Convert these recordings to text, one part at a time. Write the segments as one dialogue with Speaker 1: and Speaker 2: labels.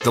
Speaker 1: The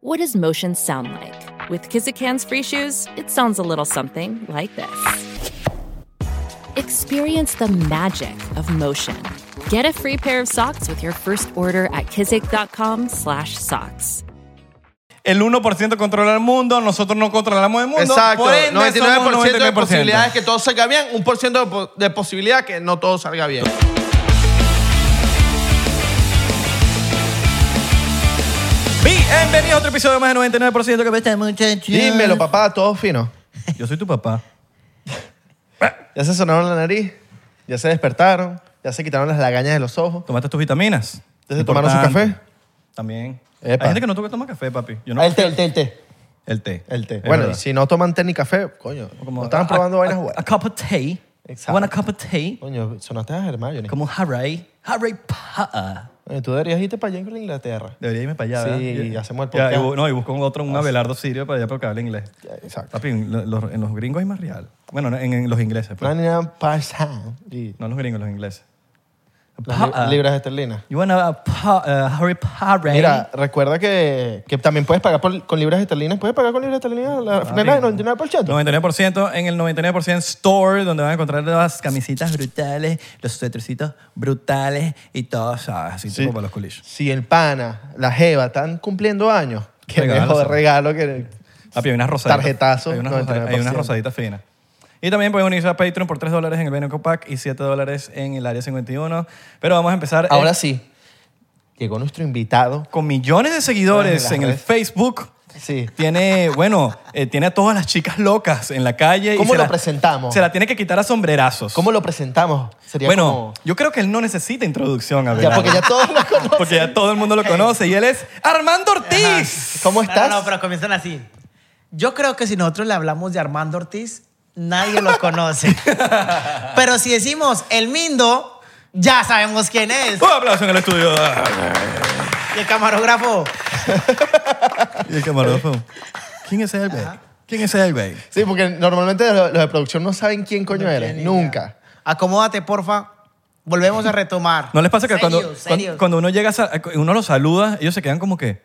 Speaker 2: What does motion sound like? With Kizikans free shoes, it sounds a little something like this. Experience the magic of motion. Get a free pair of socks with your first order at kizik.com/socks.
Speaker 3: El 1% controla el mundo, nosotros no controlamos el mundo.
Speaker 4: Exacto.
Speaker 3: por ende,
Speaker 4: 99%,
Speaker 3: somos un
Speaker 4: de
Speaker 3: 99%.
Speaker 4: posibilidades que todo salga bien, 1% de, po- de posibilidad que no todo salga bien.
Speaker 3: Bienvenidos a otro episodio más de 99% que me está muchachos.
Speaker 4: Dímelo, papá, todo fino.
Speaker 3: Yo soy tu papá.
Speaker 4: Ya se sonaron la nariz, ya se despertaron, ya se quitaron las lagañas de los ojos.
Speaker 3: ¿Tomaste tus vitaminas?
Speaker 4: ¿Ya se tomaron su
Speaker 3: Importante.
Speaker 4: café?
Speaker 3: También.
Speaker 4: Epa.
Speaker 3: Hay gente que no toma toma café, papi. Yo no.
Speaker 4: Ah, El té, el té, el té.
Speaker 3: El té.
Speaker 4: El té.
Speaker 3: Es
Speaker 4: bueno,
Speaker 3: verdad.
Speaker 4: y si no toman té ni café, coño, no estaban
Speaker 3: a-
Speaker 4: probando
Speaker 3: a-
Speaker 4: vainas
Speaker 3: a, a
Speaker 4: buenas.
Speaker 3: cup of tea.
Speaker 4: Exacto.
Speaker 3: One a cup of tea.
Speaker 4: Coño, sonaste a Hermione.
Speaker 3: Como Harry. Harry Potter.
Speaker 4: Coño, Tú deberías irte para allá en Inglaterra.
Speaker 3: Debería irme para allá.
Speaker 4: Sí,
Speaker 3: ¿verdad?
Speaker 4: y hacemos el
Speaker 3: Ya,
Speaker 4: podcast. Ah,
Speaker 3: y bu- no, y busco un otro, un Abelardo Sirio para allá para que hable inglés.
Speaker 4: Exacto.
Speaker 3: Papi, en, lo- los- en los gringos hay más real. Bueno, no, en, en los ingleses.
Speaker 4: No
Speaker 3: Pues.
Speaker 4: hay nada pasado. Y
Speaker 3: No los gringos, los ingleses.
Speaker 4: las
Speaker 3: Pa-
Speaker 4: li-
Speaker 3: ah.
Speaker 4: libras esterlinas.
Speaker 3: You wanna a pa- a Harry Potter?
Speaker 4: Mira, recuerda que, que también puedes pagar por- con libras esterlinas. Puedes pagar con libras esterlinas
Speaker 3: Ah,
Speaker 4: la franela del 99%.
Speaker 3: 99% en el 99% store, donde van a encontrar las camisitas brutales, los suetercitos brutales y todo, ¿sabes? Así tipo para los colis.
Speaker 4: Si el pana, la jeva, están cumpliendo años, que
Speaker 3: Regalo,
Speaker 4: mejor
Speaker 3: ¿sabes?
Speaker 4: regalo que...
Speaker 3: Papi, hay unas rosaditas.
Speaker 4: Tarjetazo,
Speaker 3: Hay unas,
Speaker 4: 99%.
Speaker 3: rosa- hay unas rosaditas finas. Y también pueden unirse a Patreon por 3 dólares en el Benoco Pack y 7 dólares en el Área 51. Pero vamos a empezar eh,
Speaker 4: Ahora sí, llegó nuestro invitado.
Speaker 3: con millones de
Speaker 4: En
Speaker 3: seguidores
Speaker 4: las
Speaker 3: en el
Speaker 4: redes.
Speaker 3: Facebook.
Speaker 4: Sí.
Speaker 3: Tiene, bueno, eh, tiene a todas las chicas locas en la calle. y
Speaker 4: ¿Cómo
Speaker 3: se
Speaker 4: lo
Speaker 3: la-
Speaker 4: presentamos?
Speaker 3: Se la tiene que quitar a sombrerazos.
Speaker 4: ¿Cómo lo presentamos? Sería
Speaker 3: bueno,
Speaker 4: como-
Speaker 3: yo creo que él no necesita introducción, a
Speaker 4: Ya, porque ya todos lo conocen.
Speaker 3: Porque ya todo el mundo lo conoce y él es Armando Ortiz.
Speaker 4: ¿Cómo
Speaker 5: No,
Speaker 4: estás?
Speaker 5: No, no, pero comienzan así. Yo creo que si nosotros le hablamos de Armando Ortiz, nadie lo conoce. pero si decimos el Mindo, ya sabemos quién es.
Speaker 4: Uh.
Speaker 3: Un aplauso en el estudio.
Speaker 5: Y el camarógrafo.
Speaker 3: Y el camarógrafo. ¿Quién es Elbeck? ¿Quién es Elbeck?
Speaker 4: Sí, porque normalmente los, los de producción no saben quién coño eres. Nunca.
Speaker 5: Acomódate, porfa. Volvemos a retomar.
Speaker 3: ¿No les pasa que cuando,
Speaker 5: Serios,
Speaker 3: cuan-
Speaker 5: serios.
Speaker 3: cuando uno llega, a sa- uno los saluda, ellos se quedan como que,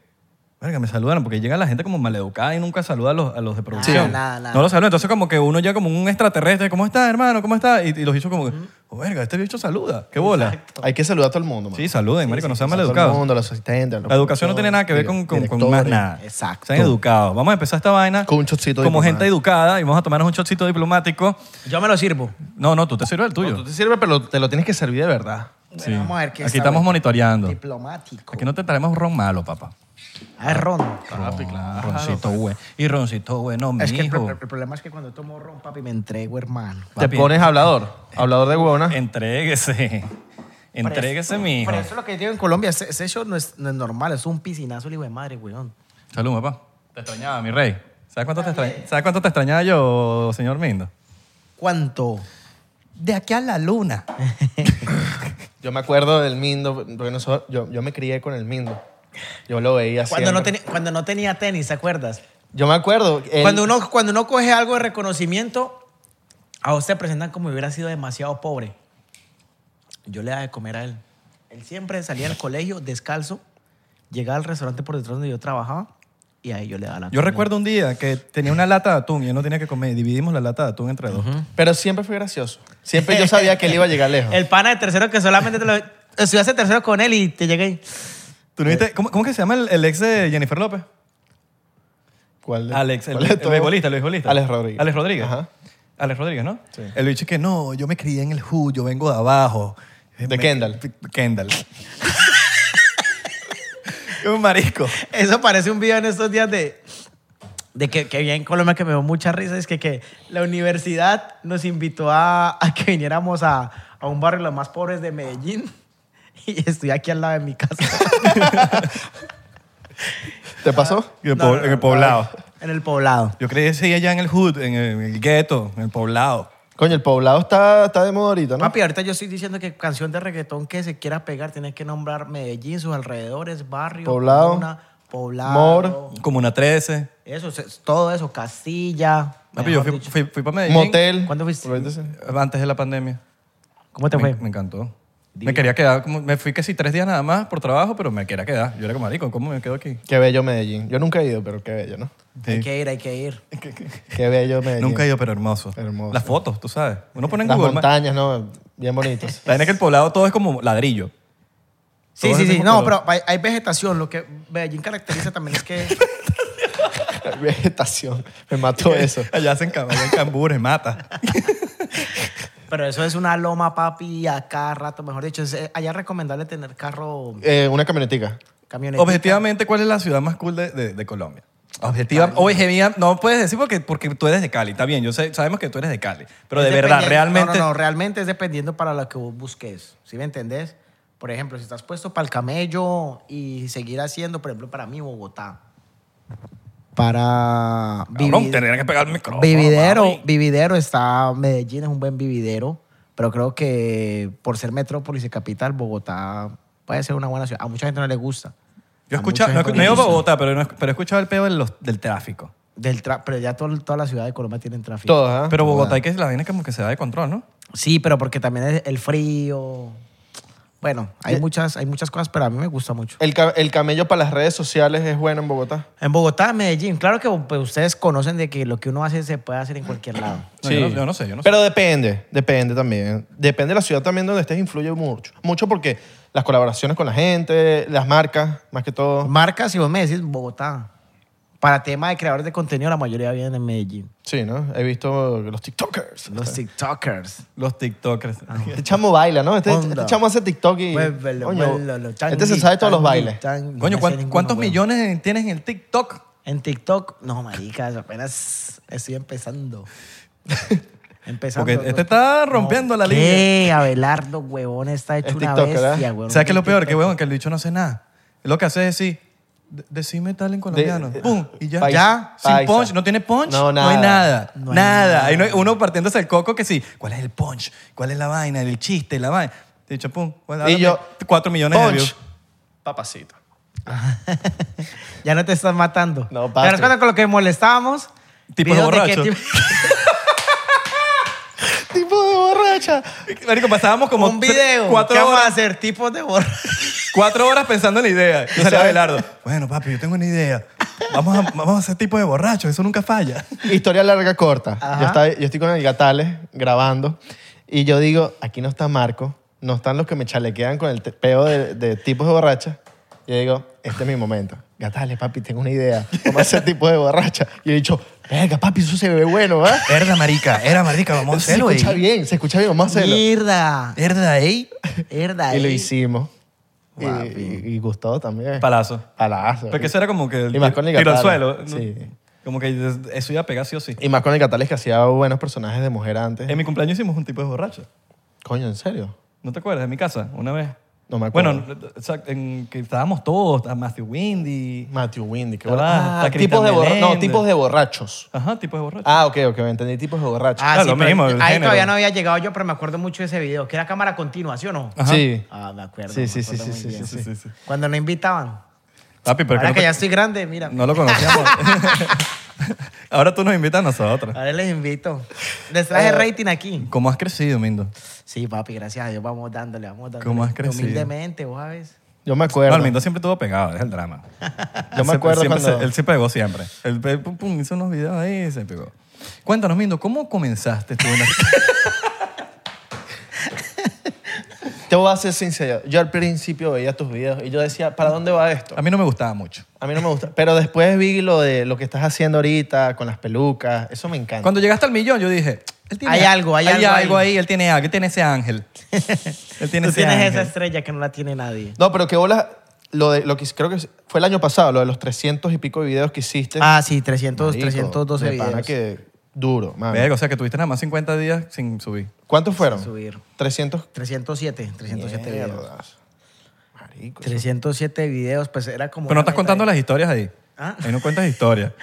Speaker 3: verga, me saludaron, porque llega la gente como maleducada y nunca saluda a los, a los de producción.
Speaker 5: nada, nada.
Speaker 3: No los saluda, entonces como que uno llega como un extraterrestre, ¿cómo estás, hermano? ¿Cómo estás? Y, y los hizo como, que, "Oh, verga, este bicho saluda, qué bola.
Speaker 4: Hay que saludar a todo el mundo. man.
Speaker 3: Sí, saluden, marico, no sean
Speaker 4: Saludar a
Speaker 3: maleducados.
Speaker 4: Todo el mundo, los asistentes. los
Speaker 3: La educación no tiene nada que ver con, con- con más
Speaker 4: directores.
Speaker 3: nada.
Speaker 5: Exacto.
Speaker 3: Sean educados. Vamos a empezar esta vaina
Speaker 4: Con un shotcito
Speaker 3: como
Speaker 4: diplomático.
Speaker 3: gente educada y vamos a tomarnos un shotcito diplomático.
Speaker 5: Yo me lo sirvo.
Speaker 3: No, no, tú te sirves el tuyo.
Speaker 4: No, tú te sirve, pero te lo tienes que servir de verdad.
Speaker 5: Bueno,
Speaker 3: Sí.
Speaker 5: vamos a ver qué
Speaker 3: Aquí
Speaker 5: sabe.
Speaker 3: estamos monitoreando.
Speaker 5: Diplomático.
Speaker 3: Aquí no te traemos ron malo, papá.
Speaker 5: Ah, es ron.
Speaker 3: roncito bueno. Y roncito bueno, mi
Speaker 5: Es que el,
Speaker 3: hijo.
Speaker 5: pro- el problema es que cuando tomo ron, papi, me entrego, hermano.
Speaker 4: Te
Speaker 3: Papi,
Speaker 4: pones hablador. Hablador de huevona.
Speaker 3: Entréguese. Entréguese, mi hijo.
Speaker 5: Por eso lo que digo en Colombia, ese, ese show no es, no es normal, es un piscinazo, el hijo de madre, weón.
Speaker 3: Salud, papá. Te extrañaba, mi rey. ¿Sabes cuánto, te extraña- ¿Sabes cuánto te extrañaba yo, señor Mindo?
Speaker 5: ¿Cuánto?
Speaker 3: De aquí a la luna.
Speaker 4: Yo me acuerdo del Mindo, porque nosotros- yo, yo me crié con el Mindo. Yo lo veía
Speaker 5: Cuando no,
Speaker 4: siempre.
Speaker 5: teni- cuando no tenía tenis, ¿te acuerdas?
Speaker 4: Yo me acuerdo. él-
Speaker 5: Cuando uno, cuando uno coge algo de reconocimiento, a vos te presentan como si hubiera sido demasiado pobre. Yo le daba de comer a él. Él siempre salía del colegio descalzo, llegaba al restaurante por detrás donde yo trabajaba y ahí yo le daba la
Speaker 3: Yo
Speaker 5: comida.
Speaker 3: recuerdo un día que tenía una lata de atún y él no tenía que comer. Dividimos la lata de atún entre dos.
Speaker 4: Pero siempre fue gracioso. Siempre yo sabía que él iba a llegar lejos.
Speaker 5: El pana de tercero que solamente te lo... Estudiaste tercero con él y te llegué.
Speaker 3: ¿Tú no viste? ¿Cómo, cómo que se llama el, el ex de Jennifer López?
Speaker 4: ¿Cuál de-
Speaker 3: Alex, el,
Speaker 4: cuál de
Speaker 3: el
Speaker 4: todos?
Speaker 3: beisbolista, el beisbolista.
Speaker 4: Alex Rodríguez.
Speaker 3: Alex Rodríguez.
Speaker 4: Ajá.
Speaker 3: Alex Rodríguez, ¿no?
Speaker 4: Sí.
Speaker 3: El bicho que no, yo me crié en el HU, yo vengo de abajo.
Speaker 4: De
Speaker 3: Me-
Speaker 4: Kendall.
Speaker 3: Kendall. un marisco.
Speaker 5: Eso parece un video en estos días de, de que, que había en Colombia que me dio mucha risa. Es que, que la universidad nos invitó a, a que viniéramos a, a un barrio de los más pobres de Medellín. Y estoy aquí al lado de mi casa.
Speaker 4: ¿Te pasó?
Speaker 3: En el, po- en el poblado.
Speaker 5: En el poblado.
Speaker 3: Yo creí que sí allá en el hood, en el, en el gueto, en el poblado.
Speaker 4: Coño, el poblado está, está de moda ahorita, ¿no?
Speaker 5: Papi, ahorita yo estoy diciendo que canción de reggaetón que se quiera pegar, tienes que nombrar Medellín, sus alrededores, barrio,
Speaker 4: Poblado.
Speaker 5: comuna, poblado.
Speaker 4: Mor.
Speaker 3: Como una 13.
Speaker 5: Eso, se- todo eso, Castilla.
Speaker 3: Papi, yo
Speaker 5: mejor
Speaker 3: fui,
Speaker 5: dicho.
Speaker 3: fui, para Medellín.
Speaker 4: Motel.
Speaker 5: ¿Cuándo fuiste?
Speaker 4: Ahorita sí.
Speaker 3: Antes de la pandemia.
Speaker 5: ¿Cómo te
Speaker 3: Me,
Speaker 5: fue?
Speaker 3: me encantó. Me quería quedar, como- me fui casi tres días nada más por trabajo, pero me quería quedar. Yo era como marico, ¿cómo me quedo aquí?
Speaker 4: Qué bello Medellín. Yo nunca he ido, pero qué bello, ¿no?
Speaker 5: Hay que ir, hay que ir.
Speaker 4: Qué bello Medellín.
Speaker 3: Nunca he ido, pero hermoso.
Speaker 4: Hermoso.
Speaker 3: Las fotos, tú sabes. Uno pone en
Speaker 4: Las
Speaker 3: Google Maps.
Speaker 4: montañas, ¿no? Bien bonitas.
Speaker 3: La vaina es que el poblado todo es como ladrillo.
Speaker 5: Sí,
Speaker 3: Todos
Speaker 5: sí,
Speaker 3: del
Speaker 5: sí.
Speaker 3: mismo
Speaker 5: No,
Speaker 3: color.
Speaker 5: pero hay, hay vegetación. Lo que Medellín caracteriza también es que
Speaker 4: Vegetación. Me mató eso.
Speaker 3: Allá hacen cam- allá en cambures, mata.
Speaker 5: Pero eso es una loma, papi, a cada rato, mejor dicho. Es, eh, allá es recomendable tener carro,
Speaker 4: Eh, una camionetica.
Speaker 5: camioneta.
Speaker 3: Objetivamente, ¿cuál es la ciudad más cool de, de- de Colombia? Objetiva, objetiva, no puedes decir porque, porque tú eres de Cali, está bien, yo sé, sabemos que tú eres de Cali, pero de
Speaker 5: Es
Speaker 3: verdad,
Speaker 5: dependiendo-
Speaker 3: realmente...
Speaker 5: No, no, no, realmente es dependiendo para lo que vos busques. ¿Sí me entendés? Por ejemplo, si estás puesto para el camello y seguir haciendo, por ejemplo, para mí, Bogotá. Para.
Speaker 3: Cabrón,
Speaker 5: vivid-
Speaker 3: tendrían que pegar el micrófono.
Speaker 5: vividero,
Speaker 3: mami.
Speaker 5: vividero está. Medellín es un buen vividero, pero creo que por ser metrópolis y capital, Bogotá puede ser una buena ciudad. A mucha gente no le gusta.
Speaker 3: Yo he
Speaker 5: A
Speaker 3: escuchado,
Speaker 5: mucha
Speaker 3: no, he
Speaker 5: gente
Speaker 3: escu- no he ido a
Speaker 5: le gusta.
Speaker 3: Bogotá, pero, no he escu- pero he escuchado el peo del, los- del tráfico.
Speaker 5: Del tra- pero ya todo- toda la ciudad de Colombia tienen tráfico.
Speaker 4: Todas, ¿ah?
Speaker 3: Pero Bogotá hay que la vaina como que se da de control, ¿no?
Speaker 5: Sí, pero porque también es el frío. Bueno, hay muchas, hay muchas cosas, pero a mí me gusta mucho.
Speaker 4: El, ca- el camello para las redes sociales es bueno en Bogotá.
Speaker 5: En Bogotá, Medellín, claro que pues, ustedes conocen de que lo que uno hace se puede hacer en cualquier lado.
Speaker 3: No, yo no- yo no sé, yo no sé.
Speaker 4: Pero depende, depende también. Depende de la ciudad también donde estés, influye mucho. Mucho porque las colaboraciones con la gente, las marcas, más que todo.
Speaker 5: Marcas, si vos me decís Bogotá, para tema de creadores de contenido, la mayoría vienen en Medellín.
Speaker 4: Sí, ¿no? He visto los TikTokers.
Speaker 5: Los TikTokers.
Speaker 3: Los TikTokers.
Speaker 5: Ah,
Speaker 4: Este chamo baila, ¿no? Este,
Speaker 5: Onda.
Speaker 4: este chamo hace TikTok y.
Speaker 5: Muévelo,
Speaker 4: coño,
Speaker 5: muévelo, tan
Speaker 4: este se
Speaker 5: gui,
Speaker 4: sabe todos
Speaker 5: tan
Speaker 4: los
Speaker 5: gui,
Speaker 4: bailes.
Speaker 5: tan-
Speaker 3: Coño,
Speaker 5: no
Speaker 3: ¿cuán-
Speaker 5: sé ninguno,
Speaker 3: ¿cuántos
Speaker 5: weón.
Speaker 3: millones tienes en el TikTok?
Speaker 5: En TikTok, no, marica, apenas estoy empezando. empezando.
Speaker 3: Porque este está rompiendo la
Speaker 5: ¿Qué? Abelardo, huevón, está hecho
Speaker 4: Es
Speaker 5: una
Speaker 4: TikToker, ¿eh? ¿verdad?
Speaker 5: bestia, huevón.
Speaker 3: ¿Sabes qué es lo peor? Que weón, que el bicho no hace nada. Lo que hace es decir, "De- decime tal en colombiano.
Speaker 4: de- eh,
Speaker 3: Pum, y ya.
Speaker 4: paisa,
Speaker 3: ya, sin
Speaker 4: paisa.
Speaker 3: punch. No tiene punch.
Speaker 4: No,
Speaker 3: hay
Speaker 4: nada.
Speaker 3: nada.
Speaker 5: No hay
Speaker 3: nada.
Speaker 5: nada.
Speaker 3: Ahí no hay- uno partiéndose el coco que sí. ¿Cuál es el punch? ¿Cuál es la vaina? El chiste, la vaina. Te Dicho, pum. bueno,
Speaker 4: Y yo,
Speaker 3: háblame. Cuatro millones de
Speaker 4: punch.
Speaker 3: views.
Speaker 4: Papacito.
Speaker 5: Ya no te estás matando.
Speaker 4: No,
Speaker 5: ¿Te
Speaker 4: papi.
Speaker 5: das cuenta con lo que molestábamos?
Speaker 3: Tipos de
Speaker 5: Videos qué
Speaker 3: borrachos.
Speaker 5: tipo-
Speaker 4: Tipo de borracha.
Speaker 3: Marico, pasábamos como
Speaker 5: un
Speaker 3: tres-
Speaker 5: video. ¿Qué
Speaker 3: cuatro
Speaker 5: vamos a
Speaker 3: horas,
Speaker 5: hacer? Tipos de borrachos.
Speaker 3: cuatro horas pensando en la idea. Y salía Abelardo. Bueno, papi, yo tengo una idea. Vamos a, vamos a hacer tipo de borracho. Eso nunca falla.
Speaker 4: Historia larga, corta.
Speaker 5: Ajá.
Speaker 4: Yo, estaba- yo estoy con el Gatales grabando y yo digo, aquí no está Marco, no están los que me chalequean con el te- peo de, de tipos de borracha. Y yo digo, este es mi momento. Gatales, papi, tengo una idea. ¿Cómo hacer tipos de borracha? Y he dicho, verga, papi, eso se ve bueno, ¿va?
Speaker 3: Era marica, era marica. Vamos a
Speaker 4: Se
Speaker 3: hacerlo,
Speaker 4: escucha
Speaker 3: ey.
Speaker 4: bien, se escucha bien, vamos a hacerlo.
Speaker 5: Mierda.
Speaker 3: Herda, ey.
Speaker 5: Mierda.
Speaker 4: Y lo
Speaker 5: eh.
Speaker 4: hicimos. Y,
Speaker 5: Papi.
Speaker 4: y- y Gustavo también.
Speaker 3: Palazo.
Speaker 4: Palazo.
Speaker 3: Porque eso era como que el
Speaker 4: Y más con el
Speaker 3: tiro al
Speaker 4: Gatala.
Speaker 3: suelo. ¿no?
Speaker 4: Sí.
Speaker 3: Como que des- eso iba a pegar sí o sí.
Speaker 4: Y más con el Gatales que hacía buenos personajes de mujer antes.
Speaker 3: En mi cumpleaños hicimos un tipo de borracho.
Speaker 4: Coño, ¿en serio?
Speaker 3: ¿No te acuerdas? En mi casa, una vez.
Speaker 4: No me acuerdo.
Speaker 3: Bueno, o sea, en que estábamos todos, a Matthew Windy.
Speaker 4: Matthew Windy, qué
Speaker 3: Ah,
Speaker 4: bola-
Speaker 3: está Cristian
Speaker 4: tipos de borra- No,
Speaker 3: Meléndez.
Speaker 4: tipos de borrachos.
Speaker 3: Ajá, tipo de borracho.
Speaker 4: Ah, ok, ok, me entendí, tipos de borrachos.
Speaker 5: Ah,
Speaker 3: Ah,
Speaker 5: sí,
Speaker 3: lo
Speaker 5: pero
Speaker 3: mismo, el
Speaker 5: ahí
Speaker 3: género.
Speaker 5: todavía no había llegado yo, pero me acuerdo mucho de ese video, que era cámara continua, ¿sí o no?
Speaker 3: ajá.
Speaker 4: Sí.
Speaker 5: Ah, me acuerdo.
Speaker 4: Sí,
Speaker 5: me
Speaker 4: sí, sí,
Speaker 5: acuerdo
Speaker 4: sí,
Speaker 5: muy
Speaker 4: sí,
Speaker 5: bien.
Speaker 3: sí, sí, sí.
Speaker 5: Cuando no invitaban.
Speaker 3: Papi, pero
Speaker 5: Ahora
Speaker 3: no
Speaker 5: que
Speaker 3: te-
Speaker 5: ya estoy grande, mira.
Speaker 3: No lo conocíamos. Ahora tú nos invitas a nosotros.
Speaker 5: Ahora les invito. Les
Speaker 3: Eh,
Speaker 5: traje rating aquí.
Speaker 3: ¿Cómo has crecido, Mindo?
Speaker 5: Sí, papi, gracias a Dios. Vamos dándole, vamos dándole.
Speaker 3: ¿Cómo has crecido?
Speaker 5: Humildemente, vos sabes.
Speaker 4: Yo me
Speaker 3: No,
Speaker 4: acuerdo.
Speaker 3: el Mindo siempre estuvo pegado, es el drama.
Speaker 4: Yo me
Speaker 3: Él
Speaker 4: acuerdo
Speaker 3: siempre
Speaker 4: cuando-
Speaker 3: se- él se pegó siempre. Él pe- pum, pum, hizo unos videos ahí y se pegó. Cuéntanos, Mindo, ¿cómo comenzaste tú en la-
Speaker 4: Te voy a ser sincero. Yo al principio veía tus videos y yo decía, ¿para dónde va esto?
Speaker 3: A mí no me gustaba mucho.
Speaker 4: A mí no me gusta. Pero después vi lo de lo que estás haciendo ahorita con las pelucas. Eso me encanta.
Speaker 3: Cuando llegaste al millón, yo dije, él tiene
Speaker 5: Hay algo, hay algo ahí.
Speaker 3: ahí. Él tiene algo, él tiene ese ángel. él tiene
Speaker 5: Tú
Speaker 3: ese
Speaker 5: tienes
Speaker 3: ángel.
Speaker 5: esa estrella que no la tiene nadie.
Speaker 4: No, pero qué bolas. Lo, de, lo que creo que fue el año pasado, lo de los 300 y pico de videos que hiciste.
Speaker 5: Ah, sí, 300,
Speaker 4: Marico,
Speaker 5: 312
Speaker 4: de pana
Speaker 5: videos.
Speaker 4: que duro, mano.
Speaker 3: Verga, o sea, que tuviste nada más 50 días sin subir.
Speaker 4: ¿Cuántos fueron?
Speaker 5: subir.
Speaker 4: 300.
Speaker 5: 307, 307 videos.
Speaker 4: Mierdas. Marico. eso-
Speaker 5: 307 videos, pues era como...
Speaker 3: Pero no
Speaker 5: una
Speaker 3: estás
Speaker 5: meta
Speaker 3: contando
Speaker 5: de-
Speaker 3: las historias ahí.
Speaker 5: ¿Ah?
Speaker 3: Ahí no cuentas historias.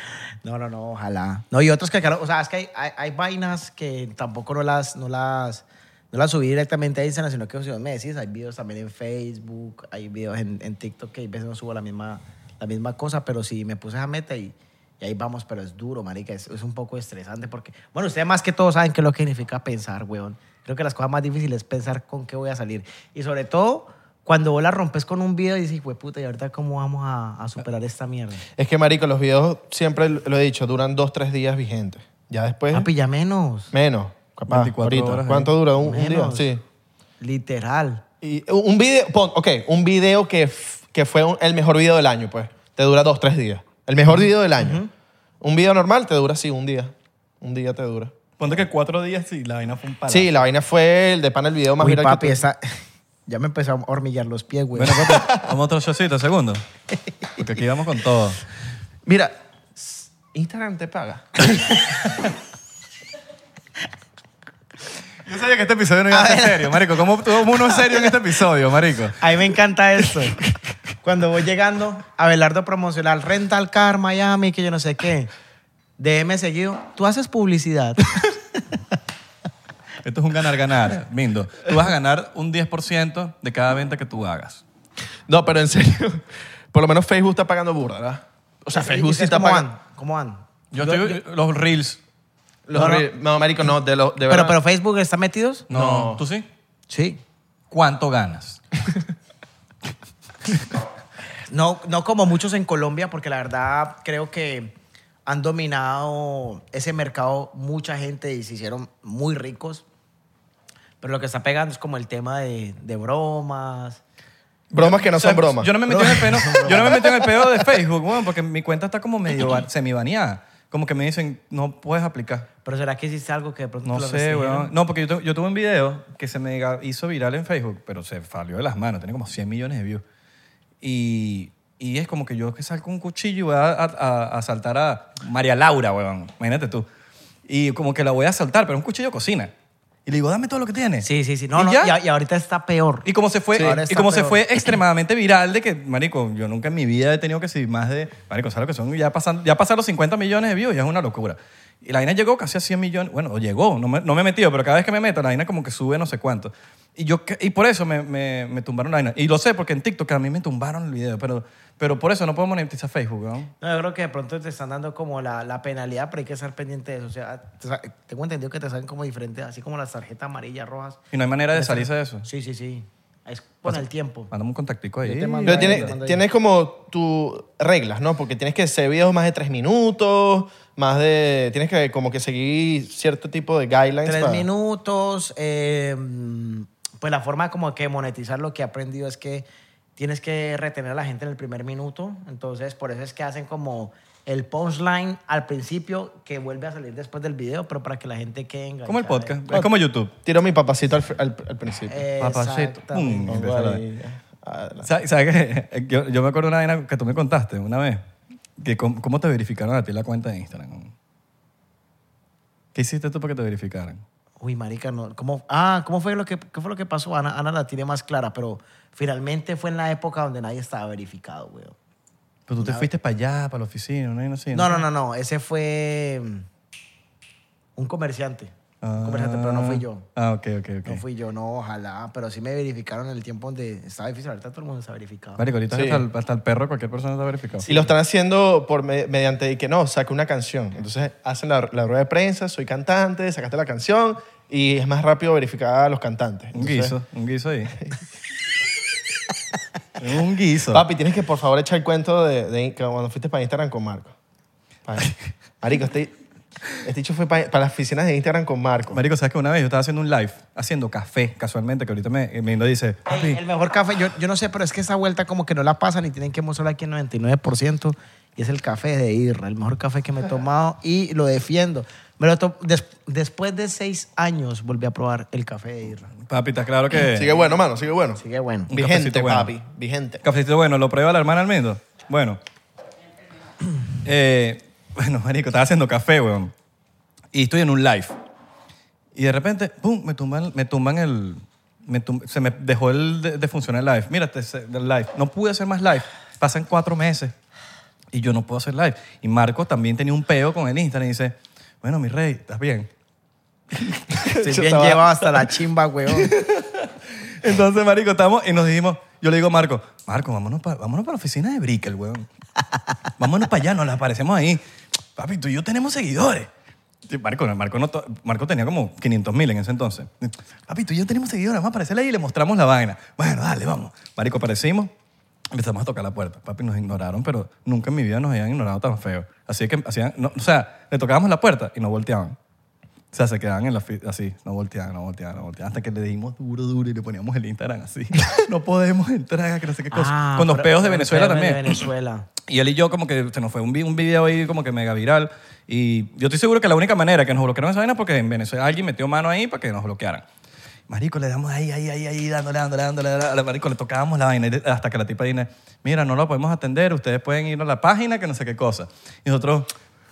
Speaker 5: No, no, no, ojalá. No, y otros que, claro, o sea, es que hay, hay- hay vainas que tampoco no las, no las, no las subí directamente a Instagram, sino que si vos me decís, hay videos también en Facebook, hay videos en, en TikTok que a veces no subo la misma, la misma cosa, pero sí me puse esa meta y, y ahí vamos, pero es duro, marica, es, es un poco estresante porque, bueno, ustedes más que todos saben qué es lo que significa pensar, weón. Creo que las cosas más difíciles es pensar con qué voy a salir. Y sobre todo, cuando vos la rompes con un video y dices, puta, ¿y ahorita cómo vamos a, a superar esta mierda?
Speaker 4: Es que, marico, los videos, siempre lo he dicho, duran dos, tres días vigentes. Ya después,
Speaker 5: Papi, ya menos.
Speaker 4: menos, capaz,
Speaker 3: 24
Speaker 4: ahorita.
Speaker 3: horas ahí.
Speaker 4: ¿Cuánto dura? ¿Un, un día?
Speaker 5: Menos.
Speaker 4: Sí.
Speaker 5: Literal.
Speaker 4: Y un video, pon, ok, un video que, f- que fue un- el mejor video del año, pues. Te dura dos, tres días. El mejor video del año. Un video normal te dura, sí, un día. Un día te dura.
Speaker 3: Ponte que cuatro días sí, la vaina fue un palo.
Speaker 4: Sí, la vaina fue el de pan, el video más
Speaker 5: Uy,
Speaker 4: viral
Speaker 5: papi,
Speaker 4: que tú-
Speaker 5: esa- ya me empezó a hormillar los pies, güey.
Speaker 3: Bueno, papi, vamos a otro showcito, segundo. Porque aquí vamos con todo.
Speaker 4: Mira, s- Instagram te paga.
Speaker 3: Yo sabía que este episodio no iba a ser serio, marico. ¿Cómo tuvo uno serio en este episodio, marico?
Speaker 5: a mí me encanta esto. Cuando voy llegando, Abelardo Promocional, Rental Car Miami, que yo no sé qué. DM seguido, tú haces publicidad.
Speaker 3: Esto es un ganar-ganar, Mindo. Tú vas a ganar un 10% de cada venta que tú hagas.
Speaker 4: No, pero en serio, por lo menos Facebook está pagando burda, ¿verdad? O sea, Facebook sí
Speaker 5: ¿Ustedes
Speaker 4: está
Speaker 5: ¿Cómo
Speaker 4: pagando.
Speaker 5: van? ¿Cómo van?
Speaker 3: Yo, estoy... Los reels.
Speaker 4: Los
Speaker 5: No, no.
Speaker 4: re- no, marico, no, de, lo, de
Speaker 5: Pero,
Speaker 4: verdad.
Speaker 5: pero Facebook, ¿están metidos?
Speaker 3: No.
Speaker 4: No.
Speaker 3: ¿Tú sí?
Speaker 5: Sí.
Speaker 3: ¿Cuánto ganas?
Speaker 5: No, no como muchos en Colombia, porque la verdad creo que han dominado ese mercado mucha gente y se hicieron muy ricos. Pero lo que está pegando es como el tema de, de bromas.
Speaker 4: bromas que no
Speaker 3: O sea,
Speaker 4: son bromas.
Speaker 3: Yo no me metí en el pedo, yo no me metí en el pedo de Facebook, weón, porque mi cuenta está como medio ba- semi-baneada. Como que me dicen, no puedes aplicar.
Speaker 5: Pero ¿será que hiciste algo que de pronto
Speaker 3: No
Speaker 5: te lo
Speaker 3: sé,
Speaker 5: restringieron?
Speaker 3: weón. No, porque yo, tu- yo tuve un video que se me ga- hizo viral en Facebook, pero se falió de las manos. Tiene como 100 millones de views. Y, y es como que yo que salgo un cuchillo y voy a, a- a- a asaltar a María Laura, weón. Imagínate tú. Y como que la voy a asaltar, pero un cuchillo de cocina. Y le digo, dame todo lo que tienes.
Speaker 5: Sí, sí, sí. No,
Speaker 3: ¿Y
Speaker 5: no,
Speaker 3: ya?
Speaker 5: y, a- y ahorita está peor.
Speaker 3: Y como se fue,
Speaker 5: Sí, ahora
Speaker 3: y
Speaker 5: está
Speaker 3: como se
Speaker 5: peor.
Speaker 3: fue extremadamente viral de que, marico, yo nunca en mi vida he tenido que si más de, marico, ¿sabes lo que son? Ya pasan, ya pasaron los 50 millones de views, ya es una locura. Y la vaina llegó casi a 100 millones, bueno, o llegó, no me, no me he metido, pero cada vez que me meto, la vaina como que sube no sé cuánto. Y, yo, que- y por eso me, me- me tumbaron la vaina. Y lo sé, porque en TikTok a mí me tumbaron el video, pero, pero por eso no puedo monetizar Facebook, ¿no?
Speaker 5: No, yo creo que de pronto te están dando como la, la penalidad, pero hay que estar pendiente de eso. O sea, te sa- tengo entendido que te salen como diferentes, así como las tarjetas amarillas, rojas.
Speaker 3: Y no hay manera de salirse de eso.
Speaker 5: Sí, sí, sí. Es con el tiempo.
Speaker 3: Mándame un contactico ahí.
Speaker 5: Yo te mando
Speaker 4: Pero
Speaker 5: ahí,
Speaker 4: tienes,
Speaker 5: te mando ahí.
Speaker 4: tienes como tus reglas, ¿no? Porque tienes que hacer videos más de tres minutos, más de... Tienes que como que seguir cierto tipo de guidelines.
Speaker 5: Tres
Speaker 4: para-
Speaker 5: minutos. eh, pues la forma como que monetizar lo que he aprendido es que tienes que retener a la gente en el primer minuto. Entonces, por eso es que hacen como el punchline al principio que vuelve a salir después del video, pero para que la gente quede enganchada.
Speaker 3: Como el podcast, es como YouTube.
Speaker 4: Tiro mi papacito al, fr- al- al principio.
Speaker 5: Eh,
Speaker 3: Papacito.
Speaker 5: Exactamente.
Speaker 3: Mm.
Speaker 4: Pongo ahí. Adelante.
Speaker 3: ¿Sabes sabe qué? Eh, Yo, yo me acuerdo una vaina que tú me contaste una vez. Que cómo, cómo te verificaron a ti la cuenta de Instagram? ¿Qué hiciste tú para que te verificaran?
Speaker 5: Uy, marica, no. ¿Cómo, ah, ¿cómo fue lo que, qué fue lo que pasó? Ana, Ana la tiene más clara, pero finalmente fue en la época donde nadie estaba verificado, güey.
Speaker 3: Pero Pues tú te fuiste para allá, para la oficina, una vaina así.
Speaker 5: No, no, no, no. Ese fue mm, un comerciante. Un comerciante, pero no fui yo.
Speaker 3: Ah, ok, ok, ok.
Speaker 5: No fui yo, no, ojalá. Pero sí me verificaron en el tiempo donde estaba difícil. Ahorita todo el mundo está verificado.
Speaker 3: Marico, ahorita
Speaker 4: Sí.
Speaker 3: hasta, el, hasta el perro, cualquier persona está verificado.
Speaker 4: Y lo están haciendo por me- mediante de que no, saca una canción. Entonces hacen la, la rueda de prensa, soy cantante, sacaste la canción y es más rápido verificar a los cantantes.
Speaker 3: Un
Speaker 4: Entonces,
Speaker 3: guiso, un guiso ahí. un guiso.
Speaker 4: Papi, tienes que por favor echar el cuento de, de cuando fuiste para Instagram con Marco. Pa- Marico, este, este dicho fue pa- para, las oficinas de Instagram con Marco.
Speaker 3: Marico, ¿sabes que una vez yo estaba haciendo un live, haciendo café, casualmente, que ahorita me, me dice, papi,
Speaker 5: Ey, el mejor café, yo, yo no sé, pero es que esa vuelta como que no la pasan y tienen que mostrar aquí el 99% y es el café de Irra, el mejor café que me he tomado y lo defiendo. Me lo to- des- después de seis años volví a probar el café de Irra.
Speaker 3: papi, está claro que...
Speaker 4: Sigue bueno, mano, sigue bueno.
Speaker 5: Así que bueno.
Speaker 3: Un
Speaker 4: vigente,
Speaker 3: cafecito bueno.
Speaker 4: papi, vigente.
Speaker 3: Cafecito bueno, ¿lo prueba la hermana Almendro? Bueno. Eh, bueno, marico, estaba haciendo café, weón. Y estoy en un live. Y de repente, pum, me tumban, me tumban el... me tum- se me dejó el de, de funcionar el live. Mira, te- se- el live. No pude hacer más live. Pasan cuatro meses. y yo no puedo hacer live. Y Marcos también tenía un peo con el Instagram y dice, bueno, mi rey, ¿estás bien?
Speaker 5: Estoy
Speaker 4: Yo
Speaker 5: pues bien
Speaker 4: estaba-
Speaker 5: llevado hasta la chimba, weón.
Speaker 3: Entonces, marico, estamos y nos dijimos, yo le digo a Marco, Marco, vámonos para vámonos pa la oficina de Brickell, weón. Vámonos para allá, nos las aparecemos ahí. Papi, tú y yo tenemos seguidores. Sí, Marco, no, Marco, no to- Marco tenía como 500 mil en ese entonces. Papi, tú y yo tenemos seguidores, vamos a aparecer ahí y le mostramos la vaina. Bueno, dale, vamos. Marico, aparecimos, empezamos a tocar la puerta. Papi, nos ignoraron, pero nunca en mi vida nos habían ignorado tan feo. Así que, hacían, no, o sea, le tocábamos la puerta y no volteaban. O sea, se quedaban en la fi- así, no volteaban, no volteaban, no volteaban, hasta que le dimos duro, duro y le poníamos el Instagram así. no podemos entrar, que no sé qué cosa.
Speaker 5: Ah,
Speaker 3: Con los
Speaker 5: pero-
Speaker 3: peos de Venezuela
Speaker 5: peos de
Speaker 3: también.
Speaker 5: Venezuela.
Speaker 3: Y él y yo como que se nos fue un, vi- un video ahí como que mega viral. Y yo estoy seguro que la única manera que nos bloquearon esa vaina es porque en Venezuela alguien metió mano ahí para que nos bloquearan. Marico, le damos ahí, ahí, ahí, ahí, dándole, dándole, dándole, dándole. Marico, le tocábamos la vaina y de- hasta que la tipa dice, mira, no lo podemos atender, ustedes pueden ir a la página, que no sé qué cosa. Y nosotros,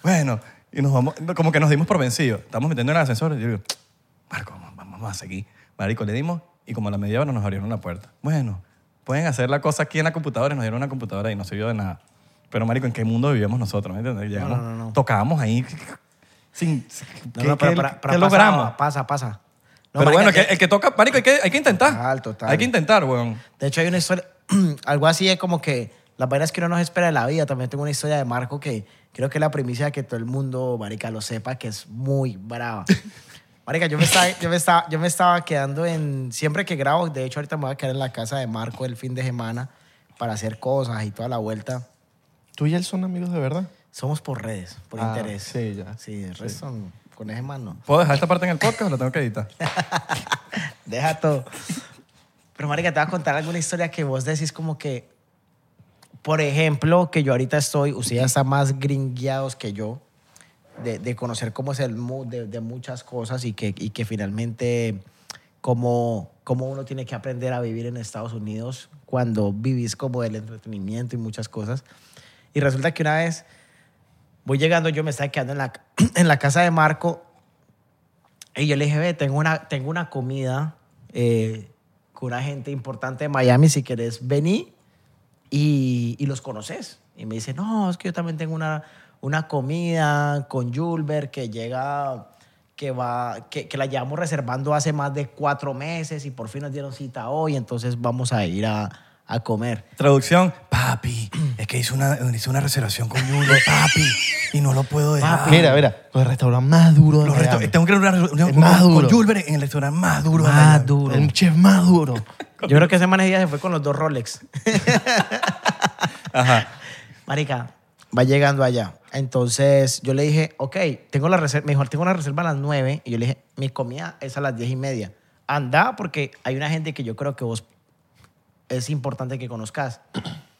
Speaker 3: bueno, y nos vamos, como que nos dimos por vencidos. Estamos metiendo en el ascensor y yo digo, Marco, vamos a seguir. Marico, le dimos y como a la media hora nos abrieron la puerta. Bueno, pueden hacer la cosa aquí en la computadora y nos dieron una computadora y no sirvió de nada. Pero, marico, ¿en qué mundo vivíamos nosotros? ¿Me entiendes? Llegamos, tocábamos ahí sin...
Speaker 5: No,
Speaker 3: ¿qué-
Speaker 5: no, pero
Speaker 3: qué-
Speaker 5: para- para
Speaker 3: qué
Speaker 5: pasa,
Speaker 3: logramos?
Speaker 5: Pasa, pasa. No,
Speaker 3: pero
Speaker 5: marica,
Speaker 3: bueno,
Speaker 5: que-
Speaker 3: que- el que toca, marico, hay que, hay que intentar.
Speaker 5: Total, total.
Speaker 3: Hay que intentar, weón.
Speaker 5: De hecho, hay una historia, algo así es como que las vainas que uno nos espera de la vida. También tengo una historia de Marco que creo que es la primicia de que todo el mundo, marica, lo sepa, que es muy brava. Marica, yo me, estaba, yo, me estaba, yo me estaba quedando en... Siempre que grabo, de hecho, ahorita me voy a quedar en la casa de Marco el fin de semana para hacer cosas y toda la vuelta.
Speaker 4: ¿Tú y él son amigos de verdad?
Speaker 5: Somos por redes, por
Speaker 4: Ah,
Speaker 5: interés.
Speaker 4: sí, ya.
Speaker 5: Sí, el resto con ese man no.
Speaker 3: ¿Puedo dejar esta parte en el podcast o la tengo que editar?
Speaker 5: Deja todo. Pero, marica, te voy a contar alguna historia que vos decís como que, por ejemplo, que yo ahorita estoy, ustedes están más gringueados que yo, de, de conocer cómo es el mood de, de muchas cosas y que, y que finalmente cómo, cómo uno tiene que aprender a vivir en Estados Unidos cuando vivís como del entretenimiento y muchas cosas. Y resulta que una vez voy llegando, yo me estaba quedando en la, en la casa de Marco y yo le dije, ve, tengo una, tengo una comida eh, con una gente importante de Miami, si querés, vení y, y los conoces. Y me dice, no, es que yo también tengo una, una comida con Julber que llega, que va, que, que la llevamos reservando hace más de cuatro meses y por fin nos dieron cita hoy, entonces vamos a ir a, a comer.
Speaker 3: Traducción. Papi, es que hice una, hice una reservación con Julio, papi, y no lo puedo dejar.
Speaker 5: Papi.
Speaker 4: Mira, mira, los restaurantes más duros de
Speaker 3: Ah. Los este
Speaker 4: Miami.
Speaker 3: resta- tengo que ir a una reunión
Speaker 4: Es
Speaker 3: con,
Speaker 4: más
Speaker 3: con
Speaker 4: duro.
Speaker 3: Julber en el restaurante más duro. de
Speaker 5: Más
Speaker 3: Miami.
Speaker 5: duro.
Speaker 4: El chef más duro.
Speaker 5: Yo creo que ese man ese día se fue con los dos Rolex.
Speaker 3: Ajá.
Speaker 5: Marica, va llegando allá. Entonces yo le dije, ok, tengo la reserva, me dijo, tengo una reserva a las 9 y yo le dije, mi comida es a las 10 y media. Anda porque hay una gente que yo creo que vos es importante que conozcas.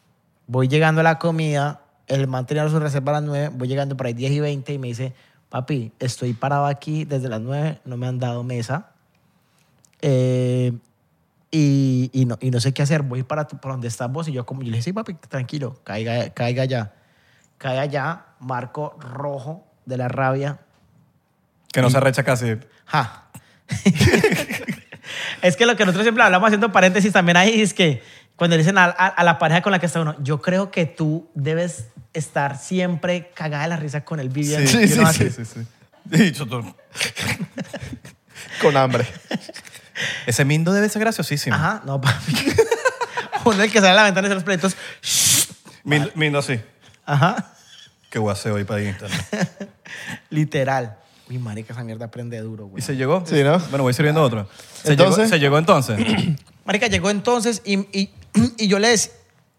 Speaker 5: Voy llegando a la comida, el man tenía su reserva a las 9, voy llegando para ahí 10 y 20 y me dice, papi, estoy parado aquí desde las 9, no me han dado mesa. Eh, y, y no, y no sé qué hacer, voy para, tu- para donde estás vos. Y yo, como, yo le dije, sí, papi, tranquilo, caiga, caiga allá. Cae allá, marco rojo de la rabia.
Speaker 3: Que no se arrecha casi.
Speaker 5: Ja. es que lo que nosotros siempre hablamos haciendo paréntesis también ahí es que cuando le dicen a, a- a la pareja con la que está uno, yo creo que tú debes estar siempre cagada de la risa con el viviendo.
Speaker 4: Sí,
Speaker 5: Y
Speaker 4: sí,
Speaker 5: uno
Speaker 4: sí.
Speaker 3: sí,
Speaker 5: hace-
Speaker 3: sí. Y yo todo-
Speaker 4: Con hambre.
Speaker 3: Ese mindo debe ser graciosísimo.
Speaker 5: Ajá, no, papi. uno el que sale a la ventana de los pleitos.
Speaker 3: Mindo, mindo así.
Speaker 5: Ajá.
Speaker 3: ¿Qué voy a hacer hoy para Instagram?
Speaker 5: Literal. Mi marica, esa mierda prende duro, güey.
Speaker 3: ¿Y se llegó?
Speaker 4: Sí, ¿no?
Speaker 3: Bueno, voy sirviendo otro. ¿Se,
Speaker 4: Entonces-
Speaker 3: llegó, ¿se llegó entonces?
Speaker 5: Marica, llegó entonces y, y, y yo les...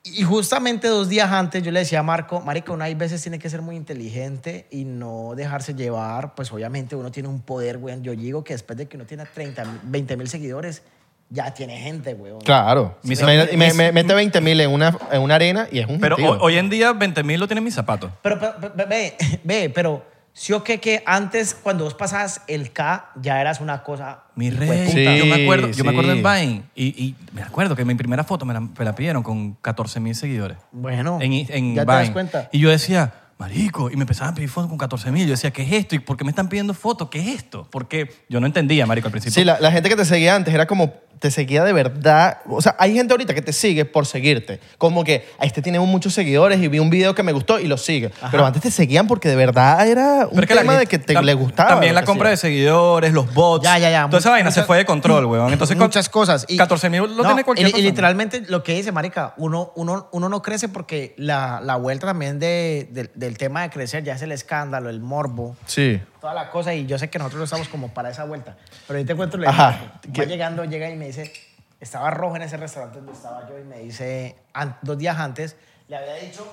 Speaker 5: Y justamente dos días antes yo le decía a Marco, Marica, uno hay veces tiene que ser muy inteligente y no dejarse llevar. Pues obviamente uno tiene un poder, güey. Yo digo que después de que uno tiene 30, mil- 20 mil seguidores, ya tiene gente, güey.
Speaker 4: Claro.
Speaker 3: Mis-
Speaker 4: Me- me-
Speaker 3: mis-
Speaker 4: me- mete 20 mil en una, en una arena y es un
Speaker 3: Pero
Speaker 4: gentío.
Speaker 3: ho- hoy en día 20 mil lo tienen mis zapatos.
Speaker 5: Pero, pero, pero, ve, ve, ve, pero sí o que, que antes cuando vos pasabas el K ya eras una cosa...
Speaker 3: Mi
Speaker 5: hijo de
Speaker 3: rey.
Speaker 5: puta.
Speaker 4: Sí,
Speaker 3: yo me acuerdo, yo me acuerdo
Speaker 4: sí.
Speaker 3: en Vine y, y me acuerdo que mi primera foto me la, me la pidieron con 14 mil seguidores.
Speaker 5: Bueno,
Speaker 3: en, en
Speaker 5: ya te
Speaker 3: Vine.
Speaker 5: das cuenta.
Speaker 3: Y yo decía, marico, y me empezaban a pedir fotos con 14 mil. Yo decía, ¿qué es esto? ¿Y por qué me están pidiendo fotos? ¿Qué es esto? Porque yo no entendía, marico, al principio.
Speaker 4: Sí, la, la gente que te seguía antes era como te seguía de verdad. O sea, hay gente ahorita que te sigue por seguirte. Como que "Ah, este tiene muchos seguidores y vi un video que me gustó y lo sigue. Pero antes te seguían porque de verdad era un
Speaker 3: Pero es que la
Speaker 4: tema
Speaker 3: gente-
Speaker 4: de que te
Speaker 3: tam-
Speaker 4: le gustaba.
Speaker 3: También la
Speaker 4: lo que
Speaker 3: compra
Speaker 4: hacía.
Speaker 3: de seguidores, los bots.
Speaker 5: Ya, ya, ya.
Speaker 3: Toda esa vaina se
Speaker 5: Muchas-
Speaker 3: fue de control, weón. Entonces, con-
Speaker 5: muchas cosas. Y,
Speaker 3: 14.000 lo
Speaker 5: No,
Speaker 3: tiene cualquier
Speaker 5: y- y,
Speaker 3: persona.
Speaker 5: literalmente lo que dice, marica, uno, uno, uno no crece porque la, la vuelta también de, del- del tema de crecer ya es el escándalo, el morbo,
Speaker 4: Sí.
Speaker 5: toda la cosa. Y yo sé que nosotros no estamos como para esa vuelta. Pero yo te cuento lo
Speaker 4: Ajá.
Speaker 5: que
Speaker 4: ¿Qué?
Speaker 5: va llegando, llega y me dice, estaba rojo en ese restaurante donde estaba yo y me dice, an- dos días antes, le había dicho,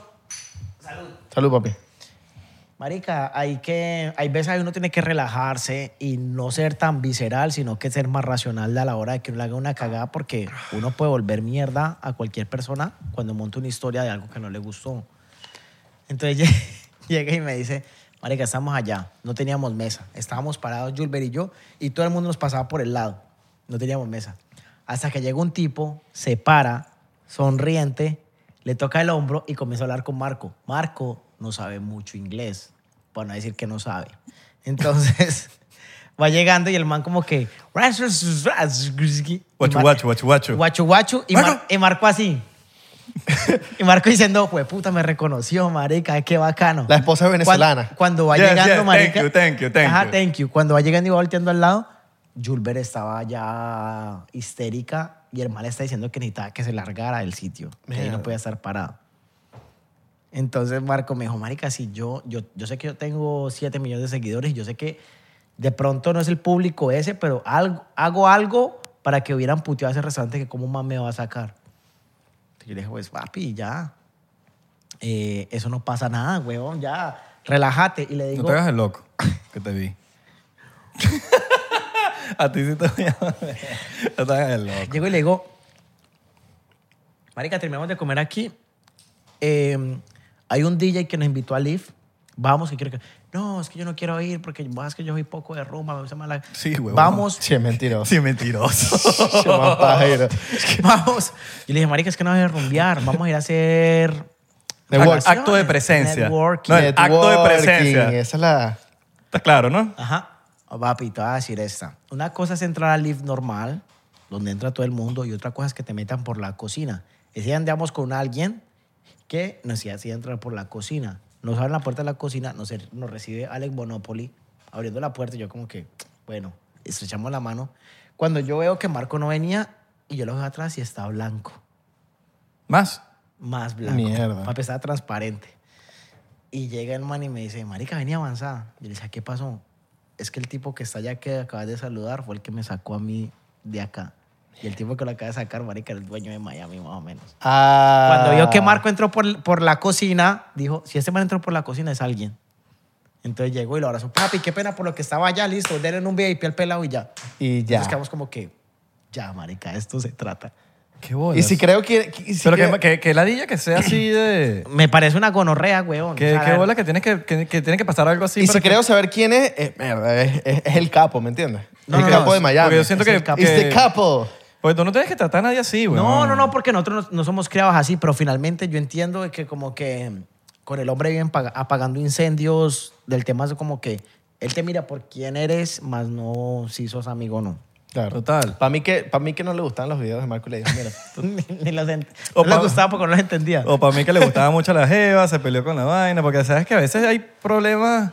Speaker 5: salud.
Speaker 4: Salud, papi.
Speaker 5: Marica, hay que, hay veces que uno tiene que relajarse y no ser tan visceral, sino que ser más racional a la hora de que uno le haga una cagada, porque uno puede volver mierda a cualquier persona cuando monta una historia de algo que no le gustó. Entonces lle- llega y me dice, Marica, estamos allá, no teníamos mesa, estábamos parados, Julber y yo, y todo el mundo nos pasaba por el lado, no teníamos mesa. Hasta que llega un tipo, se para, sonriente, le toca el hombro y comienza a hablar con Marco. Marco no sabe mucho inglés, para no decir que no sabe. Entonces va llegando y el man como que...
Speaker 3: Guachu,
Speaker 5: Y Mar-
Speaker 3: guachu, guachu, guachu.
Speaker 5: Guachu, guachu. Y,
Speaker 3: Marco.
Speaker 5: Mar- y Marco así. Y Marco diciendo, pues puta, me reconoció, marica, qué bacano.
Speaker 4: La esposa es venezolana.
Speaker 5: Cuando, cuando va
Speaker 3: Yes,
Speaker 5: llegando,
Speaker 3: yes, thank
Speaker 5: marica.
Speaker 3: you, thank you, thank
Speaker 5: ajá,
Speaker 3: you.
Speaker 5: thank you. Cuando va llegando y va volteando al lado, Julber estaba ya histérica y el mal está diciendo que necesitaba que se largara del sitio, que ahí no
Speaker 4: Mierda.
Speaker 5: podía estar parado. Entonces Marco me dijo, marica, si yo, yo, yo sé que yo tengo 7 millones de seguidores y yo sé que de pronto no es el público ese, pero algo, hago algo para que hubieran puteado a ese restaurante que cómo más me va a sacar. Entonces yo le dije, pues papi, ya. Eh, eso no pasa nada, huevón, ya. Relájate. Y le digo,
Speaker 3: No te hagas el loco que te vi. a ti sí te voy a... No te hagas el loco.
Speaker 5: llego y le digo, marica, terminamos de comer aquí. Eh, hay un DJ que nos invitó a Live. Vamos, que quiero que... No, es que yo no quiero ir porque más que yo soy poco de rumba, me gusta más la...
Speaker 3: Sí, huevón.
Speaker 5: Vamos,
Speaker 4: Sí, es mentiroso.
Speaker 3: Sí, mentiroso.
Speaker 4: Sí, más pajero.
Speaker 5: vamos. Yo le dije, marica, es que no vas a rumbear, vamos a ir a hacer...
Speaker 4: Network-
Speaker 5: relaciones,
Speaker 3: Acto de presencia.
Speaker 5: networking".
Speaker 3: No, el acto de
Speaker 4: Networking,
Speaker 3: presencia.
Speaker 4: Esa es la...
Speaker 3: Está claro, ¿no?
Speaker 5: Ajá. Oh, papi, te voy a decir esta. Una cosa es entrar al live normal, donde entra todo el mundo, y otra cosa es que te metan por la cocina. Ese día andamos con alguien que nos hacía entrar por la cocina. Nos abren la puerta de la cocina, nos, er, nos recibe Alex Bonopoli abriendo la puerta. y Yo como que, bueno, estrechamos la mano. Cuando yo veo que Marco no venía, y yo lo veo atrás y está blanco
Speaker 3: Más.
Speaker 5: más blanco.
Speaker 4: Mierda.
Speaker 5: Papi estaba transparente. Y llega el man y me dice, marica, vení avanzada. Yo le decía, ¿qué pasó? Es que el tipo que está allá que acabas de saludar fue el que me sacó a mí de acá. Y el tipo que lo acaba de sacar, marica, era el dueño de Miami, más o menos.
Speaker 4: Ah.
Speaker 5: Cuando vio que Marco entró por, por la cocina, dijo, si este man entró por la cocina es alguien. Entonces llegó y lo abrazó. Papi, qué pena por lo que estaba allá, listo. Denle un VIP al pelado y ya.
Speaker 4: Ah, Y ya.
Speaker 5: Entonces quedamos como que, ya, marica, de esto se trata.
Speaker 3: Qué bolas.
Speaker 4: Y si creo que... que- y si
Speaker 3: Pero
Speaker 4: creo-
Speaker 3: que, que, que ladilla que sea así de...
Speaker 5: Me parece una gonorrea, weón.
Speaker 3: Que,
Speaker 5: O sea,
Speaker 3: que
Speaker 5: la-
Speaker 3: bola que tienes que, que, que tiene que pasar algo así.
Speaker 4: y
Speaker 3: para
Speaker 4: si
Speaker 3: que-
Speaker 4: creo saber quién es, eh, mierda, es, es- es el capo, ¿me entiendes?
Speaker 5: No,
Speaker 4: el
Speaker 5: no, no,
Speaker 4: capo de
Speaker 5: es-
Speaker 4: Miami.
Speaker 3: Porque yo siento
Speaker 5: Es el
Speaker 3: que...
Speaker 5: capo.
Speaker 4: It's the
Speaker 3: que-
Speaker 4: capo.
Speaker 3: Pues tú no tienes que tratar a nadie así, güey.
Speaker 5: No, no, no, porque nosotros no, no somos criados así, pero finalmente yo entiendo de que como que con el hombre viven pag- apagando incendios del tema es como que él te mira por quién eres, más no si sos amigo o no.
Speaker 4: Claro.
Speaker 3: Total.
Speaker 4: Para mí, que, pa' mí que no le gustaban los videos de Marco y le dije, mira,
Speaker 5: Ni- Ni los ent-
Speaker 3: O
Speaker 5: no les
Speaker 3: pa-
Speaker 5: gustaba porque no los entendía.
Speaker 3: O para mí que le gustaba mucho la jeva, se peleó con la vaina, porque sabes que a veces hay problemas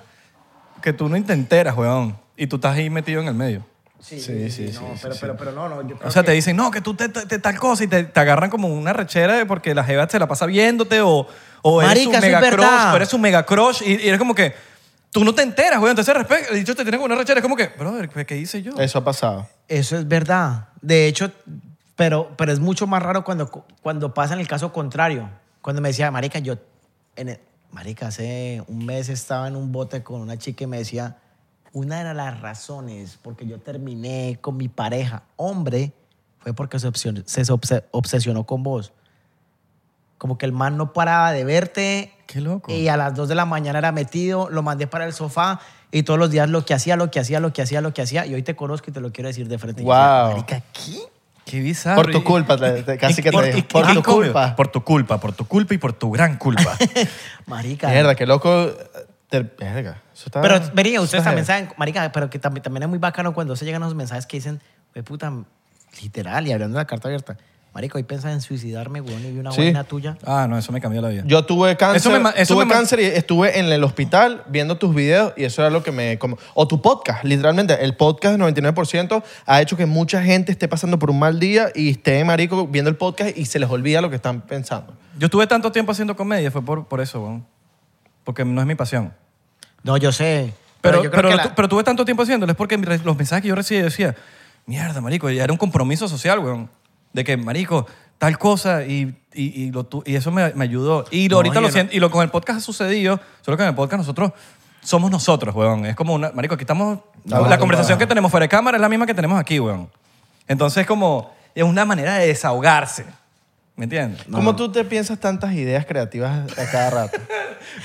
Speaker 3: que tú no intenteras, weón, y tú estás ahí metido en el medio.
Speaker 5: Sí, sí, sí. No, pero, pero, pero no, no. yo creo
Speaker 3: O sea,
Speaker 5: que-
Speaker 3: te dicen, no, que tú te, te- te tal cosa y te, te agarran como una rechera de porque la jeva se la pasa viéndote o, o eres
Speaker 5: Marica,
Speaker 3: un
Speaker 5: eso es
Speaker 3: mega crush,
Speaker 5: verdad.
Speaker 3: o eres un mega crush y, y eres como que tú no te enteras, weón. Entonces, respecto, dicho, te tienen como una rechera, es como que, brother, ¿qué hice yo?
Speaker 4: eso ha pasado.
Speaker 5: Eso es verdad. De hecho, pero, pero es mucho más raro cuando, cuando pasa en el caso contrario. Cuando me decía, Marica, yo. en el- marica, hace un mes estaba en un bote con una chica y me decía, una de las razones porque yo terminé con mi pareja, hombre, fue porque se, obsio- se obse- obsesionó con vos. Como que el man no paraba de verte.
Speaker 3: Qué loco.
Speaker 5: Y a las 2 de la mañana era metido, lo mandé para el sofá y todos los días lo que hacía, lo que hacía, lo que hacía, lo que hacía. Y hoy te conozco y te lo quiero decir de frente. Y yo decía,
Speaker 4: Wow.
Speaker 5: "Marica, ¿qué?
Speaker 3: Qué bizarro.
Speaker 4: Por tu culpa, te- te- casi que
Speaker 3: por,
Speaker 4: te
Speaker 3: y-
Speaker 4: digo. Por
Speaker 3: y-
Speaker 4: tu
Speaker 3: y- coño,
Speaker 4: culpa.
Speaker 3: Por tu culpa, por tu culpa y por tu gran culpa.
Speaker 5: Marica.
Speaker 4: Mierda, qué loco. Te- verga, eso está-
Speaker 5: Pero,
Speaker 4: eso
Speaker 5: venía, ustedes
Speaker 4: está
Speaker 5: también
Speaker 4: heavy.
Speaker 5: saben, marica, pero que también, también es muy bacano cuando se llegan esos mensajes que dicen, "Güey, puta, literal, y hablando de la carta abierta, marica, hoy pensaba en suicidarme, weón, y vi una
Speaker 4: Sí.
Speaker 5: buena tuya.
Speaker 3: ah, no, eso me cambió la vida.
Speaker 4: Yo tuve cáncer,
Speaker 3: me ma- eso
Speaker 4: tuve
Speaker 3: me ma-
Speaker 4: cáncer y estuve en el hospital viendo tus videos y eso era lo que me... Como, o tu podcast, literalmente. El podcast del 99% ha hecho que mucha gente esté pasando por un mal día y esté, marico, viendo el podcast y se les olvida lo que están pensando.
Speaker 3: Yo estuve tanto tiempo haciendo comedia, fue por, por eso, weón. Porque no es mi pasión.
Speaker 5: No, yo sé.
Speaker 3: Pero, pero,
Speaker 5: que la-
Speaker 3: tu- pero tuve tanto tiempo haciéndolo, es porque mi re- los mensajes que yo recibía yo decía, mierda, marico, ya era un compromiso social, weón. De que, marico, tal cosa, y, y, y lo tu- y eso me, me ayudó. Y lo-
Speaker 5: No,
Speaker 3: ahorita
Speaker 5: yo
Speaker 3: lo
Speaker 5: no-
Speaker 3: siento, y lo con el podcast ha sucedido, solo que en el podcast nosotros somos nosotros, weón. Es como una, marico, aquí estamos, la conversación que tenemos fuera de cámara es la misma que tenemos aquí, weón. Entonces, como, es una manera de desahogarse. ¿Me entiendes?
Speaker 4: ¿Cómo tú te piensas tantas ideas creativas a cada rato?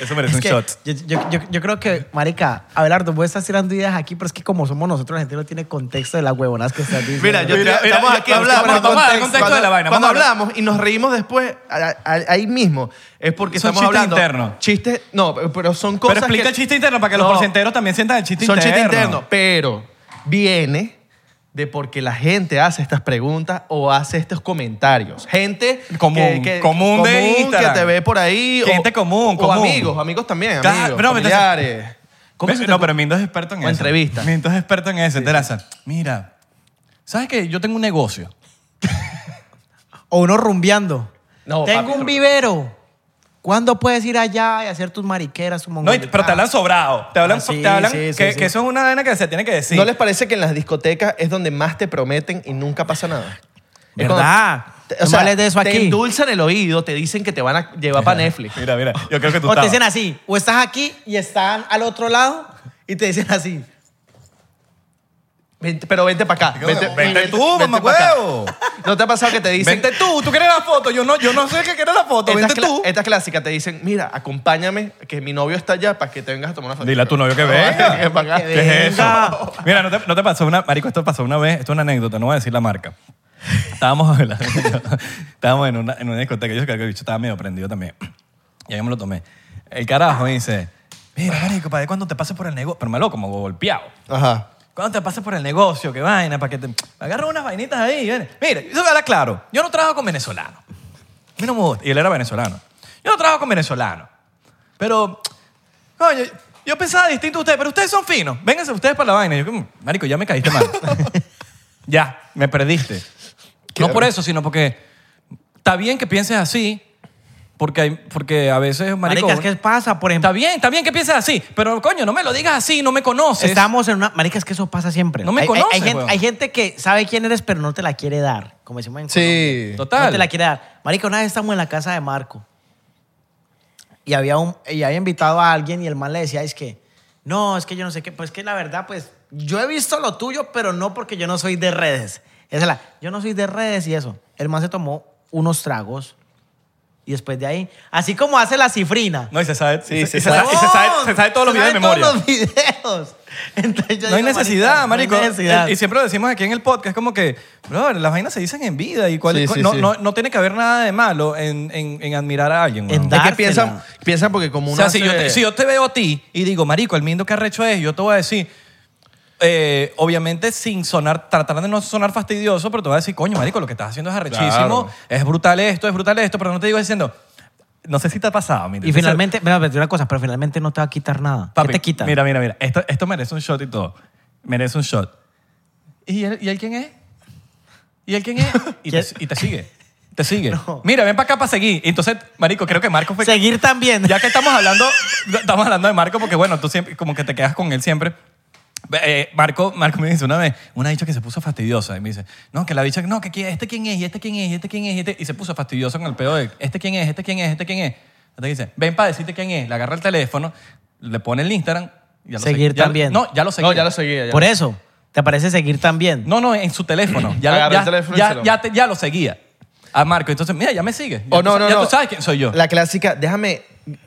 Speaker 3: Eso merece
Speaker 5: Es
Speaker 3: un
Speaker 5: que
Speaker 3: shot.
Speaker 5: Yo, yo- yo- yo creo que, marica, Abelardo, vos estás tirando ideas aquí, pero es que como somos nosotros, la gente no tiene contexto de las huevonas que estás diciendo.
Speaker 4: Mira, yo
Speaker 3: Mira,
Speaker 4: te-
Speaker 3: mira,
Speaker 4: estamos
Speaker 3: yo-
Speaker 4: aquí
Speaker 3: vamos a- vamos a
Speaker 4: hablando con
Speaker 3: dar
Speaker 4: contexto.
Speaker 3: contexto
Speaker 4: cuando,
Speaker 3: de la vaina,
Speaker 4: Cuando
Speaker 3: vamos a hablar.
Speaker 4: hablamos y nos reímos después, a- a- ahí mismo, es porque
Speaker 3: Son
Speaker 4: estamos
Speaker 3: chistes
Speaker 4: hablando.
Speaker 3: internos.
Speaker 4: Chistes, no, pero son
Speaker 3: Pero
Speaker 4: cosas
Speaker 3: explica
Speaker 4: que-
Speaker 3: el chiste interno para que
Speaker 4: No,
Speaker 3: los porcenteros también sientan el chiste
Speaker 4: Son
Speaker 3: interno.
Speaker 4: chistes internos, pero viene de porque la gente hace estas preguntas o hace estos comentarios. Gente
Speaker 3: Común,
Speaker 4: que, que-
Speaker 3: común de Instagram.
Speaker 4: que te ve por ahí.
Speaker 3: Gente
Speaker 4: o,
Speaker 3: común,
Speaker 4: o
Speaker 3: común.
Speaker 4: amigos, amigos también,
Speaker 3: Claro,
Speaker 4: amigos,
Speaker 3: pero me estás-
Speaker 4: familiares.
Speaker 3: ¿Cómo no, pero Mindo es experto en
Speaker 4: O
Speaker 3: eso.
Speaker 4: entrevistas.
Speaker 3: Mindo es experto en eso. Teresa, mira, ¿sabes que yo tengo un negocio?
Speaker 5: O uno rumbeando.
Speaker 4: No,
Speaker 5: Tengo
Speaker 4: papi,
Speaker 5: un
Speaker 4: no.
Speaker 5: vivero. ¿Cuándo puedes ir allá y hacer tus mariqueras, tu
Speaker 3: No, y- pero te hablan sobrado. Te hablan,
Speaker 5: Ah, sí,
Speaker 3: te hablan
Speaker 5: sí, sí,
Speaker 3: que,
Speaker 5: sí.
Speaker 3: que eso es una vaina que se tiene que decir.
Speaker 4: ¿No les parece que en las discotecas es donde más te prometen y nunca pasa nada? Es cuando-
Speaker 5: ¿Verdad?
Speaker 4: te-
Speaker 5: No hables de eso
Speaker 4: Te
Speaker 5: aquí.
Speaker 4: endulzan el oído, te dicen que te van a llevar para Netflix.
Speaker 3: Mira, mira, yo creo que tú
Speaker 5: O te
Speaker 3: estabas.
Speaker 5: dicen así, o estás aquí y están al otro lado y te dicen así.
Speaker 4: Vente- pero vente para acá. Vente,
Speaker 3: Vente tú, mamá
Speaker 4: pa' acá.
Speaker 3: huevo.
Speaker 4: ¿No te ha pasado que te dicen?
Speaker 3: Vente tú, tú quieres la foto. Yo no, yo no sé qué quieres la foto.
Speaker 4: Esta
Speaker 3: Vente
Speaker 4: es, cla-
Speaker 3: tú.
Speaker 4: esta es clásica, te dicen, mira, acompáñame, que mi novio está allá para que te vengas a tomar una foto.
Speaker 3: Dile a tu novio que venga.
Speaker 4: Ven para acá.
Speaker 5: Que
Speaker 3: ¿Qué es
Speaker 5: Venga.
Speaker 3: eso? Mira, ¿no te, no te pasó una... Marico, esto pasó una vez. Esto es una anécdota. No voy a decir la marca. Estábamos hablando... estábamos en una, en una discoteca. Yo creo que el bicho estaba medio prendido también. Y ahí me lo tomé. El carajo me dice... Mira, marico, ¿para cuándo te pases por el negocio? Pero malo, como golpeado.
Speaker 4: Ajá.
Speaker 3: ¿Cuándo te pases por el negocio? ¿Qué vaina? Para que te... Agarra unas vainitas ahí. ven. Mira, eso me habla claro. Yo no trabajo con venezolanos. A mí no me gusta. Y él era venezolano. Yo no trabajo con venezolanos. Pero, coño, yo pensaba distinto a ustedes, pero ustedes son finos. Vénganse ustedes para la vaina. Y Yo, como, marico, ya me caíste mal. ya, me perdiste. No por eso, sino porque está bien que pienses así, porque, hay- porque a veces, marico...
Speaker 5: Maricas, ¿qué pasa? Por ejemplo,
Speaker 3: Está bien, está bien que pienses así, pero coño, no me lo digas así, no me conoces.
Speaker 5: estamos en una. Maricas, que eso pasa siempre.
Speaker 3: No me
Speaker 5: Hay- hay-
Speaker 3: conoces,
Speaker 5: Hay, gente,
Speaker 3: weón.
Speaker 5: hay gente que sabe quién eres, pero no te la quiere dar. Como decimos en Colombia.
Speaker 4: Sí.
Speaker 3: Total.
Speaker 5: No te la quiere dar. Marica, una vez estamos en la casa de Marco y había, un, y había invitado a alguien y el man le decía, es que, no, es que yo no sé qué. Pues que la verdad, pues, yo he visto lo tuyo, pero no porque yo no soy de redes. Esa es la, yo no soy de redes y eso. El man se tomó unos tragos y después de ahí, así como hace la cifrina.
Speaker 3: No, y se sabe.
Speaker 4: Sí,
Speaker 3: y
Speaker 4: se
Speaker 3: se, y se sabe, y se sabe- se sabe todos los
Speaker 5: ¡Oh! Se
Speaker 3: videos de
Speaker 5: sabe
Speaker 3: memoria.
Speaker 5: todos los videos. Entonces yo
Speaker 3: No hay
Speaker 5: digo,
Speaker 3: necesidad, marico.
Speaker 5: No hay necesidad.
Speaker 3: Y siempre lo decimos aquí en el podcast, como que, bro, las vainas se dicen en vida y cuál,
Speaker 4: Sí, sí,
Speaker 3: no,
Speaker 4: sí.
Speaker 3: no, no tiene que haber nada de malo en, en- en admirar a alguien.
Speaker 5: En
Speaker 3: weón.
Speaker 5: dar-
Speaker 4: Es que
Speaker 5: Dársela.
Speaker 4: piensan, piensan porque como
Speaker 3: o
Speaker 4: uno
Speaker 3: sea, si yo,
Speaker 4: hace-
Speaker 3: te, si yo te veo a ti y digo, marico, el mindo que arrecho es, yo te voy a decir, eh, obviamente sin sonar, tratar de no sonar fastidioso, pero te voy a decir, coño, marico, lo que estás haciendo es arrechísimo,
Speaker 4: Claro.
Speaker 3: es brutal esto, es brutal esto, pero no te digo diciendo, no sé si te ha pasado, mi
Speaker 5: Y finalmente, mira, pero te digo una cosa, pero finalmente no te va a quitar nada.
Speaker 3: Papi,
Speaker 5: ¿Qué te quita?
Speaker 3: Mira, mira, mira. Esto, esto merece un shot y todo. Merece un shot. ¿Y él, y él quién es? ¿Y él quién es? Y, te, y te sigue. Te sigue. Mira, ven para acá para seguir. Y Entonces, marico, creo que Marco fue...
Speaker 5: Seguir también.
Speaker 3: Ya que estamos hablando, estamos hablando de Marco porque, bueno, tú siempre, como que te quedas con él siempre. Eh, Marco, Marco me dice una vez, una dicha que se puso fastidiosa y me dice, no, que la bicha, no, que quién- este quién es, y este quién es, y este quién es, y, este, y se puso fastidiosa con el pedo de, este quién es, este quién es, este quién es. Entonces dice, ven para decirte quién es, le agarra el teléfono, le pone el Instagram, ya lo
Speaker 5: Seguir
Speaker 3: segui- ya-
Speaker 5: también.
Speaker 3: no, ya lo seguí.
Speaker 4: No, ya lo seguía. ya.
Speaker 5: Por eso, ¿te parece seguir también?
Speaker 3: No, no, en su teléfono. Ya,
Speaker 4: Agarró
Speaker 3: ya,
Speaker 4: el teléfono y
Speaker 3: ya,
Speaker 4: se lo-
Speaker 3: ya te- ya lo seguía a Marco. Entonces, mira, ya me sigue. Ya,
Speaker 4: O Oh, no,
Speaker 3: tú,
Speaker 4: no,
Speaker 3: ya
Speaker 4: no.
Speaker 3: tú sabes quién soy yo.
Speaker 4: La clásica, déjame,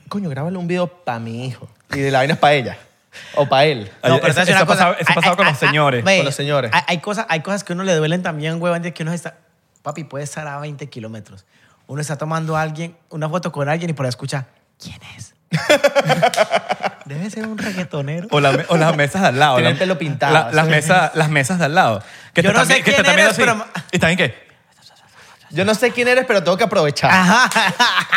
Speaker 4: coño, grábale un video para mi hijo. Y de la vaina es para ella. O para él.
Speaker 3: Oye,
Speaker 5: te voy a
Speaker 3: eso-
Speaker 5: decir
Speaker 3: eso
Speaker 5: una
Speaker 3: ha pasado-
Speaker 5: cosa.
Speaker 3: eso ha
Speaker 5: Ah,
Speaker 3: pasado con
Speaker 5: ah,
Speaker 3: los
Speaker 5: ah,
Speaker 3: señores.
Speaker 5: ve,
Speaker 4: Con los señores.
Speaker 5: Hay, hay cosas, hay cosas que a uno le duelen también, huevón, de que uno está... Papi, puede estar a 20 kilómetros. Uno está tomando a alguien, una foto con alguien y por ahí escucha, ¿quién es? Debe ser un reggaetonero.
Speaker 3: O, la me- o las mesas de al lado.
Speaker 4: Tiene
Speaker 3: la-
Speaker 4: el pelo pintado,
Speaker 3: la- las,
Speaker 4: sí.
Speaker 3: mesas, las mesas de al lado. Que
Speaker 5: Yo
Speaker 3: te
Speaker 5: no
Speaker 3: están-
Speaker 5: sé
Speaker 3: que te
Speaker 5: quién
Speaker 3: están viendo
Speaker 5: eres,
Speaker 3: así.
Speaker 5: pero-
Speaker 3: ¿Y están en qué?
Speaker 4: Yo no sé quién eres, pero tengo que aprovechar.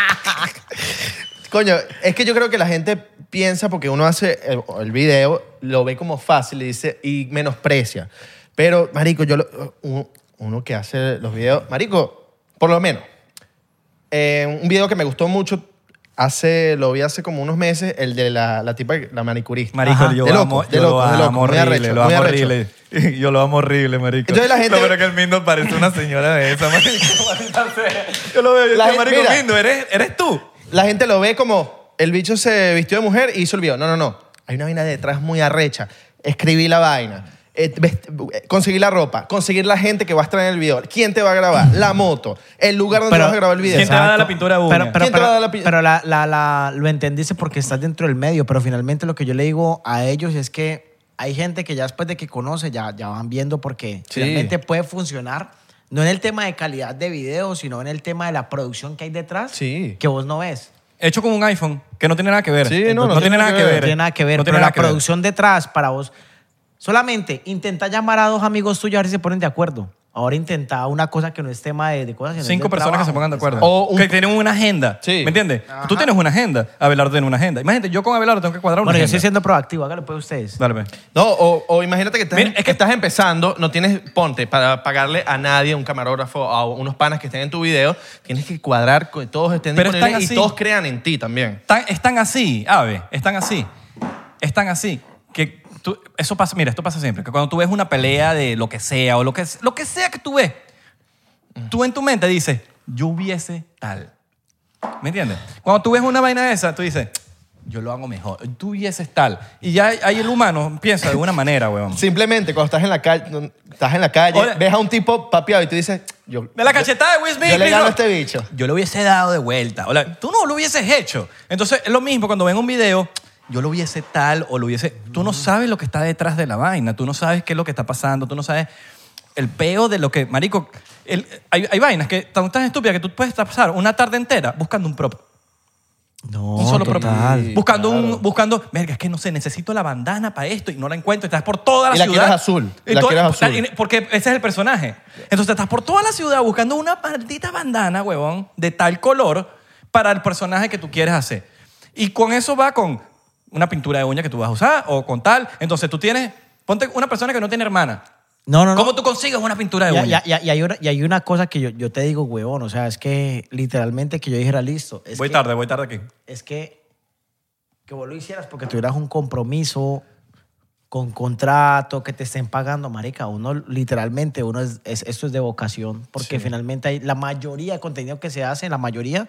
Speaker 4: Coño, es que yo creo que la gente piensa porque uno hace el, el video, lo ve como fácil y dice y menosprecia. Pero, marico, yo lo- uno, uno que hace los videos, marico, por lo menos, eh, un video que me gustó mucho hace lo vi hace como unos meses, el de la, la tipa la manicurista.
Speaker 3: Marico,
Speaker 4: Ajá.
Speaker 3: yo
Speaker 4: de
Speaker 3: lo
Speaker 4: loco,
Speaker 3: amo,
Speaker 4: de
Speaker 3: yo
Speaker 4: loco,
Speaker 3: lo
Speaker 4: de loco,
Speaker 3: amo
Speaker 4: muy
Speaker 3: horrible,
Speaker 4: arrecho,
Speaker 3: lo
Speaker 4: muy
Speaker 3: amo
Speaker 4: arrecho.
Speaker 3: horrible. Yo lo amo horrible, marico.
Speaker 4: Entonces la gente-
Speaker 3: Lo peor es que el Mindo parece una señora de esa, marico. maldita sea. Yo lo veo, yo
Speaker 4: La
Speaker 3: digo,
Speaker 4: gente-
Speaker 3: marico,
Speaker 4: mira.
Speaker 3: Mindo, eres, eres tú.
Speaker 4: La gente lo ve como el bicho se vistió de mujer y hizo el video. No, no, no. Hay una vaina detrás muy arrecha. Escribí la vaina. Eh, vest- eh, Conseguir la ropa, conseguir la gente que va a estar en el video, quién te va a grabar, la moto, el lugar donde
Speaker 5: Pero-
Speaker 4: vas a grabar el video.
Speaker 3: ¿Quién te va a dar la pintura de uña?
Speaker 5: Pero, pero,
Speaker 4: ¿Quién te
Speaker 5: pero-
Speaker 4: va a dar la pi-
Speaker 5: pero la- la- la- lo entendiste porque estás dentro del medio, pero finalmente lo que yo le digo a ellos es que hay gente que ya después de que conoce ya, ya van viendo porque
Speaker 4: Sí.
Speaker 5: realmente puede funcionar, no en el tema de calidad de video, sino en el tema de la producción que hay detrás
Speaker 4: Sí.
Speaker 5: que vos no ves.
Speaker 3: Hecho con un iPhone, que no tiene nada que ver.
Speaker 4: Sí, no, no
Speaker 3: tiene nada que ver.
Speaker 5: No tiene nada que ver,
Speaker 3: No tiene
Speaker 5: pero
Speaker 3: nada
Speaker 5: la
Speaker 3: que ver.
Speaker 5: producción detrás para vos. Solamente intenta llamar a dos amigos tuyos a ver si se ponen de acuerdo. Ahora intenta una cosa que no es tema de, de cosas. sino
Speaker 3: Cinco
Speaker 5: de
Speaker 3: personas que
Speaker 5: trabajo.
Speaker 3: se pongan de acuerdo.
Speaker 4: O un-
Speaker 3: Que tienen una agenda.
Speaker 4: Sí.
Speaker 3: ¿Me entiendes? Tú tienes una agenda. Abelardo tiene una agenda. Imagínate, yo con Abelardo tengo que cuadrar una
Speaker 5: Bueno, yo
Speaker 3: agenda.
Speaker 5: estoy siendo proactivo, hágalo pues ustedes.
Speaker 3: Dale, pues.
Speaker 4: No, o, o imagínate que estás,
Speaker 3: Mira, es que-
Speaker 4: estás empezando, no tienes, ponte, para pagarle a nadie, un camarógrafo, a unos panas que estén en tu video, tienes que cuadrar, con- todos estén
Speaker 3: Pero están
Speaker 4: disponibles y
Speaker 3: así.
Speaker 4: todos crean en ti también.
Speaker 3: Tan- están así, Ave, están así. Están así. Que tú- eso pasa, mira, esto pasa siempre. Que cuando tú ves una pelea de lo que sea o lo que, lo que sea que tú ves, tú en tu mente dices, yo hubiese tal. ¿Me entiendes? Cuando tú ves una vaina de esa, tú dices, yo lo hago mejor. Tú hubieses tal. Y ya ahí el humano piensa de una manera, weón.
Speaker 4: Simplemente cuando estás en la calle, estás en la calle,
Speaker 3: Oye.
Speaker 4: ves a un tipo papiado y tú dices, yo,
Speaker 3: De la
Speaker 4: yo-
Speaker 3: cachetada de Will Smith.
Speaker 4: yo le gano a
Speaker 3: Chris
Speaker 4: este
Speaker 3: Rock.
Speaker 4: bicho.
Speaker 3: Yo lo hubiese dado de vuelta. O la- tú no lo hubieses hecho. Entonces, es lo mismo cuando ven un video, yo lo hubiese tal o lo hubiese... Tú no sabes lo que está detrás de la vaina. Tú no sabes qué es lo que está pasando. Tú no sabes el peo de lo que... Marico, el- hay, hay vainas que tan, tan estúpidas que tú puedes pasar una tarde entera buscando un prop.
Speaker 5: No,
Speaker 3: un solo prop.
Speaker 5: total.
Speaker 3: Buscando un... Buscando... Verga, es que no sé, necesito la bandana para esto y no la encuentro. Estás por toda la,
Speaker 4: Y la
Speaker 3: ciudad.
Speaker 4: quieres azul,
Speaker 3: Y
Speaker 4: la
Speaker 3: to-
Speaker 4: quieres azul.
Speaker 3: porque ese es el personaje. Entonces estás por toda la ciudad buscando una maldita bandana, huevón, de tal color para el personaje que tú quieres hacer. Y con eso va con una pintura de uña que tú vas a usar o con tal. Entonces tú tienes, ponte una persona que no tiene hermana.
Speaker 5: No, no, no.
Speaker 3: ¿Cómo tú consigues una pintura de
Speaker 5: Ya-
Speaker 3: uña?
Speaker 5: ya- ya- y, hay una, y hay una cosa que yo, yo te digo, huevón, o sea, es que literalmente que yo dijera listo. Es
Speaker 3: voy
Speaker 5: que,
Speaker 3: tarde, voy tarde aquí.
Speaker 5: Es que que vos lo hicieras porque tuvieras un compromiso con contrato, que te estén pagando, marica. Uno literalmente, uno es, es- esto es de vocación, porque finalmente hay, la mayoría de contenido que se hace, la mayoría,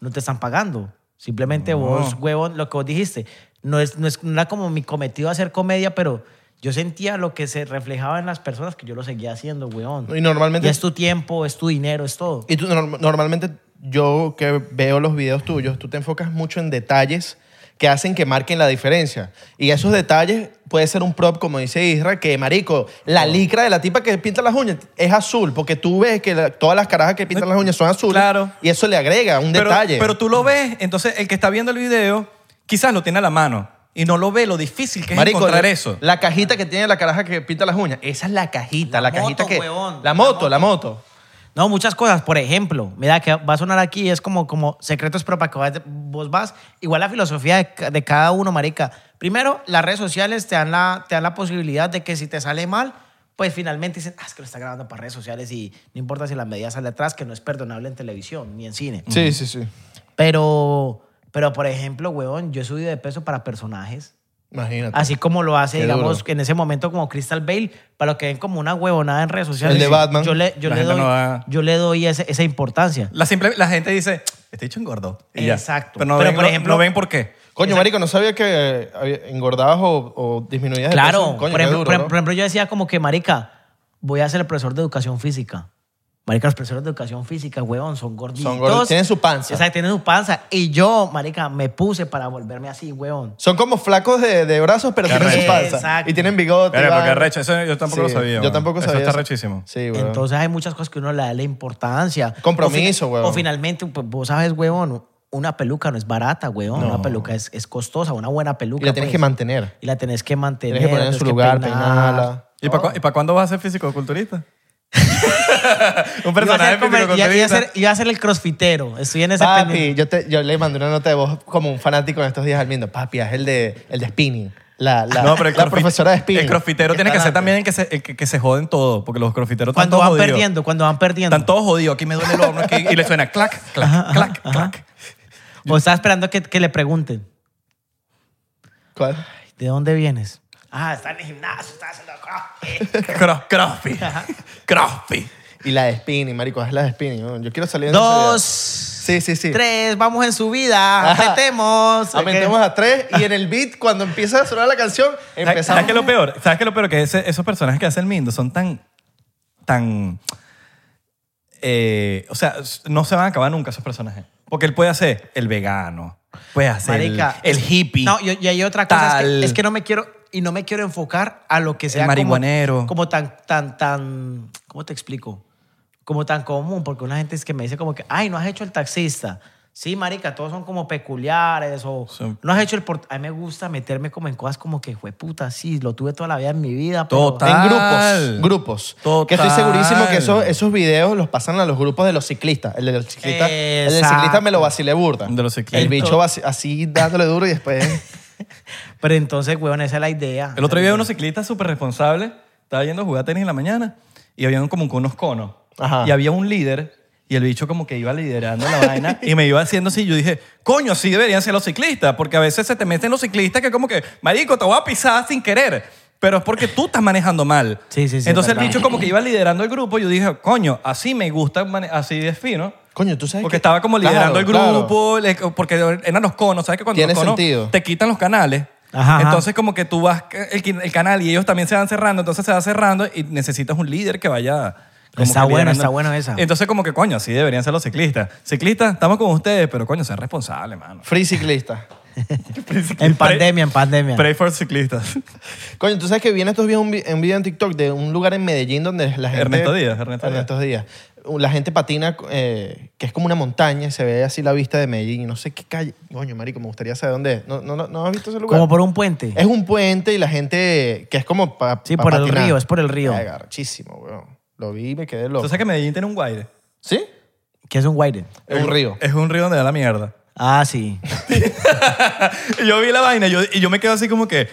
Speaker 5: no te están pagando. Simplemente vos, huevón, lo que vos dijiste, no, es, no, es, no era como mi cometido hacer comedia, pero yo sentía lo que se reflejaba en las personas que yo lo seguía haciendo, huevón.
Speaker 4: Y normalmente-
Speaker 5: Y es tu tiempo, es tu dinero, es todo.
Speaker 4: Y tú norm- normalmente yo que veo los videos tuyos, tú te enfocas mucho en detalles que hacen que marquen la diferencia. Y esos detalles puede ser un prop, como dice Isra, que marico, la licra de la tipa que pinta las uñas es azul, porque tú ves que la- todas las carajas que pintan las uñas son azules.
Speaker 3: Claro.
Speaker 4: Y eso le agrega un
Speaker 3: Pero,
Speaker 4: detalle.
Speaker 3: pero tú lo ves, entonces el que está viendo el video quizás lo tiene a la mano y no lo ve lo difícil que es
Speaker 4: Marico,
Speaker 3: encontrar
Speaker 4: la-
Speaker 3: eso.
Speaker 4: La cajita que tiene la caraja que pinta las uñas, esa es la cajita, la,
Speaker 5: La
Speaker 4: cajita
Speaker 5: moto,
Speaker 4: que
Speaker 5: huevón,
Speaker 4: la
Speaker 5: la
Speaker 4: moto, la moto.
Speaker 5: No, muchas cosas. Por ejemplo, mira que va a sonar aquí, es como, como secretos, pero para que vayas- vos vas. Igual la filosofía de, ca- de cada uno, marica. Primero, las redes sociales te dan, la, te dan la posibilidad de que si te sale mal, pues finalmente dicen, ah, es que lo está grabando para redes sociales y no importa si la medida sale atrás, que no es perdonable en televisión ni en cine.
Speaker 4: Sí, sí, sí.
Speaker 5: Pero, pero por ejemplo, huevón, yo he subido de peso para personajes.
Speaker 4: Imagínate.
Speaker 5: Así como lo hace,
Speaker 4: Qué
Speaker 5: digamos,
Speaker 4: duro.
Speaker 5: en ese momento como Crystal Bale, para lo que ven como una huevonada en redes sociales.
Speaker 4: El de Batman.
Speaker 5: Yo le, yo
Speaker 3: La
Speaker 5: le
Speaker 3: gente
Speaker 5: doy,
Speaker 3: no da-
Speaker 5: yo le doy ese- esa importancia.
Speaker 3: La, simple, la gente dice, este dicho engordó. Y ya.
Speaker 5: Exacto.
Speaker 3: Pero, no,
Speaker 5: Pero,
Speaker 3: ven,
Speaker 5: por
Speaker 3: no-
Speaker 5: ejemplo-
Speaker 3: no ven por qué.
Speaker 4: Coño, marico, no sabía que eh, había- engordabas o, o disminuías de
Speaker 5: Claro,
Speaker 4: peso. Coño,
Speaker 5: por,
Speaker 4: qué
Speaker 5: ejemplo,
Speaker 4: duro,
Speaker 5: por-
Speaker 4: ¿no?
Speaker 5: por ejemplo, yo decía como que, marica, voy a ser el profesor de educación física. Marica, los profesores de educación física, huevón, son gorditos.
Speaker 4: Son gorditos, tienen su panza.
Speaker 5: Exacto, tienen su panza. Y yo, marica, me puse para volverme así, huevón.
Speaker 4: Son como flacos de, de brazos, pero
Speaker 3: Qué
Speaker 4: tienen
Speaker 3: arrecho.
Speaker 4: su panza.
Speaker 5: Exacto.
Speaker 4: Y tienen bigote.
Speaker 3: Pero
Speaker 4: van.
Speaker 3: porque arrecho, eso yo tampoco lo
Speaker 4: Sí,
Speaker 3: sabía.
Speaker 4: Yo
Speaker 3: weón.
Speaker 4: tampoco sabía.
Speaker 3: Eso está rechísimo.
Speaker 4: Sí, güey.
Speaker 5: Entonces hay muchas cosas que uno le da la importancia.
Speaker 4: Compromiso,
Speaker 5: O fi-
Speaker 4: huevón.
Speaker 5: O finalmente, pues, vos sabes, huevón, una peluca no es barata, huevón. Una peluca es, es costosa, una buena peluca.
Speaker 4: y la tienes
Speaker 5: pues.
Speaker 4: que mantener.
Speaker 5: Y la tenés que mantener.
Speaker 4: Tienes que poner en su lugar, peinarla.
Speaker 3: ¿Y
Speaker 5: Oh.
Speaker 3: para cuándo vas a ser físico-culturista? Un
Speaker 5: Iba a,
Speaker 3: personaje
Speaker 5: ser, como- iba- iba a ser-
Speaker 3: físico-culturista.
Speaker 5: iba a ser el crossfitero. Estoy en ese
Speaker 4: Papi,
Speaker 5: pendiente.
Speaker 4: yo, te, yo le mandé una nota de voz como un fanático en estos días al Mindo. Papi, es el de, el de spinning. La, la,
Speaker 3: No, pero el
Speaker 4: la
Speaker 3: crossfit-
Speaker 4: profesora de spinning.
Speaker 3: El crossfitero tiene que ser también el que se, el que, que se joden todo, porque los crossfiteros están
Speaker 5: Cuando
Speaker 3: todos
Speaker 5: van
Speaker 3: jodidos.
Speaker 5: perdiendo, cuando van perdiendo.
Speaker 3: Están todos jodidos. Aquí me duele el hombro aquí, y le suena clac, clac, clac, clac.
Speaker 5: O está esperando que, que le pregunten,
Speaker 4: ¿Cuál?
Speaker 5: ¿de dónde vienes? Ah, está en el gimnasio, está haciendo crossfit.
Speaker 3: Cross, crossfit. Crossfit.
Speaker 4: Y la de spinning, marico, es la de spinning. ¿no? Yo quiero salir de esa
Speaker 5: Dos,
Speaker 4: idea. Sí, sí, sí.
Speaker 5: tres, vamos en subida,
Speaker 4: Ajá.
Speaker 5: apretemos.
Speaker 4: Aumentemos a tres y en el beat, cuando empieza a sonar la canción,
Speaker 3: ¿Sabes
Speaker 4: empezamos.
Speaker 3: sabes qué es lo peor? ¿Sabes qué es lo peor? Que ese- esos personajes que hace el Mindo son tan. tan. eh, o sea, s- no se van a acabar nunca esos personajes. Porque él puede hacer el vegano, puede hacer el,
Speaker 5: Marica,
Speaker 3: el hippie.
Speaker 5: No, y, y hay otra cosa, es que- es
Speaker 3: tal.
Speaker 5: que, no me quiero, y no me quiero enfocar a lo que sea como-
Speaker 3: marihuanero.
Speaker 5: Como, tan, tan, tan, ¿cómo te explico? Como tan común, porque una gente es que me dice como que, ay, no has hecho el taxista. Sí, marica, todos son como peculiares o
Speaker 3: Sí.
Speaker 5: no has hecho el port- A mí me gusta meterme como en cosas como que, fue puta, sí, lo tuve toda la vida en mi vida. pero-
Speaker 3: Total.
Speaker 4: En
Speaker 3: Total.
Speaker 4: grupos, grupos. Que estoy
Speaker 3: Total.
Speaker 4: segurísimo que esos, esos videos los pasan a los grupos de los ciclistas. El de los ciclistas, el del
Speaker 5: Exacto.
Speaker 4: ciclista me lo vacilé burda.
Speaker 3: De los ciclistas.
Speaker 4: El bicho vaci- así dándole duro y después...
Speaker 5: Pero entonces, weón, esa es la idea.
Speaker 3: El otro día unos ciclistas súper responsables estaba yendo a jugar tenis en la mañana y había como que unos conos.
Speaker 4: Ajá.
Speaker 3: Y había un líder y el bicho como que iba liderando la vaina y me iba haciendo así. Yo dije, coño, así deberían ser los ciclistas porque a veces se te meten los ciclistas que como que, marico, te voy a pisar sin querer. Pero es porque tú estás manejando mal.
Speaker 5: Sí, sí, sí,
Speaker 3: Entonces el
Speaker 5: es verdad.
Speaker 3: bicho como que iba liderando el grupo. Yo dije, coño, así me gusta, mane- así es fino.
Speaker 4: Coño, tú sabes
Speaker 3: Porque
Speaker 4: que-
Speaker 3: estaba como liderando
Speaker 4: Claro,
Speaker 3: el grupo, le- porque eran los conos, ¿sabes? Que cuando
Speaker 4: Tiene
Speaker 3: los conos
Speaker 4: sentido.
Speaker 3: te quitan los canales.
Speaker 5: Ajá, ajá.
Speaker 3: Entonces, como que tú vas el, el canal y ellos también se van cerrando, entonces se va cerrando y necesitas un líder que vaya. como
Speaker 5: Está
Speaker 3: que
Speaker 5: bueno,
Speaker 3: liderando.
Speaker 5: está bueno esa.
Speaker 3: Entonces, como que coño, así deberían ser los ciclistas. Ciclistas, estamos con ustedes, pero coño, sean responsables, mano.
Speaker 4: Free ciclista.
Speaker 5: En pandemia, en pandemia.
Speaker 3: Pray for ciclistas.
Speaker 4: Coño, tú sabes que viene estos días un, vi- un video en TikTok de un lugar en Medellín donde la gente...
Speaker 3: Ernesto Díaz, Ernesto Díaz.
Speaker 4: Díaz. Uh, La gente patina, eh, que es como una montaña, y se ve así la vista de Medellín. y No sé qué calle... Coño, marico, me gustaría saber dónde es. ¿No, no, no, no has visto ese lugar?
Speaker 5: como por un puente.
Speaker 4: Es un puente y la gente que es como para.
Speaker 5: Sí, por el río, es por el río.
Speaker 4: Garchísimo, weón. Lo vi y me quedé loco.
Speaker 3: Entonces, que Medellín tiene un guaire.
Speaker 4: ¿Sí?
Speaker 5: que es un guaire.
Speaker 4: Es
Speaker 3: eh,
Speaker 4: un río.
Speaker 3: Es un río donde da la mierda.
Speaker 5: Ah, sí.
Speaker 3: Y yo vi la vaina yo- y yo me quedo así como que,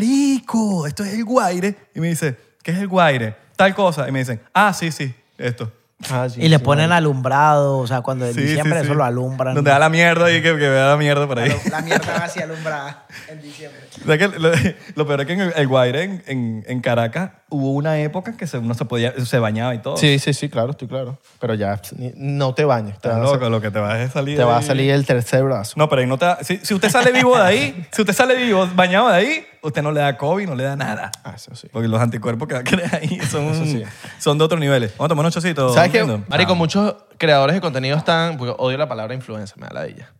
Speaker 3: marico, esto es el guaire. Y me dice, ¿qué es el guaire? Tal cosa. Y me dicen, ah, sí, sí, esto.
Speaker 4: Ah, sí,
Speaker 5: Y le
Speaker 4: sí,
Speaker 5: ponen
Speaker 4: marico.
Speaker 5: alumbrado, o sea, cuando en
Speaker 3: Sí,
Speaker 5: diciembre
Speaker 3: sí, sí.
Speaker 5: eso lo alumbran.
Speaker 3: Donde da la mierda y que, que vea la mierda por ahí.
Speaker 5: mierda así alumbrada en diciembre.
Speaker 3: O sea que lo, lo peor es que en el, el Guaire, en, en- en Caracas, hubo una época que se- uno se, podía, se bañaba y todo.
Speaker 4: Sí, sí, sí, claro, estoy claro. Pero ya, ni- no te bañes. Te,
Speaker 3: Estás
Speaker 4: vas a-
Speaker 3: loco, lo que te va a salir.
Speaker 4: te va a
Speaker 3: ahí.
Speaker 4: salir el tercer brazo.
Speaker 3: No, pero ahí no te da- si, si usted sale vivo de ahí, si usted sale vivo, bañado de ahí, usted no le da COVID, no le da nada.
Speaker 4: Ah, eso sí.
Speaker 3: Porque los anticuerpos que va a crear ahí son,
Speaker 4: sí.
Speaker 3: son de otros niveles. Vamos a tomar un chocito.
Speaker 4: ¿Sabes qué?
Speaker 3: Nintendo?
Speaker 4: Marico, muchos creadores de contenido están. Porque odio la palabra influencer, me da la ella.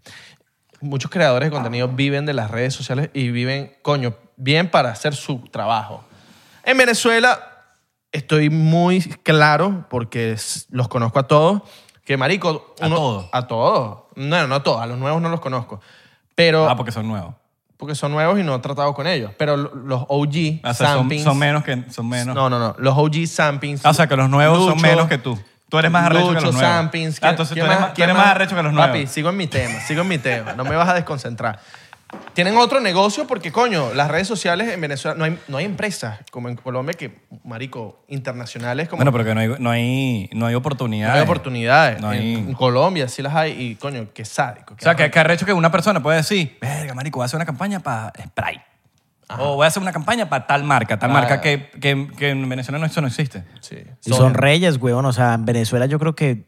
Speaker 4: Muchos creadores de contenido viven de las redes sociales y viven, coño, bien para hacer su trabajo. En Venezuela estoy muy claro, porque es- los conozco a todos, que marico...
Speaker 3: ¿A
Speaker 4: uno-
Speaker 3: todos?
Speaker 4: A todos. No, no a todos. A los nuevos no los conozco. Pero...
Speaker 3: Ah, porque son nuevos.
Speaker 4: porque son nuevos y no he tratado con ellos. Pero lo- los OG,
Speaker 3: Ah, O sea, son,
Speaker 4: Zampings-
Speaker 3: son menos que... Son menos.
Speaker 4: No, no, no. Los OG Sampings.
Speaker 3: Ah, O sea, que los nuevos son
Speaker 4: Lucho,
Speaker 3: menos que tú. Tú eres más arrecho que
Speaker 4: Lucho
Speaker 3: los nuevos.
Speaker 4: Sampins.
Speaker 3: Ah, entonces tú
Speaker 4: ¿quién
Speaker 3: eres, más, tú
Speaker 4: quién
Speaker 3: eres más arrecho que los nuevos.
Speaker 4: Papi, sigo en mi tema, sigo en mi tema. No me vas a desconcentrar. Tienen otro negocio porque, coño, las redes sociales en Venezuela no hay, no hay empresas como en Colombia que, marico, internacionales como
Speaker 3: Bueno, pero que no hay, no hay, no hay
Speaker 4: no
Speaker 3: oportunidades.
Speaker 4: hay oportunidades.
Speaker 3: No hay-
Speaker 4: En, en Colombia sí las hay y, coño, qué sádico.
Speaker 3: O sea, que, que arrecho que una persona puede decir, verga, marico, voy a hacer una campaña para Sprite. O voy a hacer una campaña para tal marca, tal
Speaker 4: Ah.
Speaker 3: marca que, que, que en Venezuela no, eso no existe.
Speaker 4: Sí.
Speaker 5: Y son reyes, weón. O sea, en Venezuela yo creo que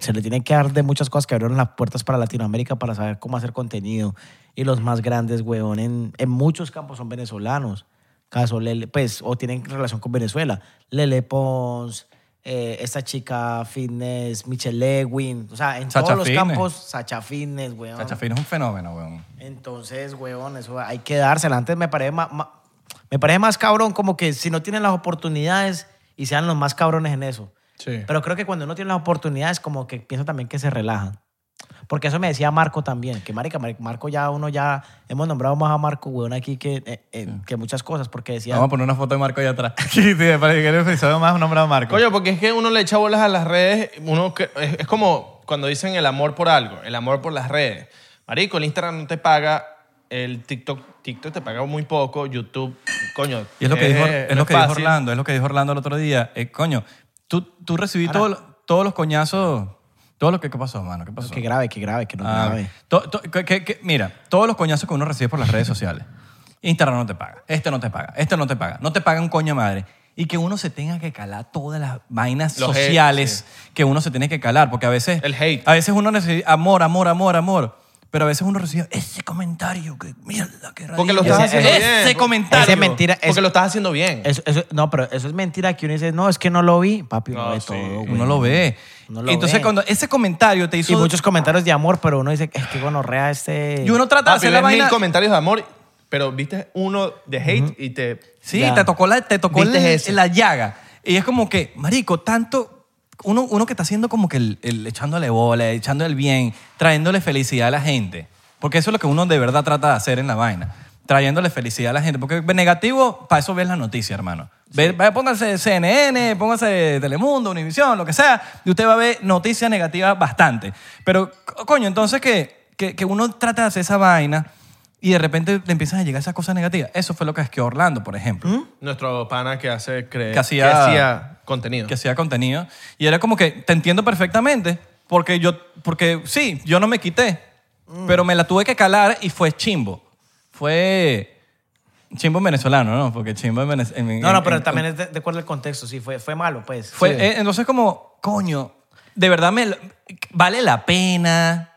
Speaker 5: se le tiene que dar de muchas cosas que abrieron las puertas para Latinoamérica para saber cómo hacer contenido. Y los más grandes, weón, en, en muchos campos son venezolanos. Caso Lele, pues, o tienen relación con Venezuela. Lele Pons, eh, esta chica fitness, Michelle Lewin, o sea, en
Speaker 3: Sacha
Speaker 5: todos los
Speaker 3: Fitness.
Speaker 5: campos, Sacha Fitness, weón.
Speaker 3: Chacha Fino es un fenómeno, weón.
Speaker 5: Entonces, weón, eso hay que dársela. Antes me parece más, me parece más cabrón como que si no tienen las oportunidades y sean los más cabrones en eso.
Speaker 3: Sí.
Speaker 5: Pero creo que cuando uno tiene las oportunidades, como que pienso también que se relajan. Porque eso me decía Marco también, que marica, Mar- Marco ya uno ya, hemos nombrado más a Marco, weón, aquí que, eh, eh, que muchas cosas, porque decía,
Speaker 3: Vamos a poner una foto de Marco allá atrás.
Speaker 6: Sí, sí, para que el episodio más nombrado Marco.
Speaker 4: Coño, porque es que uno le echa bolas a las redes. Uno que- es, es como cuando dicen el amor por algo, el amor por las redes. Marico, el Instagram no te paga, el TikTok, TikTok te paga muy poco, YouTube, coño.
Speaker 3: Y es lo que, dijo,
Speaker 4: eh,
Speaker 3: es
Speaker 4: no
Speaker 3: lo que dijo
Speaker 4: fácil.
Speaker 3: Orlando, es lo que dijo Orlando el otro día. Eh, coño, tú, tú recibí todo lo- todos los coñazos. Todo lo que, ¿Qué pasó, mano? ¿Qué pasó?
Speaker 5: que grave, que grave, que no
Speaker 3: Ah,
Speaker 5: grave.
Speaker 3: to- to- que- que- que- mira, todos los coñazos que uno recibe por las redes sociales. Instagram no te paga, este no te paga, este no te paga, no te paga un coño madre. Y que uno se tenga que calar todas las vainas
Speaker 4: Los hate,
Speaker 3: sociales que uno se tiene que calar, porque a veces...
Speaker 4: El hate.
Speaker 3: A veces uno recibe amor, amor, amor, amor, pero a veces uno recibe ese comentario que mierda, que
Speaker 4: Porque lo
Speaker 3: ladilla.
Speaker 4: estás haciendo
Speaker 3: Ese
Speaker 4: bien. porque-
Speaker 3: comentario.
Speaker 5: Ese es mentira,
Speaker 4: Porque
Speaker 5: es-
Speaker 4: lo estás haciendo bien.
Speaker 5: Eso, eso- no, pero eso es mentira que uno dice, no, es que no lo vi, papi, uno
Speaker 4: No,
Speaker 5: ve
Speaker 4: sí.
Speaker 5: todo, güey.
Speaker 3: Uno lo ve.
Speaker 5: Uno lo
Speaker 3: Entonces
Speaker 5: ve.
Speaker 3: cuando ese comentario te hizo...
Speaker 5: Y muchos comentarios de amor, pero uno dice, es que gonorrea este...
Speaker 3: Y uno trata de
Speaker 4: Papi,
Speaker 3: hacer la
Speaker 4: ves
Speaker 3: vaina...
Speaker 4: mil comentarios de amor, pero viste uno de hate y te...
Speaker 3: Sí,
Speaker 5: Ya.
Speaker 3: te tocó, la, te tocó
Speaker 4: Viste
Speaker 3: el-
Speaker 4: ese.
Speaker 3: la llaga. Y es como que, marico, tanto... Uno, uno que está haciendo como que el, el- echándole bola, echándole el bien, trayéndole felicidad a la gente. Porque eso es lo que uno de verdad trata de hacer en la vaina. Trayéndole felicidad a la gente. Porque negativo, para eso ves la noticia, hermano. Ve, ve, póngase CNN, póngase Telemundo, Univisión, lo que sea. Y usted va a ver noticias negativas bastante. Pero, co- coño, entonces que, que, que uno trata de hacer esa vaina y de repente te empiezan a llegar esas cosas negativas. Eso fue lo que es que Orlando, por ejemplo
Speaker 4: Nuestro pana que hace... cre-
Speaker 3: Que hacía-
Speaker 4: contenido.
Speaker 3: que hacía contenido y era como que te entiendo perfectamente porque yo porque sí yo no me quité
Speaker 5: Mm.
Speaker 3: pero me la tuve que calar y fue chimbo fue chimbo en venezolano no porque chimbo en venezolano
Speaker 5: No, no, pero también es de, de acuerdo al contexto, sí, fue, fue malo, pues.
Speaker 3: fue eh, entonces como coño de verdad me lo- vale la pena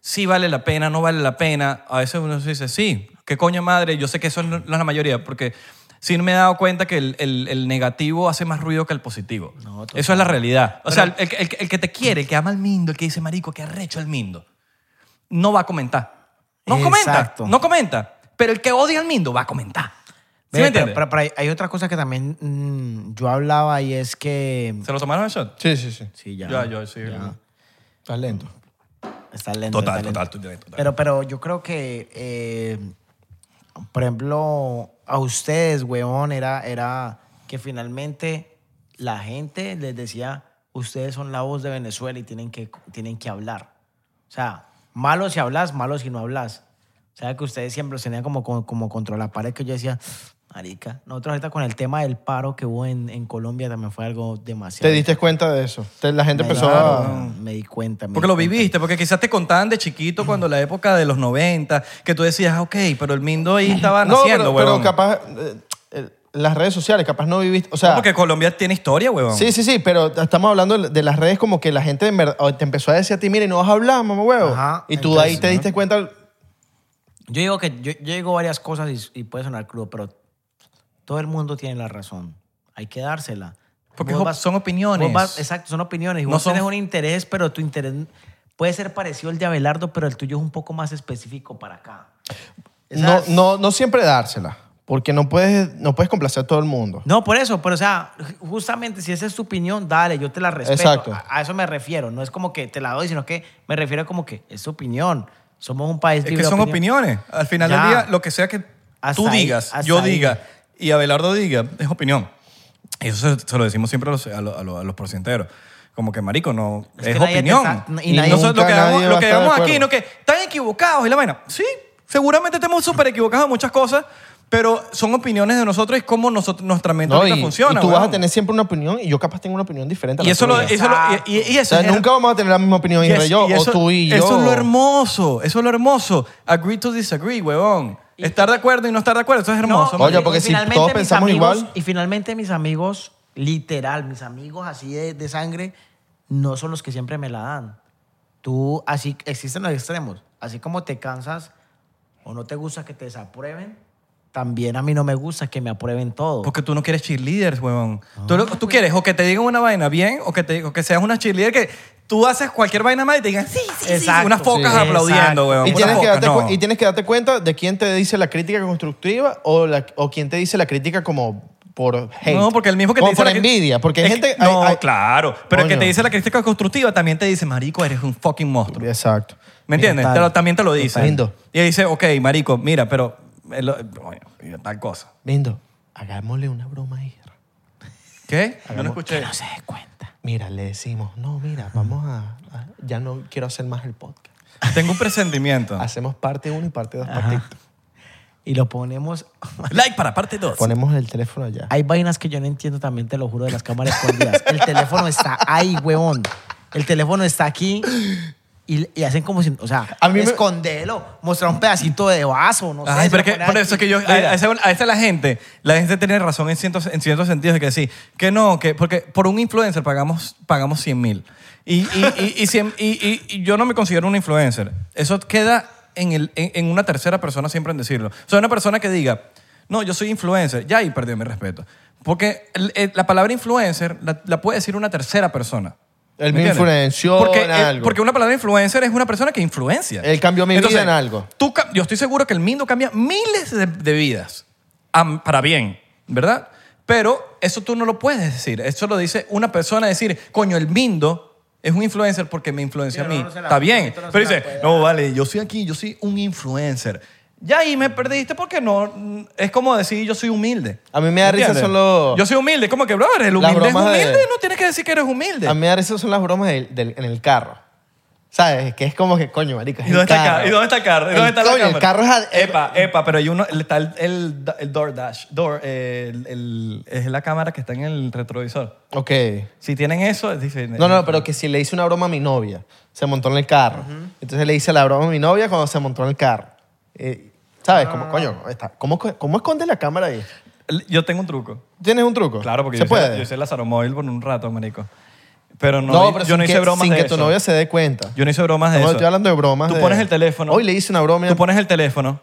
Speaker 3: sí vale la pena no vale la pena a veces uno se dice sí qué coño madre yo sé que eso no no es la mayoría porque sí me he dado cuenta que el, el- el negativo hace más ruido que el positivo eso es la realidad o sea el, el- el- el que te quiere el que ama al mindo el que dice marico que arrecho al mindo no va a comentar no
Speaker 5: Exacto.
Speaker 3: comenta no comenta pero el que odia al mindo va a comentar ¿Sí
Speaker 5: Ve,
Speaker 3: me
Speaker 5: pero-
Speaker 3: entiendes?
Speaker 5: pero- pero hay, hay otra cosa que también mm, yo hablaba y es que...
Speaker 3: ¿Se lo tomaron el shot?
Speaker 4: Sí, sí, sí.
Speaker 5: Sí, ya.
Speaker 3: Ya, yo sí.
Speaker 4: Estás lento.
Speaker 5: Está lento.
Speaker 3: Total,
Speaker 5: está lento.
Speaker 3: total, total, total.
Speaker 5: Pero, pero yo creo que, eh, por ejemplo, a ustedes, weón, era, era que finalmente la gente les decía, ustedes son la voz de Venezuela y tienen que, tienen que hablar. O sea, malo si hablas, malo si no hablas. O sea, que ustedes siempre los tenían como, como, como contra la pared que yo decía, marica, nosotros ahorita con el tema del paro que hubo en, en Colombia también fue algo demasiado...
Speaker 4: Te diste cuenta de eso. Te- la gente
Speaker 5: me,
Speaker 4: empezó a...
Speaker 5: me di cuenta. me
Speaker 3: Porque
Speaker 5: di
Speaker 3: lo
Speaker 5: cuenta.
Speaker 3: viviste, porque quizás te contaban de chiquito
Speaker 4: Mm.
Speaker 3: cuando la época de los 90, que tú decías, "Ah, ok, pero el Mindo ahí estaba
Speaker 4: Mm. No,
Speaker 3: naciendo,
Speaker 4: pero,
Speaker 3: huevón.
Speaker 4: pero capaz... eh, eh, las redes sociales, capaz no viviste... O sea...
Speaker 3: No, porque Colombia tiene historia, huevón.
Speaker 4: Sí, sí, sí, pero estamos hablando de las redes como que la gente en verdad- o te empezó a decir a ti, mire, no vas a hablar, mamá huevo.
Speaker 5: Ajá,
Speaker 4: y tú
Speaker 5: entonces,
Speaker 4: ahí te diste cuenta,
Speaker 5: Yo digo que yo, yo digo varias cosas y, y puede sonar crudo, pero todo el mundo tiene la razón. Hay que dársela.
Speaker 3: Porque
Speaker 5: Vos
Speaker 3: jo- son opiniones.
Speaker 5: vos vas- exacto, son opiniones. Y
Speaker 3: No
Speaker 5: vos
Speaker 3: son-
Speaker 5: tenés un interés, pero tu interés puede ser parecido al de Abelardo, pero el tuyo es un poco más específico para acá.
Speaker 4: no,
Speaker 5: Esas-
Speaker 4: no, no siempre dársela, porque no puedes, no puedes complacer a todo el mundo.
Speaker 5: No, por eso, pero o sea, justamente si esa es tu opinión, dale, yo te la respeto.
Speaker 4: Exacto.
Speaker 5: A, a eso me refiero. No es como que te la doy, sino que me refiero como que es tu opinión. Somos un país
Speaker 3: Es
Speaker 5: libre
Speaker 3: que
Speaker 5: de
Speaker 3: son
Speaker 5: opinión.
Speaker 3: opiniones. Al final
Speaker 5: Ya.
Speaker 3: del día, lo que sea que
Speaker 5: Hasta
Speaker 3: tú
Speaker 5: ahí,
Speaker 3: digas,
Speaker 5: hasta
Speaker 3: yo
Speaker 5: ahí.
Speaker 3: diga y Abelardo diga, es opinión. Y eso se, se lo decimos siempre a los, a lo- a lo- a los porcienteros. Como que, marico, no,
Speaker 5: Es
Speaker 3: es,
Speaker 5: que nadie te
Speaker 3: opinión.
Speaker 5: está- y
Speaker 3: y
Speaker 5: nadie-
Speaker 3: nosotros lo que
Speaker 4: Nunca
Speaker 3: hagamos-
Speaker 4: nadie va
Speaker 3: lo
Speaker 4: a
Speaker 3: que
Speaker 4: estar de
Speaker 3: vemos aquí,
Speaker 4: acuerdo.
Speaker 3: no que están equivocados y la vaina. Sí, seguramente estemos súper equivocados en muchas cosas, pero son opiniones de nosotros y cómo nosotros, nuestra mente
Speaker 4: No,
Speaker 3: ahorita
Speaker 4: y,
Speaker 3: funciona.
Speaker 4: y tú vas a
Speaker 3: weón.
Speaker 4: tener siempre una opinión y yo capaz tengo una opinión diferente. a la
Speaker 3: Y eso, lo,
Speaker 4: tuya.
Speaker 3: eso lo- y, y- y
Speaker 4: o
Speaker 3: eso
Speaker 4: sea,
Speaker 3: es-
Speaker 4: nunca vamos a tener la misma opinión
Speaker 3: y
Speaker 4: entre
Speaker 3: es-
Speaker 4: yo
Speaker 3: y
Speaker 4: o tú y yo.
Speaker 3: Eso es lo hermoso, eso es lo hermoso. Agree to disagree, huevón. Estar de acuerdo y no estar de acuerdo, eso es hermoso.
Speaker 5: No,
Speaker 4: Oye,
Speaker 5: y-
Speaker 4: porque
Speaker 5: y
Speaker 4: si
Speaker 5: finalmente
Speaker 4: todos
Speaker 5: mis
Speaker 4: pensamos
Speaker 5: amigos-
Speaker 4: igual-
Speaker 5: Y finalmente mis amigos, literal, mis amigos así de, de sangre, no son los que siempre me la dan. Tú, así, existen los extremos. Así como te cansas o no te gusta que te desaprueben, También a mí no me gusta que me aprueben todo.
Speaker 3: Porque tú no quieres cheerleaders, huevón.
Speaker 4: Ah.
Speaker 3: tú, lo- tú quieres o que te digan una vaina bien o que, te, o que seas una cheerleader que tú haces cualquier vaina mal y te digan sí, sí, sí.
Speaker 5: Exacto.
Speaker 3: Unas focas
Speaker 5: Sí.
Speaker 3: aplaudiendo,
Speaker 5: Exacto.
Speaker 3: huevón.
Speaker 4: Y
Speaker 3: unas
Speaker 4: tienes, que
Speaker 3: focas,
Speaker 4: darte cu-
Speaker 3: no.
Speaker 4: y tienes que darte cuenta de quién te dice la crítica constructiva o, la, o quién te dice la crítica como por hate.
Speaker 3: No, porque el mismo que te
Speaker 4: Como
Speaker 3: dice
Speaker 4: por
Speaker 3: la cri-
Speaker 4: envidia. Porque hay
Speaker 3: Es
Speaker 4: gente...
Speaker 3: que-
Speaker 4: hay-
Speaker 3: no,
Speaker 4: hay-
Speaker 3: claro. Pero el que
Speaker 4: Coño.
Speaker 3: te dice la crítica constructiva también te dice, marico, eres un fucking monstruo.
Speaker 4: Exacto.
Speaker 3: ¿Me entiendes?
Speaker 5: Total.
Speaker 3: Te lo- también te lo dice.
Speaker 4: Lindo.
Speaker 3: Y él dice, ok, marico, mira, pero... eh, lo- bueno, tal cosa.
Speaker 4: Lindo, hagámosle una broma ahí.
Speaker 3: ¿Qué? Yo no escuché.
Speaker 5: se dé cuenta.
Speaker 4: Mira, le decimos, no, mira, vamos a, a- Ya no quiero hacer más el podcast.
Speaker 3: Tengo un presentimiento.
Speaker 4: Hacemos parte 1 y parte 2, partito.
Speaker 5: Y lo ponemos.
Speaker 3: like para parte 2.
Speaker 4: Ponemos el teléfono allá.
Speaker 5: Hay vainas que yo no entiendo también, te lo juro, de las cámaras escondidas. El teléfono está ahí, huevón. El teléfono está aquí y, y hacen como si. O sea,
Speaker 4: A mí me-
Speaker 5: escondelo, mostrar un pedacito de vaso, no sé.
Speaker 3: Ay,
Speaker 5: se
Speaker 3: pero
Speaker 5: lo
Speaker 3: es que
Speaker 5: ponen
Speaker 3: por
Speaker 5: aquí.
Speaker 3: eso es que yo. A,
Speaker 5: Mira.
Speaker 3: a esa, a esa la gente, la gente tiene razón en ciertos, en ciertos sentidos de que sí. Que no, que porque por un influencer pagamos, pagamos 100 mil. Y, y, y, y, cien- y- y- y yo no me considero un influencer. Eso queda en, el, en, en una tercera persona siempre en decirlo. O sea, una persona que diga, no, yo soy influencer, ya ahí perdió mi respeto. Porque el- el- la palabra influencer la, la puede decir una tercera persona.
Speaker 4: Él
Speaker 3: ¿Me
Speaker 4: me
Speaker 3: entiendes?
Speaker 4: influenció
Speaker 3: porque,
Speaker 4: en
Speaker 3: eh,
Speaker 4: algo.
Speaker 3: Porque una palabra influencer es una persona que influencia.
Speaker 4: Él cambió mi vida en algo.
Speaker 3: Tú, ca- yo estoy seguro que el Mindo cambia miles de, de vidas am- para bien, ¿verdad? Pero eso tú no lo puedes decir. Eso lo dice una persona decir, coño, el Mindo es un influencer porque me influencia a mí. Está bien. Pero dice, no, vale, yo soy aquí, yo soy un influencer. Ya ahí me perdiste porque no. mm, Es como decir, yo soy humilde.
Speaker 4: A mí me da risa
Speaker 3: ¿Entiendes?
Speaker 4: solo-
Speaker 3: Yo soy humilde. Como que, brother, el humilde
Speaker 4: Las
Speaker 3: es
Speaker 4: bromas de-
Speaker 3: humilde. No tienes que decir que eres humilde.
Speaker 4: A mí me da risa son las bromas del- del- en el carro. ¿Sabes? Que es como que, coño, marica. es
Speaker 3: ¿Y dónde, está
Speaker 4: el
Speaker 3: el
Speaker 4: carro.
Speaker 3: carro? ¿Y dónde está el carro? ¿Y
Speaker 4: El
Speaker 3: dónde está la
Speaker 4: coño, el
Speaker 3: cámara?
Speaker 4: carro es a-
Speaker 3: Epa, epa, pero hay uno... Está el, el, el DoorDash. Door, eh, el, el- es la cámara que está en el retrovisor.
Speaker 4: Ok.
Speaker 3: Si tienen eso, dice...
Speaker 4: No, no, pero que si le hice una broma a mi novia, se montó en el carro. Entonces le hice la broma a mi novia cuando se montó en el carro. Eh, ¿Sabes?
Speaker 3: Ah.
Speaker 4: Como, coño, está, ¿cómo, co- ¿cómo esconde la cámara ahí?
Speaker 3: Yo tengo un truco.
Speaker 4: ¿Tienes un truco?
Speaker 3: Claro, porque
Speaker 4: ¿Se
Speaker 3: yo,
Speaker 4: puede?
Speaker 3: Hice, yo hice Lázaro Móvil por un rato, marico. Pero no,
Speaker 4: no, pero
Speaker 3: yo
Speaker 4: sin
Speaker 3: no hice
Speaker 4: que,
Speaker 3: bromas
Speaker 4: sin
Speaker 3: de
Speaker 4: que
Speaker 3: eso.
Speaker 4: tu novia se dé cuenta.
Speaker 3: Yo no hice bromas de
Speaker 4: No,
Speaker 3: eso.
Speaker 4: estoy hablando de bromas
Speaker 3: Tú
Speaker 4: de-
Speaker 3: pones el teléfono.
Speaker 4: Hoy le hice una broma.
Speaker 3: Tú pones el teléfono,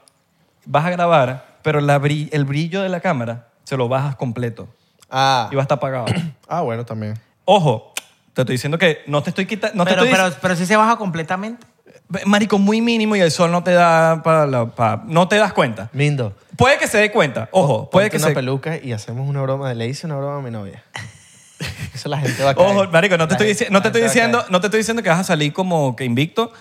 Speaker 3: vas a grabar, pero la bri- el brillo de la cámara se lo bajas completo
Speaker 4: Ah,
Speaker 3: y va a estar apagado.
Speaker 4: ah bueno, también.
Speaker 3: Ojo, te estoy diciendo que no te estoy quitando. No te
Speaker 5: pero,
Speaker 3: estoy
Speaker 5: pero, pero sí se baja completamente.
Speaker 3: dic- Marico, muy mínimo y el sol no te da para la- para- no te das cuenta.
Speaker 4: Lindo.
Speaker 3: Puede que se dé cuenta. Ojo, puede
Speaker 4: Ponte
Speaker 3: que
Speaker 4: una
Speaker 3: se.
Speaker 4: peluca y hacemos una broma. de- Le hice una broma a mi novia. Eso la gente va a caer.
Speaker 3: Ojo, marico, no te
Speaker 4: La
Speaker 3: estoy,
Speaker 4: gente-
Speaker 3: dici- no te
Speaker 4: la gente
Speaker 3: estoy
Speaker 4: va a caer.
Speaker 3: diciendo, no te estoy diciendo que vas a salir como que invicto,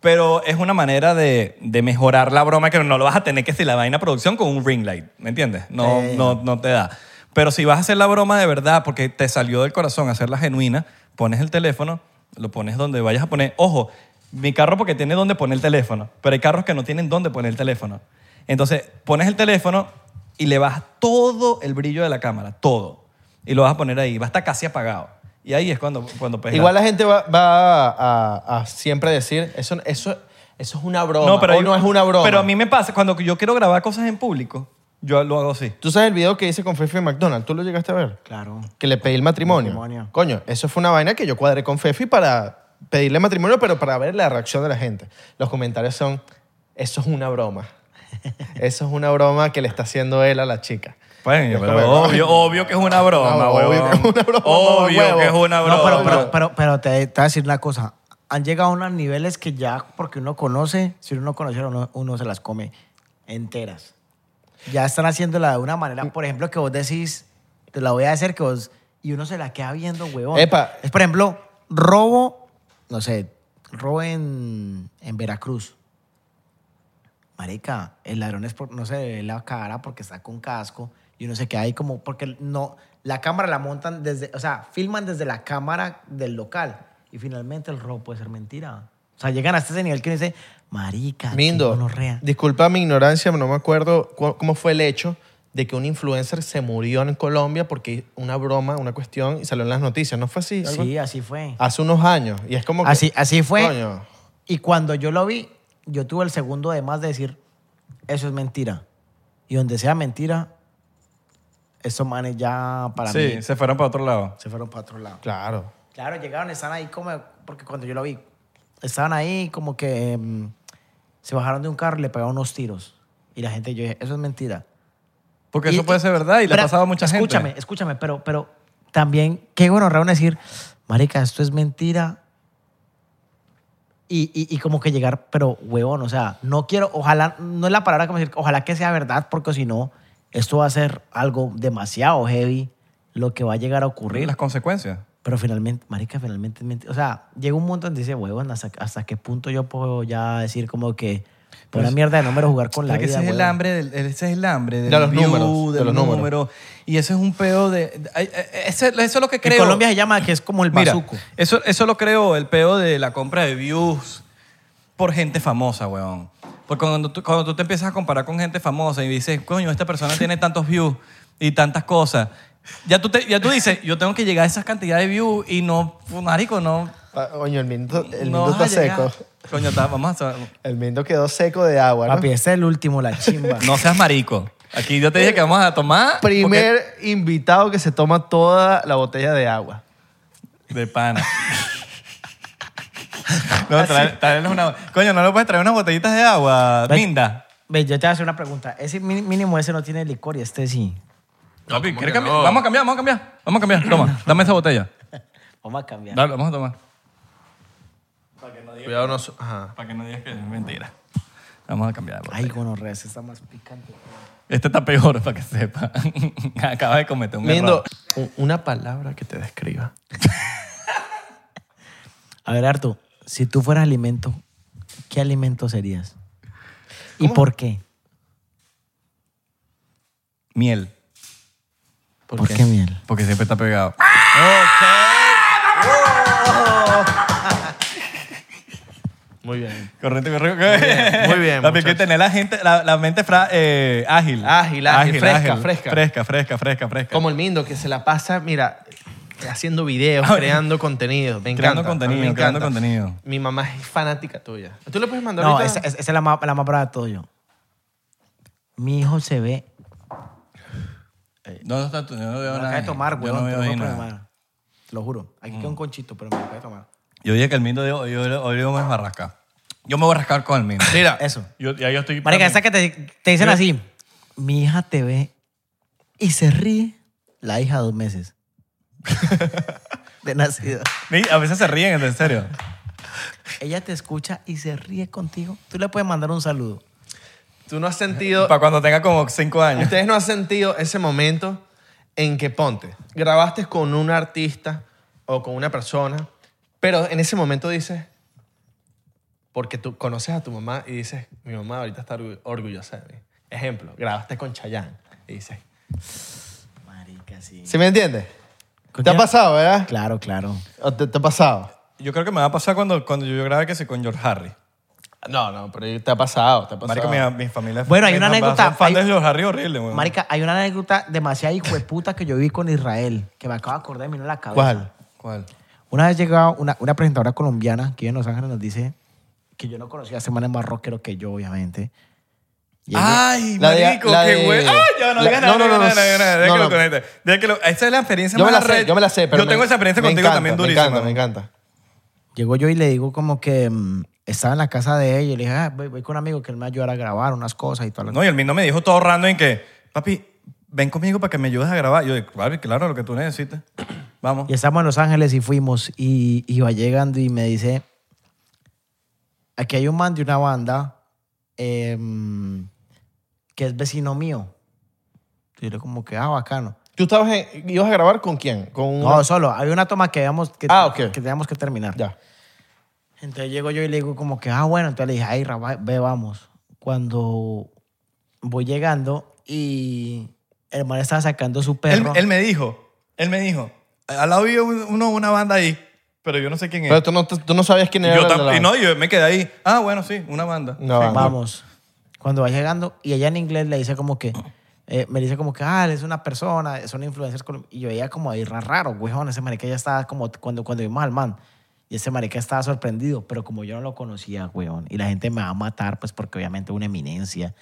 Speaker 3: pero es una manera de, de mejorar la broma que no lo vas a tener que si la vaina producción con un ring light, ¿me entiendes? No, no, no te da. Pero si vas a hacer la broma de verdad porque te salió del corazón hacerla genuina, pones el teléfono, lo pones donde vayas a poner. Ojo, mi carro porque tiene donde poner el teléfono, pero hay carros que no tienen donde poner el teléfono. Entonces, pones el teléfono y le bajas todo el brillo de la cámara, todo. Y lo vas a poner ahí, va a estar casi apagado. Y ahí es cuando, cuando pegas.
Speaker 4: Igual la gente va, va a, a- a siempre decir, eso, eso, eso es una broma. No, pero
Speaker 3: yo-
Speaker 4: no es una broma.
Speaker 3: Pero a mí me pasa, cuando yo quiero grabar cosas en público, yo lo hago así.
Speaker 4: Tú sabes el video que hice con Fefi McDonald, ¿tú lo llegaste a ver?
Speaker 5: Claro.
Speaker 4: Que le pedí el matrimonio.
Speaker 5: Matrimonio.
Speaker 4: Coño, eso fue una vaina que yo cuadré con Fefi para pedirle matrimonio, pero para ver la reacción de la gente. Los comentarios son, eso es una broma. Eso es una broma que le está haciendo él a la chica.
Speaker 3: Bueno, pero
Speaker 4: como-
Speaker 3: Pues, obvio, obvio que es una broma,
Speaker 4: No,
Speaker 3: huevón.
Speaker 4: obvio que es una broma,
Speaker 3: Obvio
Speaker 4: huevo.
Speaker 3: que es una broma.
Speaker 5: No, pero, pero, pero, pero te, te voy a decir una cosa. Han llegado a unos niveles que ya, porque uno conoce, si uno no conociera, uno, uno se las come enteras. Ya están haciéndola de una manera, por ejemplo, que vos decís, te la voy a hacer, que vos. Y uno se la queda viendo, huevón.
Speaker 4: Epa.
Speaker 5: Es, por ejemplo, robo, no sé, robo en, en Veracruz. Marica, el ladrón es por- no se le ve la cara porque está con casco y uno se queda ahí como porque no la cámara la montan desde, o sea, filman desde la cámara del local y finalmente el robo puede ser mentira. O sea, llegan hasta ese nivel que uno dice, marica, qué
Speaker 4: Mindo,
Speaker 5: gonorrea".
Speaker 4: disculpa mi ignorancia, pero no me acuerdo cu- cómo fue el hecho de que un influencer se murió en Colombia porque una broma, una cuestión, y salió en las noticias. ¿No fue así? Algo-
Speaker 5: Sí, así fue.
Speaker 4: Hace unos años. Y es como que,
Speaker 5: Así, así fue.
Speaker 4: Coño.
Speaker 5: Y cuando yo lo vi, yo tuve el segundo de más de decir, eso es mentira. Y donde sea mentira, esos manes ya para
Speaker 3: sí,
Speaker 5: mí
Speaker 3: se fueron para otro lado.
Speaker 5: se fueron para otro lado.
Speaker 4: Claro.
Speaker 5: Claro, llegaron, estaban ahí como, porque cuando yo lo vi, estaban ahí como mm, que em, se bajaron de un carro y le pegaron unos tiros. Y la gente, yo dije, eso es mentira.
Speaker 3: Porque
Speaker 5: Y-
Speaker 3: eso puede ser verdad y le ha
Speaker 5: Pero,
Speaker 3: pasado a mucha
Speaker 5: escúchame,
Speaker 3: gente.
Speaker 5: Escúchame, pero, pero también, qué bueno, Raúl, decir, marica, esto es mentira. Y, y- y como que llegar, pero huevón, o sea, no quiero, ojalá, no es la palabra como decir, ojalá que sea verdad, porque si no, esto va a ser algo demasiado heavy lo que va a llegar a ocurrir.
Speaker 3: Las consecuencias.
Speaker 5: Pero finalmente, marica, finalmente es mentira. O sea, llega un momento donde dice, huevón, hasta, hasta qué punto yo puedo ya decir como que, por la mierda de número jugar con la
Speaker 3: Porque
Speaker 5: vida,
Speaker 3: ese es el
Speaker 5: huevón"?
Speaker 3: hambre del, el- ese es el hambre del
Speaker 4: De los
Speaker 3: view,
Speaker 4: números, de
Speaker 3: del
Speaker 4: los
Speaker 3: número.
Speaker 4: números.
Speaker 3: Y eso es un peo de... de- ay, eh, ese- eso es lo que creo.
Speaker 5: En Colombia se llama que es como el
Speaker 3: Mira,
Speaker 5: bazuco.
Speaker 3: eso, eso lo creo, el peo de la compra de views por gente famosa, weón. Porque cuando tú, cuando tú te empiezas a comparar con gente famosa y dices, coño, esta persona tiene tantos views y tantas cosas, ya tú, te- ya tú dices, yo tengo que llegar a esas cantidades de views y no, marico, no...
Speaker 4: Ah, Coño, el minuto, el
Speaker 3: no
Speaker 4: minuto
Speaker 3: vas a
Speaker 4: está
Speaker 3: llegar.
Speaker 4: seco.
Speaker 3: Coño, está- vamos a...
Speaker 4: El minuto quedó seco de agua, ¿no?
Speaker 5: Papi, ese es el último, la chimba.
Speaker 3: No seas marico. Aquí yo te dije que vamos a tomar... porque-
Speaker 4: Primer invitado que se toma toda la botella de agua.
Speaker 3: De pana.
Speaker 6: No, trae- traerles una... Coño, ¿no le puedes traer unas botellitas de agua,
Speaker 5: Ven.
Speaker 6: Minda?
Speaker 5: Ve, yo te voy a hacer una pregunta. Ese mi- mínimo ese no tiene licor y este sí.
Speaker 3: Papi, ¿quieres cambiar? Vamos a cambiar, vamos a cambiar. Vamos a cambiar. Toma, dame esa botella.
Speaker 5: Vamos a cambiar.
Speaker 3: Dale, vamos a tomar.
Speaker 4: Cuidado, no. su- Ajá.
Speaker 3: Para que no digas que es mentira. Vamos a cambiar. bro.
Speaker 5: Ay, gonorrea, ese está más picante.
Speaker 3: Este está peor, para que sepa. Acaba de cometer un
Speaker 4: Mindo,
Speaker 3: error.
Speaker 4: u- una palabra que te describa.
Speaker 5: A ver, Arto, si tú fueras alimento, ¿qué alimento serías? ¿Y por qué?
Speaker 3: Miel.
Speaker 5: ¿Por, qué? miel?
Speaker 3: Porque siempre está pegado.
Speaker 4: Muy bien.
Speaker 3: Correcto, correcto.
Speaker 4: muy bien,
Speaker 3: Papi, hay que
Speaker 4: muchacho.
Speaker 3: tener la, gente, la, la mente fra- eh, ágil.
Speaker 4: Ágil, ágil, fresca, fresca.
Speaker 3: Fresca, fresca, fresca, fresca.
Speaker 4: Como el Mindo, que se la pasa, mira, haciendo videos, creando contenido. Me
Speaker 3: Creando
Speaker 4: encanta.
Speaker 3: contenido,
Speaker 4: A mí me
Speaker 3: creando
Speaker 4: encanta.
Speaker 3: contenido.
Speaker 4: Mi mamá es fanática tuya. ¿Tú le puedes mandar
Speaker 5: No,
Speaker 4: ahorita?
Speaker 5: esa, esa- esa es la más, la más brava de todo yo. Mi hijo se ve.
Speaker 3: ¿Dónde está tu? Yo no veo
Speaker 5: Me
Speaker 3: nada.
Speaker 5: acaba de tomar,
Speaker 3: Yo no
Speaker 5: weón.
Speaker 3: veo
Speaker 5: te lo
Speaker 3: ahí
Speaker 5: juro por
Speaker 3: nada.
Speaker 5: mi
Speaker 3: Mm.
Speaker 5: madre. Lo juro. Aquí queda un conchito, pero me lo acaba de tomar.
Speaker 3: Yo dije que el mindo de hoy, hoy, hoy vamos a barrascar. Yo me voy a rascar con el mindo.
Speaker 4: Mira,
Speaker 5: Eso.
Speaker 3: Yo, ya yo estoy...
Speaker 5: Marica, esa que te, te dicen así. Mi hija te ve y se ríe. La hija dos meses. de nacido.
Speaker 3: Mira, A veces se ríen, en serio.
Speaker 5: Ella te escucha y se ríe contigo. Tú le puedes mandar un saludo.
Speaker 4: tú no has sentido
Speaker 3: Para cuando tenga como cinco años.
Speaker 4: Ustedes no han sentido ese momento en que ponte, grabaste con un artista o con una persona, pero en ese momento dices, porque tú conoces a tu mamá y dices, mi mamá ahorita está orgu- orgullosa de mí. Ejemplo, grabaste con Chayanne y dices,
Speaker 5: Marica, sí.
Speaker 4: ¿sí me entiendes?
Speaker 5: ¿Con
Speaker 4: ¿Te ha
Speaker 5: quién?
Speaker 4: pasado, verdad?
Speaker 5: Claro, claro.
Speaker 4: ¿O te, te ha pasado?
Speaker 3: Yo creo que me va a pasar cuando, cuando yo grabe que sí con George Harry.
Speaker 4: No, no, pero te ha pasado, te ha
Speaker 3: Marico,
Speaker 4: pasado.
Speaker 3: mi, mi familia es-
Speaker 5: Bueno, hay
Speaker 3: mi
Speaker 5: una
Speaker 3: papá
Speaker 5: anécdota,
Speaker 3: son fan
Speaker 5: hay-
Speaker 3: de George Harry horrible, weón.
Speaker 5: Marica, hay una anécdota demasiado hijo de puta que yo vi con Israel, que me acabo de acordar y me vino a la cabeza.
Speaker 4: ¿Cuál?
Speaker 3: ¿Cuál?
Speaker 5: Una vez llegaba una, una presentadora colombiana que vive en Los Ángeles nos dice que yo no conocía a Semana es más rockero que yo, obviamente. Llega-
Speaker 3: Ay,
Speaker 4: La de-
Speaker 3: marico,
Speaker 4: la
Speaker 3: qué
Speaker 4: de-
Speaker 3: güey. Ay, ya no,
Speaker 4: la-
Speaker 3: digas
Speaker 4: no,
Speaker 3: nada,
Speaker 4: no,
Speaker 3: no, no, no,
Speaker 4: no, no, no,
Speaker 3: que lo
Speaker 4: no.
Speaker 3: conecte. este. Deja que lo- Esa es la experiencia
Speaker 4: Yo me
Speaker 3: más
Speaker 4: la sé,
Speaker 3: arrecha.
Speaker 4: yo me la sé, pero
Speaker 3: Yo tengo
Speaker 4: me-
Speaker 3: esa experiencia
Speaker 4: me
Speaker 3: contigo
Speaker 4: encanta,
Speaker 3: también
Speaker 4: me
Speaker 3: durísima.
Speaker 4: encanta, me
Speaker 3: weón.
Speaker 4: encanta.
Speaker 5: Llegó yo y le digo como que mm, estaba en la casa de ella y le dije, ah, voy, voy con un amigo que él me va a ayudar a grabar unas cosas y todo.
Speaker 3: No, y el mismo me dijo todo random en que, papi, ven conmigo para que me ayudes a grabar. Yo, papi, claro, lo que tú necesites. Vamos.
Speaker 5: Y estamos en Los Ángeles y fuimos y iba llegando y me dice, aquí hay un man de una banda em, que es vecino mío. Y yo como que, ah, bacano.
Speaker 4: ¿Tú estabas en- ibas a grabar con quién? Con un...
Speaker 5: No, solo, había una toma que, habíamos, que,
Speaker 4: Ah, ok.
Speaker 5: que teníamos que terminar.
Speaker 4: ya.
Speaker 5: Entonces llego yo y le digo como que, ah, bueno, entonces le dije, ay, Rafa, ve, vamos. Cuando voy llegando y el man estaba sacando su
Speaker 3: Él,
Speaker 5: perro.
Speaker 3: él me dijo, él me dijo, al lado había un- uno, una banda ahí, pero yo no sé quién es.
Speaker 4: Pero tú no, tú no sabías quién era
Speaker 3: yo
Speaker 4: la-
Speaker 3: tam-
Speaker 4: la-
Speaker 3: y no, yo me quedé ahí. Ah, bueno, sí, una banda.
Speaker 4: No, no.
Speaker 5: Vamos. Cuando va llegando, y ella en inglés le dice como que, eh, me dice como que, ah, él es una persona, son influencers. colom-". Y yo veía como ahí ra- raro, weón, ese marica ya estaba como, cuando, cuando vimos al man, y ese marica estaba sorprendido, pero como yo no lo conocía, weón, y la gente me va a matar, pues porque obviamente una eminencia.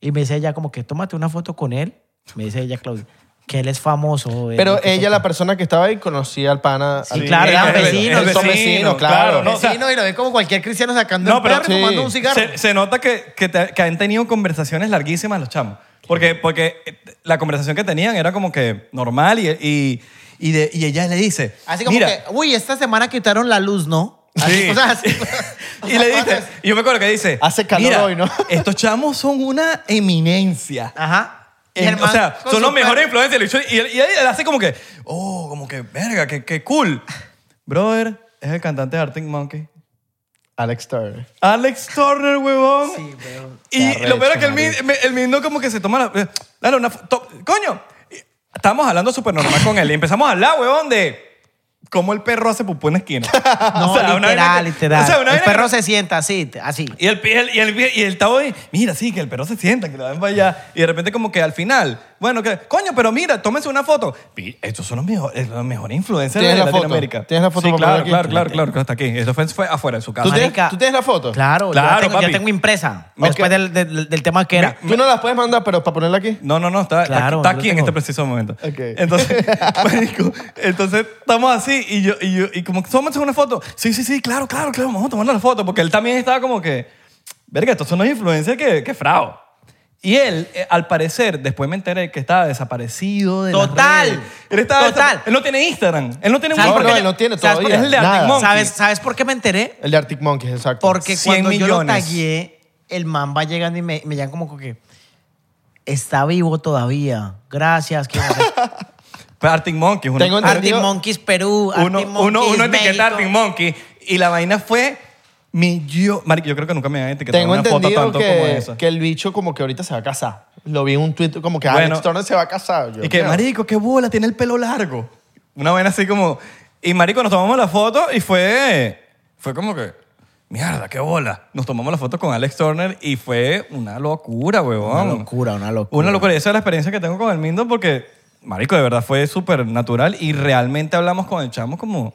Speaker 5: Y me dice ella como que, tómate una foto con él. Me dice ella, Claudia, que él es famoso. eh,
Speaker 4: Pero
Speaker 5: que
Speaker 4: ella, la persona que estaba ahí, conocía al pana.
Speaker 5: Sí,
Speaker 4: al-
Speaker 5: claro,
Speaker 3: es
Speaker 5: eran
Speaker 3: verdad,
Speaker 5: vecinos,
Speaker 3: es
Speaker 5: son
Speaker 4: vecinos, claro.
Speaker 3: no, o sea,
Speaker 5: Vecino, y lo ve como cualquier cristiano sacando
Speaker 3: No,
Speaker 5: un
Speaker 3: pero
Speaker 5: perro y
Speaker 4: sí.
Speaker 5: fumando un cigarro.
Speaker 3: Se, se nota que, que, te- que han tenido conversaciones larguísimas los chamos. Porque, porque eh, la conversación que tenían era como que normal y, y, y de- y ella le dice.
Speaker 5: Así como
Speaker 3: "Mira",
Speaker 5: que, uy, esta semana quitaron la luz, ¿no? Así,
Speaker 3: Sí.
Speaker 5: o sea, así.
Speaker 3: Y le dice, y yo me acuerdo que dice,
Speaker 4: Hace calor
Speaker 3: "Mira,
Speaker 4: hoy, ¿no?"
Speaker 3: Estos chamos son una eminencia.
Speaker 5: Ajá. Ah, Y
Speaker 3: En-
Speaker 5: el
Speaker 3: o
Speaker 5: man
Speaker 3: sea,
Speaker 5: con
Speaker 3: son los
Speaker 5: su perro.
Speaker 3: mejores influencers. del show. Y, él- y él hace como que, oh, como que, verga, que, que cool. Brother, es el cantante de Arctic Monkey.
Speaker 4: Alex Turner.
Speaker 3: Alex Turner, huevón.
Speaker 5: Sí, pero-
Speaker 3: Y
Speaker 4: Está
Speaker 3: lo peor es que el
Speaker 4: recho,
Speaker 3: min- me- el mismo como que se toma la... eh, Dale una... fo- to- coño, estábamos hablando súper normal con él y empezamos a hablar, huevón, de cómo el perro hace pupú en la esquina.
Speaker 5: No,
Speaker 3: O sea, una vaina que-
Speaker 5: literal, literal.
Speaker 3: o sea, una
Speaker 5: el
Speaker 3: vaina que-
Speaker 5: perro se sienta así, te- así.
Speaker 3: y el, y el, y el, y el tabo ahí, mira, sí, que el perro se sienta, que lo ven para allá. Y de repente como que al final, bueno, que, coño, pero mira, tómense una foto. Y estos son los mejores, los mejores influencers de
Speaker 4: ¿Tienes la foto?
Speaker 3: Latinoamérica.
Speaker 4: ¿Tienes la foto
Speaker 3: Sí,
Speaker 4: para
Speaker 3: claro,
Speaker 4: poner aquí?
Speaker 3: claro, claro, claro, hasta aquí. Esto fue, fue afuera, en su casa.
Speaker 4: ¿Tú tienes,
Speaker 5: Marica.
Speaker 4: tú tienes la foto?
Speaker 5: Claro, yo la
Speaker 3: Claro,
Speaker 5: tengo, yo
Speaker 3: papi.
Speaker 5: tengo impresa. Después del, del- del tema que era.
Speaker 4: Tú no las puedes mandar, pero para ponerla aquí.
Speaker 3: No, no, no, está, está-
Speaker 5: Claro,
Speaker 3: está
Speaker 5: yo
Speaker 3: aquí en
Speaker 5: tengo.
Speaker 3: este preciso momento.
Speaker 4: Ok.
Speaker 3: Entonces, marico, entonces estamos así y yo, y yo, y como, tómense una foto. Sí, sí, sí, claro, claro, claro, vamos a tomarnos la foto. Porque él también estaba como que, verga, estos son los influencers que, que frao. Y él, eh, al parecer, después me enteré que estaba desaparecido de las
Speaker 5: Total,
Speaker 3: redes. Él estaba
Speaker 5: total.
Speaker 3: Él no tiene Instagram. Él no tiene un
Speaker 5: ¿Sabes
Speaker 4: No,
Speaker 5: por
Speaker 4: no,
Speaker 3: Instagram.
Speaker 5: qué le-
Speaker 4: él no tiene
Speaker 5: ¿sabes por
Speaker 4: todavía.
Speaker 3: qué le-
Speaker 4: nada.
Speaker 3: Monkey.
Speaker 5: ¿Sabes, ¿Sabes por qué me enteré?
Speaker 4: El de Arctic Monkeys, exacto.
Speaker 5: Porque
Speaker 3: 100
Speaker 5: cuando yo lo
Speaker 3: millones.
Speaker 5: tagué, el man va llegando y me, me llama como que está vivo todavía. Gracias. que no sé".
Speaker 3: Arctic Monkey. es uno-
Speaker 4: Tengo
Speaker 5: Arctic
Speaker 4: entendido-
Speaker 5: Monkeys Perú, Arctic
Speaker 3: uno,
Speaker 5: Monkeys
Speaker 3: uno, uno etiqueta Arctic
Speaker 5: México.
Speaker 3: Monkey y la vaina fue mi yo. Marico, yo creo que nunca me han etiquetado
Speaker 4: Tengo
Speaker 3: una foto
Speaker 4: entendido
Speaker 3: tanto como
Speaker 4: que,
Speaker 3: esa.
Speaker 4: que el bicho como que ahorita se va a casar. Lo vi en un tweet como que "Ah,
Speaker 3: Bueno.
Speaker 4: Alex Turner se va a casar. Yo,
Speaker 3: Y que,
Speaker 4: mira.
Speaker 3: marico, qué bola, tiene el pelo largo. Una vaina así como... Y, marico, nos tomamos la foto y fue... Fue como que... Mierda, qué bola. Nos tomamos la foto con Alex Turner y fue una locura, huevón.
Speaker 5: Una locura, una locura.
Speaker 3: Una locura. Y esa es la experiencia que tengo con el Mindo porque, marico, de verdad fue súper natural y realmente hablamos con el chamo como...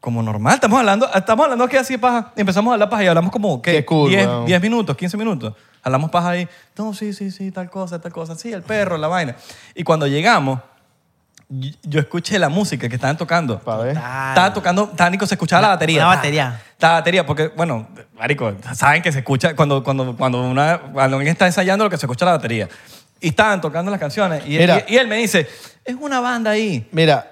Speaker 3: Como normal, estamos hablando, estamos hablando aquí así paja. Y Empezamos a hablar paja y hablamos como, ¿qué?
Speaker 4: Qué cool,
Speaker 3: 10,
Speaker 4: weón.
Speaker 3: 10 minutos, 15 minutos. Hablamos paja ahí. No, sí, sí, sí, tal cosa, tal cosa. Sí, el perro, la vaina. Y cuando llegamos, yo yo escuché la música que estaban tocando.
Speaker 4: Pa' ver.
Speaker 3: Estaba tocando, estaba, Nico, se escuchaba la,
Speaker 5: Una-
Speaker 3: batería.
Speaker 5: una
Speaker 3: ta,
Speaker 5: batería.
Speaker 3: ta batería, porque, bueno, marico, saben que se escucha, cuando, cuando, cuando, una, cuando alguien está ensayando, lo que se escucha es la batería. Y estaban tocando las canciones. Y,
Speaker 4: Mira.
Speaker 3: y- y él me dice, es una banda ahí.
Speaker 4: Mira,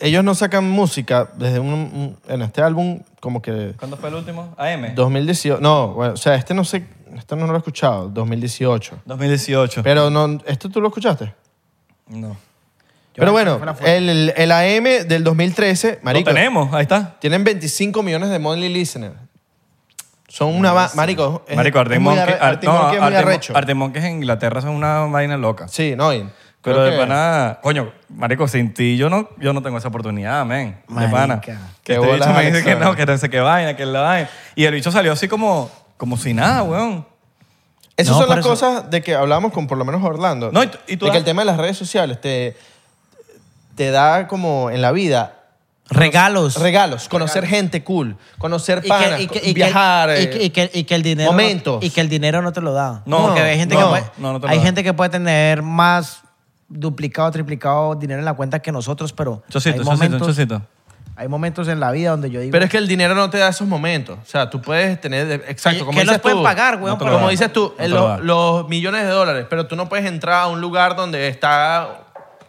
Speaker 4: ellos no sacan música desde un, un- en este álbum como que
Speaker 3: ¿Cuándo fue el último? AM.
Speaker 4: 2018. No, bueno, o sea, este no sé, este no lo he escuchado, 2018.
Speaker 3: 2018.
Speaker 4: Pero no, ¿este tú lo escuchaste?
Speaker 3: no.
Speaker 4: Pero bueno, el, el, el AM del 2013, marico,
Speaker 3: Lo tenemos, ahí está.
Speaker 4: tienen 25 millones de monthly listeners. Son una ba- marico, es-
Speaker 3: Marico,
Speaker 4: es
Speaker 3: Arctic
Speaker 4: muy
Speaker 3: Monkey,
Speaker 4: arre-
Speaker 3: Ar-
Speaker 4: Arctic
Speaker 3: ah, no,
Speaker 4: Monkey es muy
Speaker 3: Arctic Mon-
Speaker 4: arrecho.
Speaker 3: Arctic Monkeys en Inglaterra son una vaina loca.
Speaker 4: Sí, no, y-
Speaker 3: Pero
Speaker 4: creo
Speaker 3: de
Speaker 4: que-
Speaker 3: pana, coño, marico, sin ti yo no, yo no tengo esa oportunidad, men. De pana.
Speaker 5: Marica.
Speaker 3: Que
Speaker 4: Qué
Speaker 3: este bicho
Speaker 4: bolas,
Speaker 3: me dice
Speaker 4: Alex,
Speaker 3: que no,
Speaker 4: ¿sabes?
Speaker 3: que no sé qué vaina, que la vaina. Y el bicho salió así como, como si nada, weón.
Speaker 4: Esas
Speaker 5: No,
Speaker 4: son
Speaker 5: por
Speaker 4: las
Speaker 5: eso-
Speaker 4: cosas de que hablamos con por lo menos Orlando.
Speaker 3: No, y tú- y tú
Speaker 4: de
Speaker 3: has-
Speaker 4: que el tema de las redes sociales te, te da como en la vida
Speaker 5: Regalos.
Speaker 4: regalos, conocer gente cool, conocer
Speaker 5: Y que-
Speaker 4: panas,
Speaker 5: y que- y que-
Speaker 4: viajar.
Speaker 5: y
Speaker 4: eh,
Speaker 5: que, y que- y que el dinero
Speaker 4: momentos.
Speaker 5: no, y que el dinero no te lo da
Speaker 3: No,
Speaker 5: porque hay gente
Speaker 3: no,
Speaker 5: que puede,
Speaker 3: no, no te lo
Speaker 5: hay
Speaker 3: da.
Speaker 5: gente que puede tener más duplicado triplicado dinero en la cuenta que nosotros pero
Speaker 3: Chocito, chocito,
Speaker 5: hay momentos
Speaker 3: chocito.
Speaker 5: hay momentos en la vida donde yo digo
Speaker 4: pero es que el dinero no te da esos momentos. O sea, tú puedes tener. Exacto,
Speaker 5: Que-
Speaker 4: como
Speaker 5: que
Speaker 4: dices
Speaker 5: los pueden
Speaker 4: tú.
Speaker 5: pagar, weón,
Speaker 3: No te lo
Speaker 4: como
Speaker 3: dan.
Speaker 4: dices tú,
Speaker 3: No te
Speaker 4: eh,
Speaker 3: lo
Speaker 4: lo-
Speaker 3: dan.
Speaker 4: los millones de dólares, pero tú no puedes entrar a un lugar donde está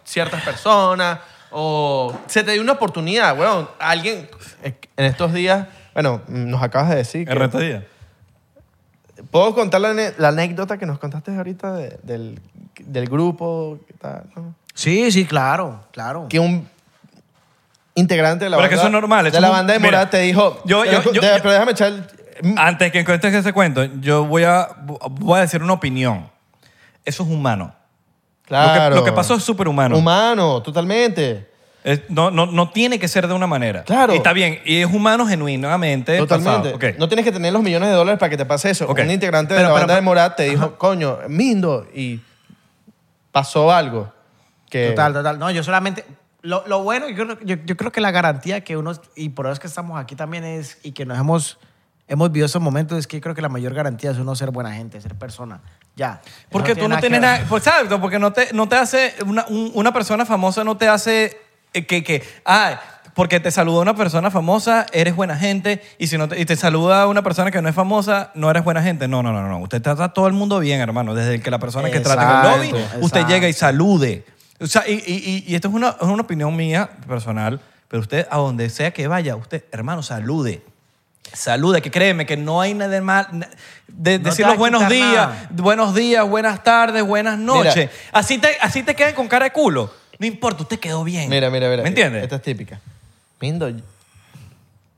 Speaker 4: ciertas personas o se te dio una oportunidad, weón. Alguien eh, en estos días, bueno, nos acabas de decir
Speaker 3: El
Speaker 4: que
Speaker 3: resto día.
Speaker 4: ¿Puedo contar la, ane- la anécdota que nos contaste ahorita de- del, del grupo? ¿Qué tal,
Speaker 3: Ah.
Speaker 4: no?
Speaker 5: sí sí claro claro
Speaker 4: Que un integrante de la
Speaker 3: Pero es que
Speaker 4: banda
Speaker 3: eso es normal, eso
Speaker 4: de la
Speaker 3: es un-
Speaker 4: banda de
Speaker 3: mira,
Speaker 4: Morat te dijo
Speaker 3: yo- yo- yo-
Speaker 4: de-
Speaker 3: yo-
Speaker 4: pero déjame echar el-
Speaker 3: Antes que encuentres ese cuento, yo voy a, voy a decir una opinión. Eso es humano.
Speaker 4: claro
Speaker 3: lo que pasó es superhumano.
Speaker 4: humano totalmente
Speaker 3: Es- no, no, no tiene que ser de una manera.
Speaker 4: Claro.
Speaker 3: Y está bien, y es humano genuinamente.
Speaker 4: totalmente
Speaker 3: pasado. Ok.
Speaker 4: no tienes que tener los millones de dólares para que te pase eso
Speaker 3: Ok.
Speaker 4: un integrante de
Speaker 3: Pero-
Speaker 4: la
Speaker 3: pero-
Speaker 4: banda de Morat te dijo coño Mindo y pasó algo que
Speaker 5: total total no yo solamente lo, lo bueno yo, creo- yo, yo creo que la garantía que uno y por eso es que estamos aquí también es y que nos hemos hemos vivido esos momentos es que yo creo que la mayor garantía es uno ser buena gente ser persona ya
Speaker 3: Porque tú
Speaker 5: tiene
Speaker 3: no
Speaker 5: que
Speaker 3: tienes
Speaker 5: ver.
Speaker 3: nada. Pues, exacto, porque no te, no te hace. Una, un- una persona famosa no te hace. eh, que, que. Ah, porque te saluda una persona famosa, eres buena gente, y si no te, y te saluda una persona que no es famosa, no eres buena gente. No, no, no, no. Usted trata a todo el mundo bien, hermano. Desde que la persona que trata en el lobby,
Speaker 5: Exacto,
Speaker 3: usted
Speaker 5: exacto.
Speaker 3: llega y salude. O sea, y, y- y- y esto es una, es una opinión mía personal, pero usted, a donde sea que vaya, usted, hermano, salude. Salude, que créeme que no hay nada de mal. na- De,
Speaker 5: No
Speaker 3: decir
Speaker 5: te va
Speaker 3: los
Speaker 5: a
Speaker 3: buenos
Speaker 5: quitar
Speaker 3: días,
Speaker 5: nada.
Speaker 3: buenos días, buenas tardes, buenas noches.
Speaker 4: Mira.
Speaker 3: así, te, así te quedan con cara de culo. No importa, usted quedó bien.
Speaker 4: Mira, mira, mira.
Speaker 3: ¿Me entiendes?
Speaker 4: Esta es típica. Mindo, yo-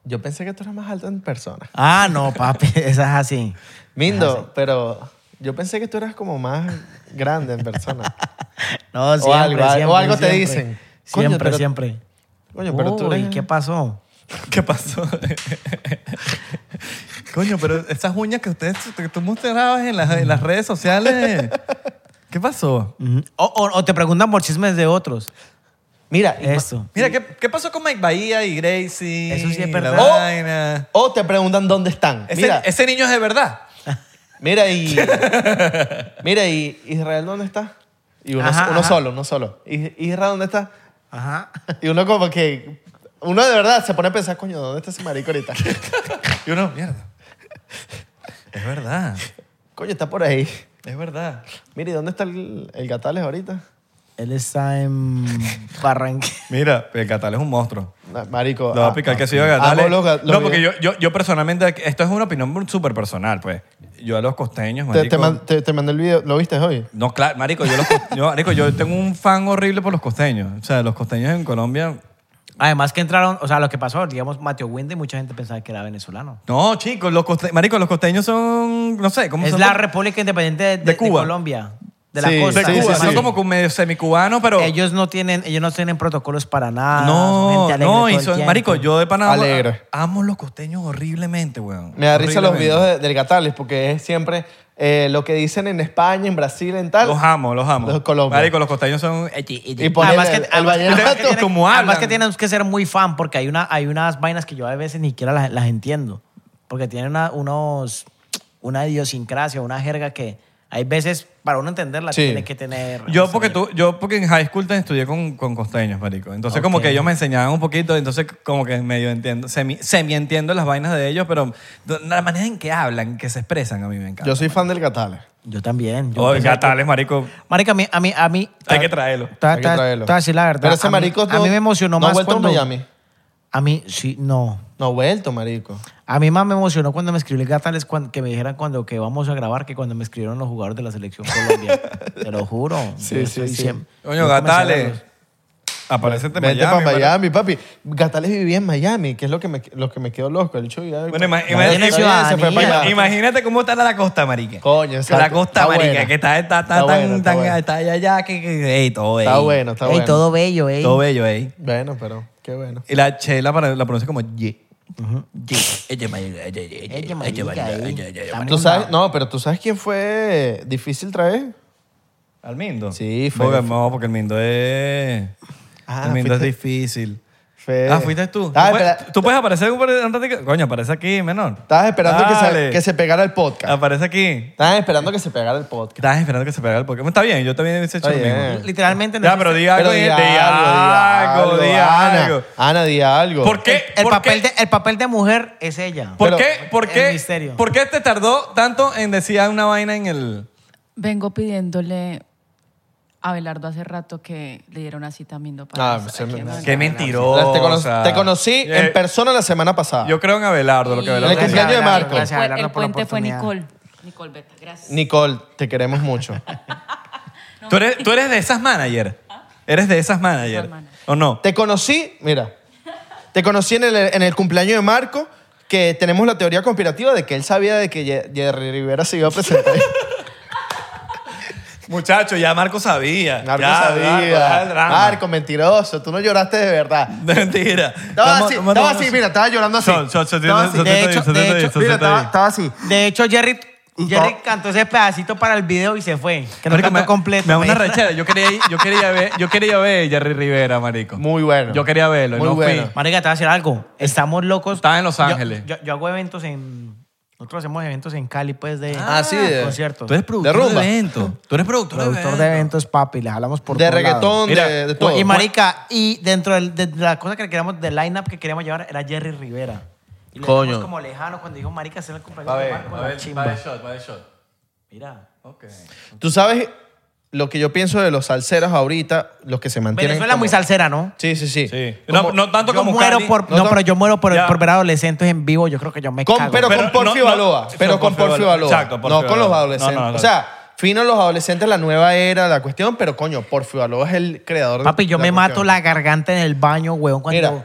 Speaker 4: yo pensé que tú eras más alto en persona.
Speaker 5: Ah, no, papi, esa es así.
Speaker 4: Mindo, pero yo pensé que tú eras como más grande en persona.
Speaker 5: No, siempre,
Speaker 4: algo, o
Speaker 5: siempre,
Speaker 4: algo te
Speaker 5: siempre.
Speaker 4: dicen. Coño,
Speaker 5: Siempre,
Speaker 4: pero-
Speaker 5: siempre.
Speaker 4: Coño, pero tú
Speaker 5: Uy,
Speaker 4: eres...
Speaker 5: ¿qué pasó?
Speaker 3: ¿Qué pasó? Coño, pero esas uñas que ustedes que tú mostrabas en las, en las redes sociales. ¿Qué pasó?
Speaker 5: Ujú. O, o- o te preguntan por chismes de otros.
Speaker 4: Mira, y-
Speaker 5: Eso.
Speaker 3: Mira, ¿qué, qué pasó con Mike Bahía y Gracie?
Speaker 5: Eso sí es
Speaker 3: y
Speaker 5: verdad.
Speaker 3: La
Speaker 4: Oh.
Speaker 3: vaina?
Speaker 4: o te preguntan dónde están.
Speaker 3: Ese,
Speaker 4: mira,
Speaker 3: ese niño es de verdad.
Speaker 4: mira y... mira y... ¿Israel dónde está? Y uno,
Speaker 5: Ajá,
Speaker 4: uno
Speaker 5: ajá.
Speaker 4: solo, uno solo. ¿Y Israel dónde está?
Speaker 5: Ajá.
Speaker 4: Y uno como que... Uno de verdad se pone a pensar, coño, ¿dónde está ese marico ahorita?
Speaker 3: Y uno, mierda. Es verdad.
Speaker 4: coño, está por ahí.
Speaker 3: Es verdad.
Speaker 4: Mira, ¿y dónde está el, el Gatales ahorita?
Speaker 5: Él está en Barranquilla.
Speaker 3: Mira, el Catal es un monstruo.
Speaker 4: No, Marico.
Speaker 3: No,
Speaker 4: ah,
Speaker 3: pica el
Speaker 4: ah,
Speaker 3: quesillo de
Speaker 4: amo
Speaker 3: Gatales.
Speaker 4: los ga- los
Speaker 3: no, porque yo,
Speaker 4: videos.
Speaker 3: yo, yo personalmente, esto es una opinión súper personal, pues. Yo a los costeños,
Speaker 4: Te, te
Speaker 3: marico-
Speaker 4: man- te- te mandé el video, ¿lo viste hoy?
Speaker 3: No, claro, marico, yo, los cos- yo, marico, yo tengo un fan horrible por los costeños. O sea, los costeños en Colombia...
Speaker 5: Además que entraron, o sea, lo que pasó, digamos, Mateo Winde, mucha gente pensaba que era venezolano.
Speaker 3: No, chicos, los coste... marico, los costeños son... No sé, ¿cómo
Speaker 5: Es
Speaker 3: son?
Speaker 5: la República Independiente de, de- de
Speaker 3: Cuba.
Speaker 5: Colombia, de la
Speaker 4: Sí,
Speaker 5: costa.
Speaker 3: de
Speaker 4: sí,
Speaker 3: Cuba.
Speaker 4: sí,
Speaker 3: Son
Speaker 4: sí.
Speaker 3: como que medio semicubanos, pero...
Speaker 5: Ellos no tienen, ellos no tienen protocolos para nada.
Speaker 3: no,
Speaker 5: son gente alegre
Speaker 3: no,
Speaker 5: todo
Speaker 3: y
Speaker 5: el
Speaker 3: son...
Speaker 5: tiempo.
Speaker 3: Marico, yo de Panamá
Speaker 4: Alegre.
Speaker 3: amo los costeños horriblemente, weón.
Speaker 4: Me da risa los
Speaker 3: Horriblemente.
Speaker 4: videos de- del Gatales porque es siempre eh, lo que dicen en España, en Brasil, en tal.
Speaker 3: Los amo, los amo.
Speaker 4: Los Colombia.
Speaker 3: Marico, los costeños son...
Speaker 4: Y ponen
Speaker 5: Además
Speaker 4: el,
Speaker 5: que-
Speaker 4: el
Speaker 5: además-
Speaker 4: vallenato.
Speaker 3: tienen- como hablan.
Speaker 5: Además que tienes que ser muy fan porque hay, una, hay unas vainas que yo a veces ni siquiera las, las entiendo. Porque tienen una, unos, una idiosincrasia, una jerga que hay veces para uno entenderla
Speaker 4: Sí.
Speaker 5: tiene que tener...
Speaker 3: Yo porque, tú, yo porque en high school te estudié con, con costeños, marico. Entonces como
Speaker 5: Ok.
Speaker 3: que ellos me enseñaban un poquito, entonces como que medio entiendo, semi, semi entiendo las vainas de ellos, pero la manera en que hablan, que se expresan, a mí me encanta.
Speaker 4: Yo soy fan del Gatales.
Speaker 5: Yo también. Yo
Speaker 3: Oh,
Speaker 5: pensé que-
Speaker 3: Gatales, marico,
Speaker 5: Marica, a mí... A mí, a mí
Speaker 3: hay que traerlo.
Speaker 5: Te voy a-
Speaker 4: Hay que
Speaker 5: te voy a-
Speaker 4: traerlo.
Speaker 5: te voy a decir la verdad.
Speaker 4: Pero ese
Speaker 5: a mí-
Speaker 4: marico
Speaker 5: A
Speaker 4: no-
Speaker 5: mí me emocionó
Speaker 4: no ha
Speaker 5: más
Speaker 4: vuelto a
Speaker 5: cuando...
Speaker 4: Miami.
Speaker 5: A mí, sí, no.
Speaker 4: No, vuelto, marico.
Speaker 5: A mí más me emocionó cuando me escribió el Gatales cuan- que me dijeran cuando que vamos a grabar que cuando me escribieron los jugadores de la selección Colombia. Te lo juro.
Speaker 4: Sí, sí,
Speaker 5: Yo soy
Speaker 4: sí.
Speaker 5: siempre-
Speaker 3: Coño,
Speaker 5: yo comencé a
Speaker 3: Gatales,
Speaker 5: verlos.
Speaker 3: aparecete en
Speaker 4: Vente
Speaker 3: Miami.
Speaker 4: para
Speaker 3: marico.
Speaker 4: Miami, papi. Gatales vivía en Miami, que es lo que me, lo que me quedó loco. El hecho de vivir-
Speaker 3: Bueno, ima-
Speaker 4: Gatales
Speaker 3: ima-
Speaker 4: se
Speaker 5: ciudadanía.
Speaker 4: fue para allá.
Speaker 3: Imagínate cómo está la costa, marica.
Speaker 4: Coño,
Speaker 3: La
Speaker 4: exacto.
Speaker 3: costa,
Speaker 4: Está
Speaker 3: marica,
Speaker 4: buena.
Speaker 3: que está, está, está,
Speaker 4: Está
Speaker 3: tan,
Speaker 4: buena, está
Speaker 3: tan,
Speaker 4: buena.
Speaker 3: está allá, allá, que, que ey, todo,
Speaker 4: Está
Speaker 3: ey.
Speaker 4: bueno, está
Speaker 5: Ey,
Speaker 4: bueno.
Speaker 5: todo bello, ey.
Speaker 3: Todo bello, ey.
Speaker 4: Bueno, pero qué bueno.
Speaker 3: Y la chela para- la pronuncia como ye.
Speaker 5: Ey, marica, ey. Estamos
Speaker 4: ¿Tú sabes? No, pero ¿tú sabes quién fue difícil traer?
Speaker 3: ¿Al Mindo?
Speaker 4: Sí, fue-
Speaker 3: Porque, no, porque el Mindo es.
Speaker 4: Ah,
Speaker 3: el Mindo
Speaker 4: fuiste-
Speaker 3: es difícil.
Speaker 4: Fue-
Speaker 3: Ah, fuiste tú.
Speaker 4: Ah,
Speaker 3: ¿Tú, puedes-
Speaker 4: espera.
Speaker 3: tú puedes aparecer un par de- un ratito? Coño, aparece aquí, menor.
Speaker 4: Estabas esperando que se,
Speaker 3: Dale.
Speaker 4: que se pegara el podcast.
Speaker 3: Aparece aquí.
Speaker 4: Estabas esperando que se pegara el podcast.
Speaker 3: Estabas esperando que se pegara el Pokémon. Está bien, yo también hubiese hecho
Speaker 4: Está
Speaker 3: lo mismo.
Speaker 4: bien.
Speaker 5: Literalmente no
Speaker 3: Ya, pero
Speaker 5: existe-
Speaker 3: di algo,
Speaker 4: Pero
Speaker 3: di,
Speaker 4: di
Speaker 3: di
Speaker 4: algo,
Speaker 3: algo, di
Speaker 4: Ana.
Speaker 3: algo.
Speaker 4: Ana, di algo.
Speaker 3: ¿Por qué?
Speaker 5: El
Speaker 3: ¿Por
Speaker 5: papel,
Speaker 3: qué?
Speaker 5: de, el papel de mujer es ella.
Speaker 3: ¿Por
Speaker 4: Pero-
Speaker 3: qué? ¿Por
Speaker 5: El
Speaker 3: qué?
Speaker 5: misterio.
Speaker 3: ¿Por qué te tardó tanto en decir una vaina en el.
Speaker 7: Vengo pidiéndole a Belardo hace rato que le diera una cita a Mindo para...
Speaker 4: Ah, se me-
Speaker 7: que-
Speaker 3: Qué mentiroso.
Speaker 4: Te, cono- te conocí en persona la semana pasada.
Speaker 3: Yo creo en Abelardo, lo que
Speaker 7: Sí.
Speaker 4: en el
Speaker 3: Abelardo.
Speaker 5: que-
Speaker 4: cumpleaños de
Speaker 5: Gracias,
Speaker 4: Marco.
Speaker 5: gracias.
Speaker 7: Fue-
Speaker 5: Abelardo,
Speaker 7: el
Speaker 5: por la
Speaker 7: puente fue
Speaker 5: oportunidad.
Speaker 7: Nicole. Nicole Beta, gracias.
Speaker 4: Nicole, te queremos mucho.
Speaker 3: ¿Tú eres, tú eres de esas manager. ¿Eres de esas manager?
Speaker 7: manager.
Speaker 3: ¿O no?
Speaker 4: Te conocí, mira, te conocí en el, en el cumpleaños de Marco, que tenemos la teoría conspirativa de que él sabía de que Ye- Jerry Rivera se iba a presentar.
Speaker 3: Muchacho, ya Marco sabía.
Speaker 4: Marco
Speaker 3: Ya, Marco, deja
Speaker 4: sabía.
Speaker 3: el drama.
Speaker 4: Marco, mentiroso, tú no lloraste de verdad.
Speaker 3: Mentira.
Speaker 4: Estaba
Speaker 3: Vamos,
Speaker 4: así,
Speaker 3: vamos,
Speaker 4: estaba
Speaker 3: vamos.
Speaker 4: así, mira, estaba llorando así.
Speaker 3: Son, son, son,
Speaker 4: Estaba
Speaker 3: son,
Speaker 4: así.
Speaker 3: son,
Speaker 4: De
Speaker 3: son,
Speaker 4: hecho,
Speaker 3: son,
Speaker 4: de
Speaker 3: son,
Speaker 4: hecho,
Speaker 3: son,
Speaker 4: mira,
Speaker 3: son,
Speaker 4: estaba
Speaker 3: son.
Speaker 4: estaba así.
Speaker 5: De hecho, Jerry, Jerry cantó ese pedacito para el video y se fue. Que no
Speaker 3: Marico,
Speaker 5: cantó
Speaker 3: me-
Speaker 5: completo.
Speaker 3: Me da una
Speaker 5: dijo.
Speaker 3: rechera. Yo quería, ir- yo quería ver, yo quería ver a Jerry Rivera, marico.
Speaker 4: Muy bueno.
Speaker 3: Yo quería verlo y
Speaker 4: Muy
Speaker 3: no fui.
Speaker 4: bueno.
Speaker 5: Marica, te voy a decir algo. Estamos locos.
Speaker 3: Estaba en Los
Speaker 5: Yo-
Speaker 3: Ángeles.
Speaker 5: Yo, yo hago eventos en, Nosotros hacemos eventos en Cali, pues, de
Speaker 8: Ah, sí, de-
Speaker 5: conciertos.
Speaker 3: Tú eres
Speaker 8: De
Speaker 3: productor de,
Speaker 8: rumba.
Speaker 3: evento. Tú eres productor,
Speaker 5: productor de eventos, papi. Le jalamos por
Speaker 4: De
Speaker 5: todos lados. pues,
Speaker 4: reggaetón,
Speaker 3: Mira,
Speaker 4: de, de todo.
Speaker 5: Y marica, y dentro del- de la cosa que queríamos, del line-up que queríamos llevar era Jerry Rivera. Y le
Speaker 8: Coño.
Speaker 5: dejamos como lejano cuando dijo marica hacer el cumpleaños
Speaker 3: Va a
Speaker 5: de
Speaker 3: ver,
Speaker 5: Marco
Speaker 3: va a
Speaker 5: la
Speaker 3: ver,
Speaker 5: chimba.
Speaker 3: va a ver shot, va a ver shot.
Speaker 5: Mira.
Speaker 4: Tú sabes lo que yo pienso de los salseros ahorita, los que se mantienen.
Speaker 5: Venezuela
Speaker 4: como-
Speaker 5: muy salsera, ¿no?
Speaker 4: Sí, sí, sí.
Speaker 3: Sí.
Speaker 4: Como-
Speaker 3: No, no tanto
Speaker 5: Yo
Speaker 3: como
Speaker 5: muero
Speaker 3: Cali.
Speaker 5: por,
Speaker 4: No,
Speaker 5: no,
Speaker 4: no.
Speaker 5: pero yo muero por,
Speaker 3: Ya.
Speaker 5: por ver adolescentes en vivo. Yo creo que yo me
Speaker 4: Con-
Speaker 5: cago.
Speaker 4: pero,
Speaker 3: Pero
Speaker 4: con
Speaker 3: no-
Speaker 4: Porfi
Speaker 3: no-
Speaker 4: Balboa.
Speaker 3: no,
Speaker 4: pero con Porfi Balboa.
Speaker 3: Exacto, Porfi
Speaker 4: No con los
Speaker 3: Balboa.
Speaker 4: adolescentes.
Speaker 3: No, no, no.
Speaker 4: O sea, fino los adolescentes, la nueva era, la cuestión, pero coño, Porfi Balboa es el creador de
Speaker 5: Papi, yo
Speaker 4: la
Speaker 5: me mato
Speaker 4: cuestión.
Speaker 5: la garganta en el baño, weón, cuando...
Speaker 4: Mira.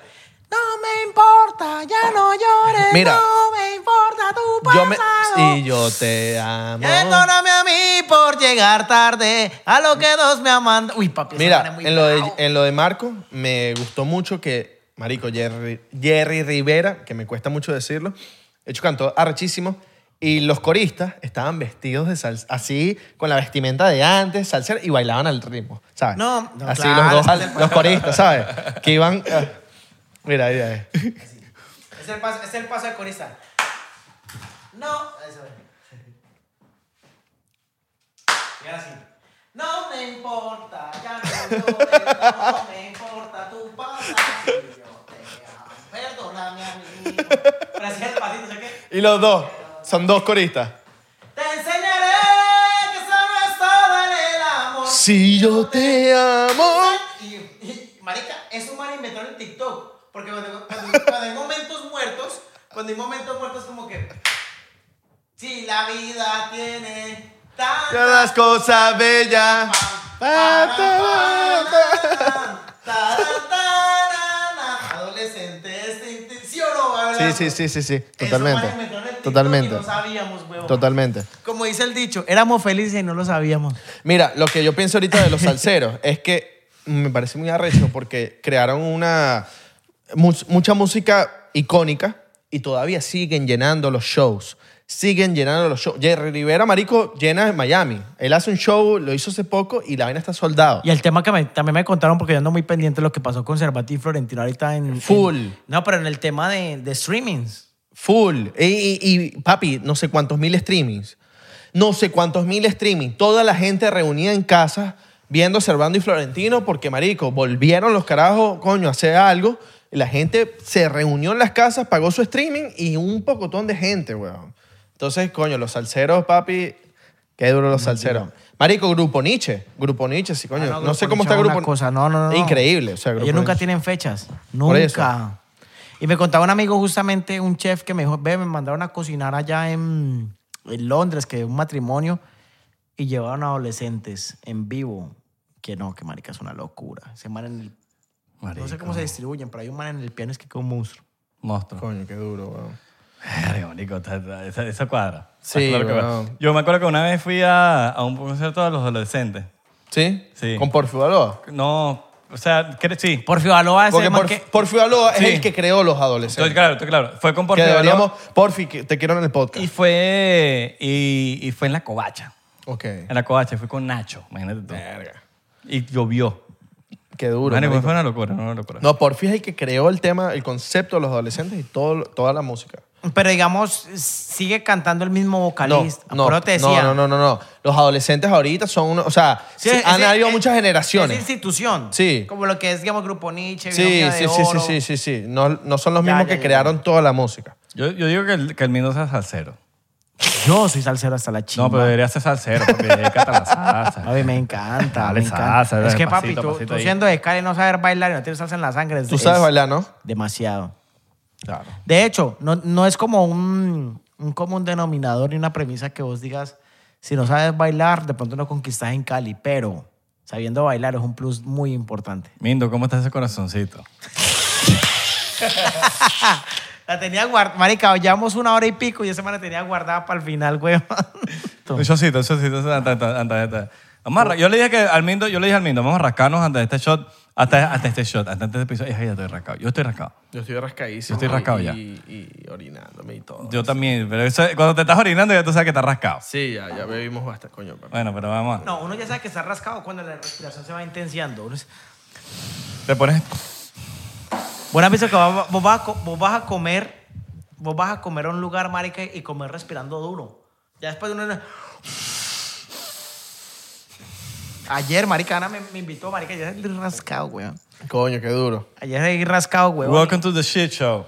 Speaker 5: No me importa, ya no llores,
Speaker 4: Mira.
Speaker 5: no me importa tu
Speaker 4: Yo
Speaker 5: pasado.
Speaker 4: me, y yo te amo.
Speaker 5: Perdóname a mí por llegar tarde a lo que dos me aman. Uy, papi, esa vaina
Speaker 4: Mira,
Speaker 5: es muy
Speaker 4: en lo, de,
Speaker 5: bravo.
Speaker 4: en lo de Marco, me gustó mucho que, marico, Jerry, Jerry Rivera, que me cuesta mucho decirlo, de hecho cantó arrechísimo, y los coristas estaban vestidos de salsa, así, con la vestimenta de antes, salsero, y bailaban al ritmo, ¿sabes?
Speaker 5: No, no,
Speaker 4: Así
Speaker 5: claro,
Speaker 4: los, dos,
Speaker 5: ese es el-
Speaker 4: los coristas, ¿sabes? Que iban... ah, mira, mira, eh.
Speaker 5: Es el paso, es el paso del corista. No. Eso es. Y ahora sí. No me importa, ya no, llores, no me importa tu pasado. Yo te amo. Perdóname a mí. Pero así es el pasito, ¿sabes qué?
Speaker 4: Y los dos, son dos coristas.
Speaker 5: Te enseñaré que eso no es todo en el amor.
Speaker 4: Si yo te amo...
Speaker 5: Y, y, marica, eso man inventaron en TikTok. Porque cuando, cuando- cuando hay momentos muertos, cuando hay momentos muertos como que... Si la vida tiene tantas...
Speaker 4: Las cosas bellas.
Speaker 5: Para, para, para, para, Adolescentes, tin, tin, ¿sí o no?
Speaker 4: Sí,
Speaker 5: ¿verdad?
Speaker 4: sí, sí, sí, sí,
Speaker 5: Eso man
Speaker 4: totalmente.
Speaker 5: inventaron en TikTok y
Speaker 4: Totalmente.
Speaker 5: No sabíamos, huevón.
Speaker 4: Totalmente.
Speaker 5: Como dice el dicho, éramos felices y no lo sabíamos.
Speaker 4: Mira, lo que yo pienso ahorita de los salseros es que me parece muy arrecho porque crearon una mu- mucha música icónica y todavía siguen llenando los shows. Siguen llenando los shows. Jerry Rivera, marico, llena en Miami. Él hace un show, lo hizo hace poco y la vaina está soldado.
Speaker 5: Y el tema que me- también me contaron, porque yo ando muy pendiente de lo que pasó con Cervati y Florentino ahorita en...
Speaker 4: Full.
Speaker 5: en- no, pero en el tema de, de streamings.
Speaker 4: Full. Y, y- y, papi, no sé cuántos mil streamings. No sé cuántos mil streamings. Toda la gente reunida en casa viendo Servando y Florentino porque, marico, volvieron los carajos, coño, a hacer algo. Y la gente se reunió en las casas, pagó su streaming y un pocotón de gente, weón. Entonces, coño, los salseros, papi, qué duro los salseros. Marico, Grupo Nietzsche. Grupo Nietzsche, sí, coño.
Speaker 5: Ah,
Speaker 4: no,
Speaker 5: Grupo
Speaker 4: sé cómo
Speaker 5: Nietzsche
Speaker 4: está
Speaker 5: es una
Speaker 4: Grupo
Speaker 5: cosa. No, no, no.
Speaker 4: Increíble. O sea, Grupo
Speaker 5: Ellos nunca
Speaker 4: Nietzsche.
Speaker 5: tienen fechas.
Speaker 4: Por eso.
Speaker 5: Nunca. Y me contaba un amigo justamente, un chef, que me dijo, ve, me mandaron a cocinar allá en, en Londres, que es un matrimonio, y llevaron adolescentes en vivo. Que no, que marica, es una locura. Se man en el... No sé cómo se distribuyen, pero hay un man en el piano es que queda un monstruo.
Speaker 3: Monstruo.
Speaker 4: Coño, qué duro, weón.
Speaker 3: Verga, marico, ta- ta- esa, esa cuadra.
Speaker 4: Sí,
Speaker 3: Claro que
Speaker 4: weón.
Speaker 3: va. Yo me acuerdo que una vez fui a, a un concierto de los adolescentes.
Speaker 4: ¿Sí?
Speaker 3: Sí.
Speaker 4: Con Porfi Balboa.
Speaker 3: No, o sea, que- sí.
Speaker 5: Porfio Aloa ese
Speaker 4: Porque
Speaker 5: man
Speaker 4: Porf-
Speaker 5: que-
Speaker 4: Porfi Balboa
Speaker 3: Sí.
Speaker 4: es el que creó los
Speaker 3: Estoy
Speaker 4: adolescentes.
Speaker 3: claro, estoy claro. Fue con Porfi
Speaker 4: que
Speaker 3: Balboa
Speaker 4: deberíamos, Porfi, que- te quiero en el podcast.
Speaker 3: y fue, y, y fue en la covacha.
Speaker 4: ok.
Speaker 3: En la covacha, fui con Nacho, imagínate tú. Y llovió.
Speaker 4: Qué duro.
Speaker 3: Marico,
Speaker 4: marico.
Speaker 3: fue una locura, una locura.
Speaker 4: No, Porfi es el que creó el tema, el concepto de los adolescentes y todo, toda la música.
Speaker 5: Pero digamos, sigue cantando el mismo
Speaker 4: No,
Speaker 5: vocalista.
Speaker 4: no,
Speaker 5: Ah, Pero te
Speaker 4: no,
Speaker 5: decía,
Speaker 4: no, no, no, no. Los adolescentes ahorita son uno, o sea,
Speaker 5: sí, eh,
Speaker 4: sí,
Speaker 5: es-
Speaker 4: han
Speaker 5: es-
Speaker 4: habido
Speaker 5: es-
Speaker 4: muchas generaciones.
Speaker 5: Es institución.
Speaker 4: Sí.
Speaker 5: Como lo que es, digamos, Grupo Nietzsche,
Speaker 4: sí, sí, sí, sí, sí, sí, sí. No, no son los
Speaker 5: Ya,
Speaker 4: mismos
Speaker 5: ya,
Speaker 4: que
Speaker 5: ya,
Speaker 4: crearon toda la música.
Speaker 3: Yo, yo digo que el, que el Mendoza es salsero.
Speaker 5: Yo soy salsero hasta la chingada.
Speaker 3: No, pero debería ser salsero porque cata la salsa.
Speaker 5: Papi, me encanta,
Speaker 3: Dale
Speaker 5: me encanta.
Speaker 3: salsa,
Speaker 5: es que
Speaker 3: dale
Speaker 5: papi,
Speaker 3: pasito,
Speaker 5: tú,
Speaker 3: pasito
Speaker 5: tú
Speaker 3: ahí.
Speaker 5: siendo de Cali no saber bailar y no tienes salsa en la sangre. es-
Speaker 4: Tú sabes
Speaker 5: es
Speaker 4: bailar, ¿no?
Speaker 5: Demasiado.
Speaker 4: Claro.
Speaker 5: De hecho, no, no es como un, un común denominador ni una premisa que vos digas, si no sabes bailar, de pronto no conquistás en Cali, pero sabiendo bailar es un plus muy importante.
Speaker 3: Mindo, ¿cómo está ese corazoncito?
Speaker 5: La tenía guardada, marica, llevamos una hora y pico y esa semana tenía guardada para el final, güey.
Speaker 3: Un shotcito, un shotcito, un shotcito, antes- antes- antes de esta. Vamos a ra- yo le dije que al Mindo, yo le dije al Mindo, vamos a rascarnos antes de este shot, hasta, hasta este shot, hasta este episodio. Ay, ya estoy rascado. Yo estoy rascado.
Speaker 4: Yo estoy rascadísimo.
Speaker 3: Yo estoy rascado
Speaker 4: y,
Speaker 3: ya.
Speaker 4: Y, y orinándome y todo.
Speaker 3: Yo también, pero eso- cuando te estás orinando ya tú sabes que estás rascado.
Speaker 4: Sí, ya, ya bebimos hasta coño. papá.
Speaker 3: Bueno, pero vamos. a-
Speaker 5: No, uno ya sabe que está rascado cuando la respiración se va intensiando. Uno es-
Speaker 3: Te pones
Speaker 5: Bueno, pienso que va- vos vas, a, co- vos vas a comer vos vas a comer a un lugar, marica, y comer respirando duro. Ya después de una... Ayer, marica, Ana me, me invitó, marica, ayer salí rascado, weón.
Speaker 4: Coño, qué duro.
Speaker 5: Ayer salí rascado, weón.
Speaker 3: Welcome to the shit show.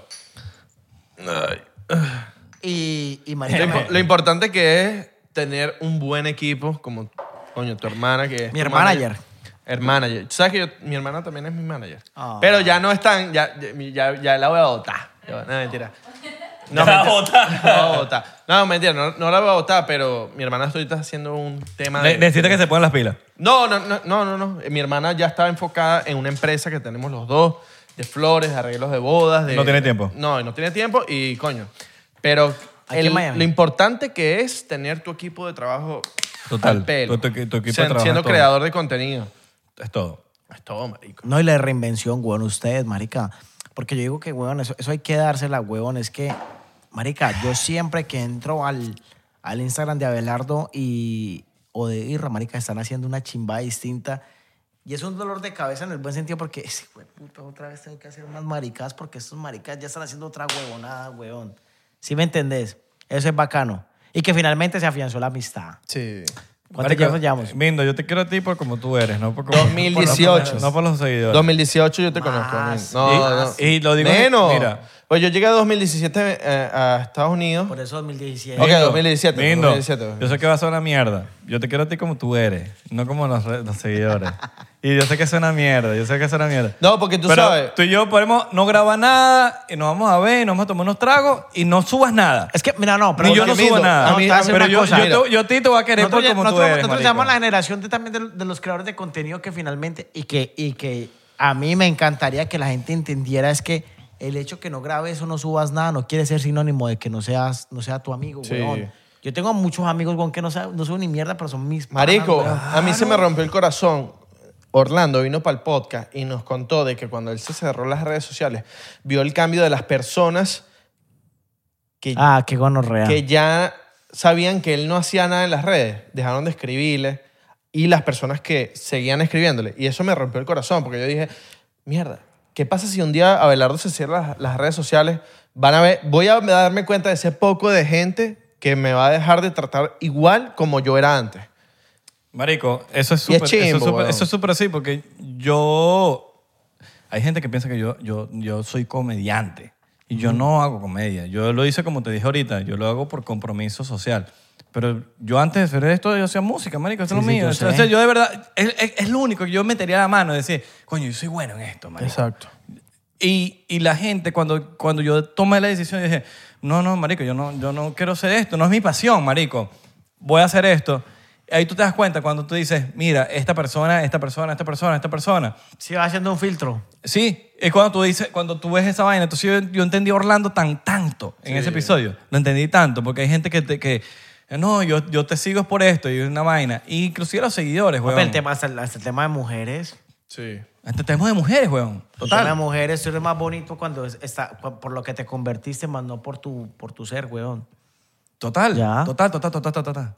Speaker 5: Y, y
Speaker 4: Lo,
Speaker 5: marica, me-
Speaker 4: impo- lo importante que es tener un buen equipo, como coño, tu hermana que es.
Speaker 5: Mi
Speaker 4: tu
Speaker 5: hermana ayer.
Speaker 4: El manager. Tú sabes que yo- mi hermana también es mi manager.
Speaker 5: Ah.
Speaker 4: Pero ya no están, ya, ya, ya la voy a votar. No, mentira. No,
Speaker 6: La
Speaker 4: mentira.
Speaker 6: votar.
Speaker 4: No la voy a votar. No, mentira, no, no la voy a votar, pero mi hermana estoy haciendo un tema
Speaker 3: Ne-
Speaker 4: de...
Speaker 3: necesita que se pongan las pilas.
Speaker 4: No, no, no, no, no, no. Mi hermana ya estaba enfocada en una empresa que tenemos los dos, de flores, de arreglos de bodas. de-
Speaker 3: No tiene tiempo.
Speaker 4: No, y no tiene tiempo y coño. Pero
Speaker 5: Aquí
Speaker 4: el-
Speaker 5: en Miami.
Speaker 4: lo importante que es tener tu equipo de trabajo
Speaker 3: Total.
Speaker 4: al pelo.
Speaker 3: Tu- tu- tu equipo de
Speaker 4: Sien-
Speaker 3: trabajo
Speaker 4: Siendo
Speaker 3: es todo.
Speaker 4: creador de contenido.
Speaker 3: Es todo.
Speaker 4: Es todo, marico.
Speaker 5: No, y la reinvención, weón, ustedes, marica. Porque yo digo que, weón, eso, eso hay que dársela, weón. Es que, marica, yo siempre que entro al, al Instagram de Abelardo y, o de Irra, marica, están haciendo una chimba distinta. Y es un dolor de cabeza en el buen sentido porque, ese weón, puta, otra vez tengo que hacer unas maricadas porque estos maricas ya están haciendo otra huevonada, weón. ¿Sí me entendés? Eso es bacano. Y que finalmente se afianzó la amistad.
Speaker 4: Sí.
Speaker 5: ¿Cuántos
Speaker 3: Marico,
Speaker 5: años llevamos?
Speaker 3: Mindo, yo te quiero a ti por como tú eres, no por como-
Speaker 4: 2018.
Speaker 3: No por los seguidores.
Speaker 4: 2018 yo te conozco.
Speaker 5: Más,
Speaker 4: No,
Speaker 3: más.
Speaker 4: no.
Speaker 3: Y lo digo-
Speaker 4: Menos.
Speaker 3: mira.
Speaker 4: Pues yo llegué a 2017 eh, a Estados Unidos.
Speaker 5: Por eso 2017.
Speaker 4: Ok,
Speaker 3: Mindo,
Speaker 4: 2017,
Speaker 3: Mindo,
Speaker 4: 2017.
Speaker 3: Yo sé que va a ser una mierda. Yo te quiero a ti como tú eres, no como los, re- los seguidores. y yo sé que es una mierda, yo sé que es una mierda.
Speaker 4: No, porque tú
Speaker 3: Pero
Speaker 4: sabes.
Speaker 3: Tú y yo podemos no grabar nada y nos vamos a ver y nos vamos a tomar unos tragos y no subas nada.
Speaker 5: Es que, mira, no, pero
Speaker 3: Ni yo
Speaker 5: porque-
Speaker 3: no subo
Speaker 4: Mindo,
Speaker 3: nada.
Speaker 4: a mí-
Speaker 5: No, te voy a decir
Speaker 3: pero
Speaker 5: una
Speaker 3: yo,
Speaker 5: cosa.
Speaker 3: yo, te, yo a ti te voy a querer por como
Speaker 5: nosotros,
Speaker 3: tú eres.
Speaker 5: nosotros
Speaker 3: marico.
Speaker 5: somos la generación de, también de, de los creadores de contenido que finalmente, y que, y que a mí me encantaría que la gente entendiera es que el hecho que no grabes o no subas nada no quiere ser sinónimo de que no seas no sea tu amigo,
Speaker 4: Sí.
Speaker 5: weón. Yo tengo muchos amigos, weón, que no, sa- no suben ni mierda, pero son mis panas,
Speaker 4: Marico,
Speaker 5: weón.
Speaker 4: a mí se me rompió el corazón. Orlando vino para el podcast y nos contó de que cuando él se cerró las redes sociales, vio el cambio de las personas que,
Speaker 5: Ah, qué gonorrea.
Speaker 4: que ya sabían que él no hacía nada en las redes, dejaron de escribirle y las personas que seguían escribiéndole. Y eso me rompió el corazón porque yo dije, mierda, ¿qué pasa si un día Abelardo se cierra las, las redes sociales? Van a ver, voy a darme cuenta de ese poco de gente que me va a dejar de tratar igual como yo era antes.
Speaker 3: Marico, eso es
Speaker 4: Y es
Speaker 3: súper. Eso,
Speaker 4: chimbo,
Speaker 3: es súper-
Speaker 4: weón.
Speaker 3: eso es súper así, porque yo. Hay gente que piensa que yo, yo, yo soy comediante. Y yo no hago comedia. Yo lo hice como te dije ahorita. Yo lo hago por compromiso social. Pero yo antes de hacer esto, yo hacía música, marico. Eso es
Speaker 5: Sí,
Speaker 3: lo
Speaker 5: sí,
Speaker 3: mío.
Speaker 5: yo
Speaker 3: O sea,
Speaker 5: sé.
Speaker 3: yo de verdad. Es, es- es lo único que yo metería la mano. Decir, coño, yo soy bueno en esto, marico.
Speaker 4: Exacto.
Speaker 3: Y, y la gente, cuando, cuando yo tomé la decisión, yo dije, no, no, marico, yo no, yo no quiero hacer esto, no es mi pasión, marico, voy a hacer esto. Ahí tú te das cuenta cuando tú dices, mira, esta persona, esta persona, esta persona, esta persona.
Speaker 5: Sí, va haciendo un filtro.
Speaker 3: Sí, es cuando tú dices, cuando tú ves esa vaina. Entonces yo, yo entendí a Orlando tan tanto en ese episodio. Lo entendí tanto porque hay gente que, te- que no, yo, yo te sigo es por esto y es una vaina. Y inclusive los seguidores,
Speaker 5: Papi,
Speaker 3: weón.
Speaker 5: el tema, hasta, el- hasta el tema de mujeres.
Speaker 4: Sí.
Speaker 3: Este tema de mujeres, weón.
Speaker 5: Total.
Speaker 3: Total.
Speaker 5: mujeres, tú eres más bonito cuando es- está, cu- por lo que te convertiste, más no por tu, por tu ser, weón.
Speaker 3: Total,
Speaker 5: Ya.
Speaker 3: total, total, total, total, total.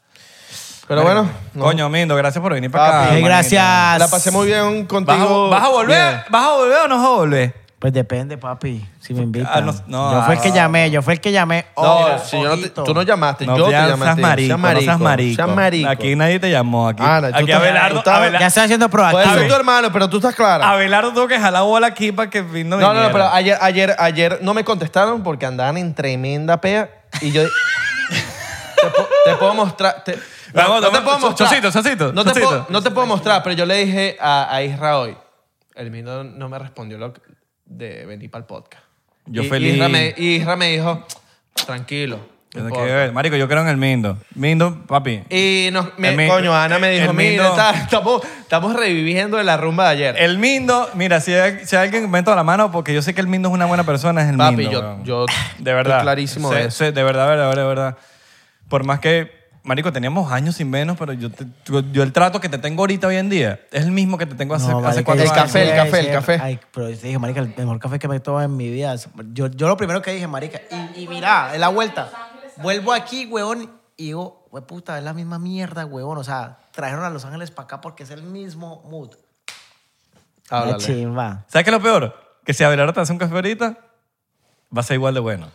Speaker 4: Pero bueno, no.
Speaker 3: Coño, Mindo, gracias por venir
Speaker 4: Papi,
Speaker 3: para acá.
Speaker 5: Eh,
Speaker 3: manito.
Speaker 5: gracias.
Speaker 4: la pasé muy bien
Speaker 3: ¿Vas a,
Speaker 4: contigo.
Speaker 3: vas a volver?
Speaker 4: Bien.
Speaker 3: ¿Vas a volver o no vas a volver?
Speaker 5: Pues depende, papi, si me invitan.
Speaker 3: Ah, no, no,
Speaker 5: yo fui
Speaker 3: ah,
Speaker 5: el que llamé, yo fui el que llamé.
Speaker 3: Oh,
Speaker 4: No,
Speaker 5: Ojo,
Speaker 4: si yo no te-
Speaker 5: ojito.
Speaker 4: tú no llamaste, yo te
Speaker 3: seas
Speaker 4: llamé. a ti.
Speaker 3: marico, no seas marico.
Speaker 4: seas marico.
Speaker 3: Aquí nadie te llamó. Aquí,
Speaker 4: Ah, no, tú
Speaker 3: aquí
Speaker 4: estás-
Speaker 3: Abelardo,
Speaker 4: tú estás-
Speaker 3: Abela-
Speaker 5: Ya estoy haciendo
Speaker 4: Puede
Speaker 5: proactivo.
Speaker 4: ser tu hermano, pero tú estás clara.
Speaker 3: Abelardo tuvo que jalar bola aquí para que Mindo
Speaker 4: No, no,
Speaker 3: viniera.
Speaker 4: no, pero ayer, ayer, ayer no me contestaron porque andaban en tremenda pea y yo... te, po- te puedo mostrar... te-
Speaker 3: Vamos,
Speaker 4: no, no te
Speaker 3: vamos,
Speaker 4: puedo
Speaker 3: cho-
Speaker 4: mostrar.
Speaker 3: chocito, chocito,
Speaker 4: no, te
Speaker 3: chocito.
Speaker 4: puedo, no te puedo mostrar, pero yo le dije a, a Isra hoy. El mío no me respondió lo que- de venir para el podcast.
Speaker 3: Yo
Speaker 4: Y-
Speaker 3: feliz.
Speaker 4: Isra me, Isra me dijo, tranquilo. no
Speaker 3: Tiene que
Speaker 4: importa".
Speaker 3: ver. Marico, yo creo en el Mindo. Mindo, papi.
Speaker 4: Y nos, me-
Speaker 3: El mi-
Speaker 4: coño, Ana me
Speaker 3: el
Speaker 4: dijo,
Speaker 3: mi
Speaker 4: mira,
Speaker 3: no".
Speaker 4: está- estamos, estamos reviviendo la rumba de ayer.
Speaker 3: El Mindo, mira, si, hay- si hay alguien me toda la mano, porque yo sé que el Mindo es una buena persona, es el
Speaker 4: Papi,
Speaker 3: Mindo.
Speaker 4: yo-
Speaker 3: weón.
Speaker 4: yo
Speaker 3: de verdad.
Speaker 4: estoy clarísimo
Speaker 3: Sé-
Speaker 4: de eso.
Speaker 3: sé, de verdad, verdad, verdad, verdad. Por más que, marico, teníamos años sin menos, pero yo, te- yo, yo el trato que te tengo ahorita hoy en día es el mismo que te tengo hace,
Speaker 5: No,
Speaker 3: hace
Speaker 5: marica,
Speaker 3: cuatro
Speaker 5: yo
Speaker 4: el
Speaker 3: años.
Speaker 4: café, el
Speaker 5: sí,
Speaker 4: café,
Speaker 5: sí,
Speaker 4: el café.
Speaker 5: Ay, pero yo te dije, marica, el mejor café que me he tomado en mi vida. es- Yo, yo lo primero que dije, marica, y, y mira, es la vuelta. Vuelvo aquí, weón, y digo, we puta, es la misma mierda, weón. O sea, trajeron a Los Ángeles para acá porque es el mismo mood.
Speaker 4: Háblale.
Speaker 5: Una chimba.
Speaker 4: Ah,
Speaker 3: ¿Sabes qué es lo peor? Que si Abelardo te hace un café ahorita, va a ser igual de bueno.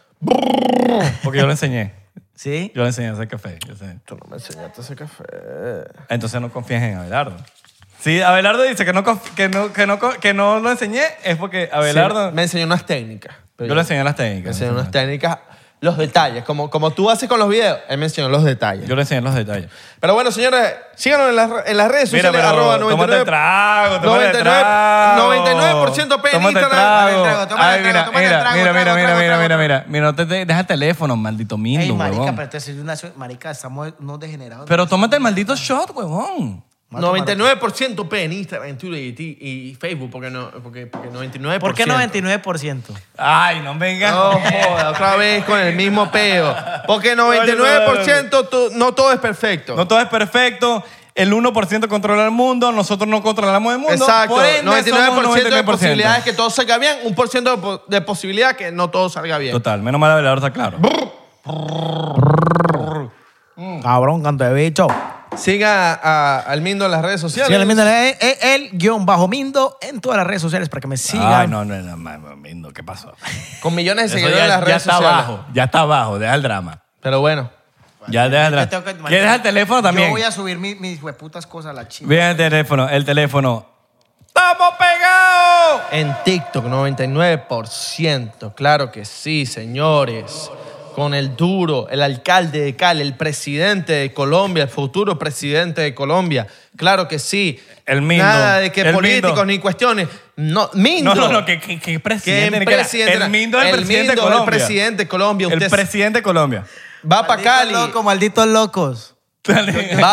Speaker 3: Porque yo lo enseñé.
Speaker 5: ¿Sí?
Speaker 3: Yo le enseñé a hacer café. yo sé.
Speaker 4: Tú no me enseñaste ese café.
Speaker 3: Entonces no confíes en Abelardo. Sí, Abelardo dice que no, conf- que no, que no, co- que no lo enseñé es porque Abelardo...
Speaker 4: Sí, me enseñó unas técnicas. pero
Speaker 3: yo le enseñé las técnicas.
Speaker 4: Me enseñó unas técnicas, los detalles. Como, como tú haces con los videos, él me enseñó los detalles.
Speaker 3: Yo le enseñé los detalles.
Speaker 4: Pero bueno, señores, síganos en, las en las redes
Speaker 3: Mira,
Speaker 4: sociales.
Speaker 3: pero
Speaker 4: arroba
Speaker 3: tómate el trago, tómate el
Speaker 4: 99,
Speaker 3: trago.
Speaker 4: 99% P en
Speaker 3: Tómate el
Speaker 4: Instagram.
Speaker 3: trago.
Speaker 4: Dame el trago,
Speaker 5: tómate
Speaker 3: Ay,
Speaker 5: el trago, tómate el
Speaker 3: mira,
Speaker 5: trago,
Speaker 3: Mira, mira,
Speaker 5: trago,
Speaker 3: mira,
Speaker 5: trago,
Speaker 3: mira,
Speaker 5: trago.
Speaker 3: mira, mira, mira, no te, te- deja el teléfono, maldito mindo,
Speaker 5: Ey, marica,
Speaker 3: huevón.
Speaker 5: pero te soy una... Marica, estamos unos degenerados.
Speaker 3: Pero tómate el maldito shot, huevón.
Speaker 4: 99% P en Instagram, en Twitter y, ti- y Facebook, porque, no, porque, porque 99%.
Speaker 5: ¿Por qué 99%?
Speaker 3: Ay, no vengas.
Speaker 4: No joda, otra vez con el mismo peo. Porque 99% tú- no todo es perfecto.
Speaker 3: No todo es perfecto. El 1% controla el mundo. Nosotros no controlamos el mundo.
Speaker 4: Exacto.
Speaker 3: Por ende,
Speaker 4: 99%,
Speaker 3: somos
Speaker 4: de
Speaker 3: 99%.
Speaker 4: posibilidades que todo salga bien, un por ciento de po- de posibilidades que no todo salga bien.
Speaker 3: Total, menos mal Abelardo está claro.
Speaker 5: Cabrón, canto de bicho.
Speaker 4: Siga a- al Mindo en las redes sociales.
Speaker 5: Sí, el, Mindo, eh, eh, el guión bajo Mindo en todas las redes sociales para que me sigan.
Speaker 3: Ay, no, no, no, ma- ma- mindo, ¿qué pasó?
Speaker 4: Con millones de
Speaker 3: Eso
Speaker 4: seguidores
Speaker 3: ya,
Speaker 4: en las
Speaker 3: ya
Speaker 4: redes
Speaker 3: está
Speaker 4: sociales.
Speaker 3: abajo, ya está abajo, deja el drama.
Speaker 4: Pero bueno.
Speaker 3: Ya deja el
Speaker 5: Yo
Speaker 3: drama.
Speaker 5: tengo que-
Speaker 3: ¿Quieres el teléfono también?
Speaker 5: Yo voy a subir mi- mis hueputas cosas a la chica.
Speaker 3: Vean el teléfono, el teléfono. ¡Estamos pegados!
Speaker 4: En TikTok, 99%. Claro que sí, señores. Con el duro, el alcalde de Cali, el presidente de Colombia, el futuro presidente de Colombia. Claro que sí.
Speaker 3: El Mindo,
Speaker 4: Nada de que
Speaker 3: el
Speaker 4: políticos
Speaker 3: Mindo.
Speaker 4: ni cuestiones. No, Mindo.
Speaker 3: No, no, no, que, que, que
Speaker 4: Que
Speaker 3: presidente.
Speaker 4: el
Speaker 3: ni que era.
Speaker 4: presidente era-
Speaker 3: el Mindo es el,
Speaker 4: el
Speaker 3: presidente de
Speaker 4: Mindo es el
Speaker 3: Colombia.
Speaker 4: presidente de Colombia.
Speaker 3: El
Speaker 4: Usted-
Speaker 3: presidente de Colombia.
Speaker 4: Va para Cali.
Speaker 5: Loco, malditos locos.
Speaker 4: Va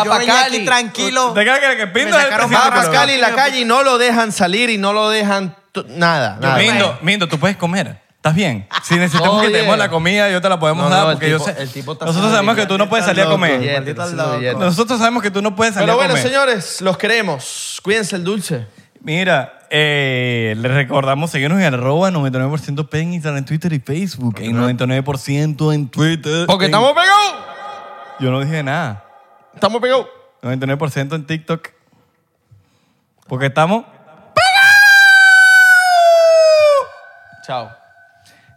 Speaker 5: Yo
Speaker 4: para
Speaker 5: venía
Speaker 4: Cali.
Speaker 5: aquí tranquilo.
Speaker 3: ¿Te crees que, que Mindo es el presidente?
Speaker 5: sacaron
Speaker 4: Va
Speaker 5: Sí, pero-
Speaker 4: para
Speaker 3: de Colombia?
Speaker 4: Cali en la calle y no lo dejan salir y no lo dejan t- nada. nada.
Speaker 3: Mindo, Mindo, tú puedes comer. ¿Estás bien? Si necesitamos
Speaker 4: Todo
Speaker 3: que te demos
Speaker 4: bien.
Speaker 3: la comida, yo te la podemos
Speaker 4: No,
Speaker 3: dar.
Speaker 4: no, el
Speaker 3: porque yo
Speaker 4: tipo-
Speaker 3: sé.
Speaker 4: el tipo está
Speaker 3: Nosotros
Speaker 4: haciendo
Speaker 3: sabemos que tú no puedes salir a comer.
Speaker 4: Billete,
Speaker 5: Maldito
Speaker 4: haciendo
Speaker 5: loco.
Speaker 4: billete.
Speaker 3: Nosotros sabemos que tú no puedes salir
Speaker 4: Pero
Speaker 3: a
Speaker 4: bueno,
Speaker 3: comer.
Speaker 4: señores, los queremos. Cuídense el dulce.
Speaker 3: Mira, eh, les recordamos seguirnos en arroba 99% P en Instagram, en Twitter y Facebook. En 99% en Twitter.
Speaker 4: Porque
Speaker 3: en-
Speaker 4: estamos pegados.
Speaker 3: Yo no dije nada.
Speaker 4: Estamos pegados.
Speaker 3: 99% en TikTok. Porque estamos...
Speaker 4: Chao.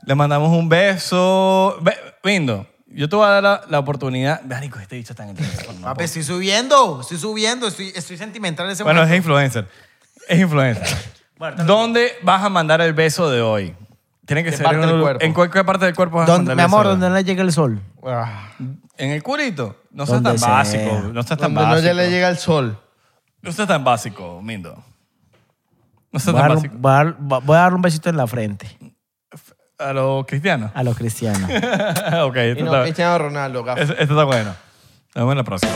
Speaker 3: Le mandamos un beso. Ve- Vindo, yo te voy a dar la, la oportunidad... Marico, este bicho está en el teléfono. no
Speaker 5: Papi, estoy subiendo, estoy subiendo, estoy, estoy sentimental en ese
Speaker 3: Bueno, es
Speaker 5: momento.
Speaker 3: influencer. Es influencer. ¿Dónde vas a mandar el beso de hoy? Tiene que
Speaker 4: ¿Qué
Speaker 3: ser
Speaker 4: parte
Speaker 3: en,
Speaker 4: del
Speaker 3: un-
Speaker 4: cuerpo?
Speaker 3: en cualquier parte del cuerpo. Vas a
Speaker 5: ¿Dónde-
Speaker 3: mandar
Speaker 5: mi
Speaker 3: el beso
Speaker 5: amor,
Speaker 3: de hoy.
Speaker 5: donde no le llegue el sol.
Speaker 4: Ah,
Speaker 3: ¿En el culito? No seas tan
Speaker 5: Donde sea.
Speaker 3: básico. No seas tan
Speaker 4: Donde no ya
Speaker 3: básico.
Speaker 4: le llega el sol.
Speaker 3: No seas tan básico, Mindo. No seas
Speaker 5: Voy a,
Speaker 3: tan
Speaker 5: dar
Speaker 3: básico.
Speaker 5: un, voy a dar- voy a dar un besito en la frente
Speaker 3: A los cristianos.
Speaker 5: a los cristianos.
Speaker 3: ok,
Speaker 4: Y
Speaker 3: esto,
Speaker 4: no,
Speaker 3: está,
Speaker 4: Cristiano Ronaldo, gafo.
Speaker 3: esto está bueno. Nos vemos en la próxima.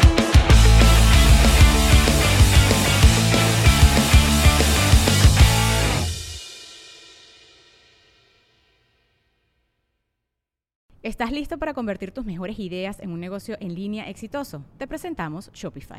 Speaker 8: ¿Estás listo para convertir tus mejores ideas en un negocio en línea exitoso? Te presentamos Shopify.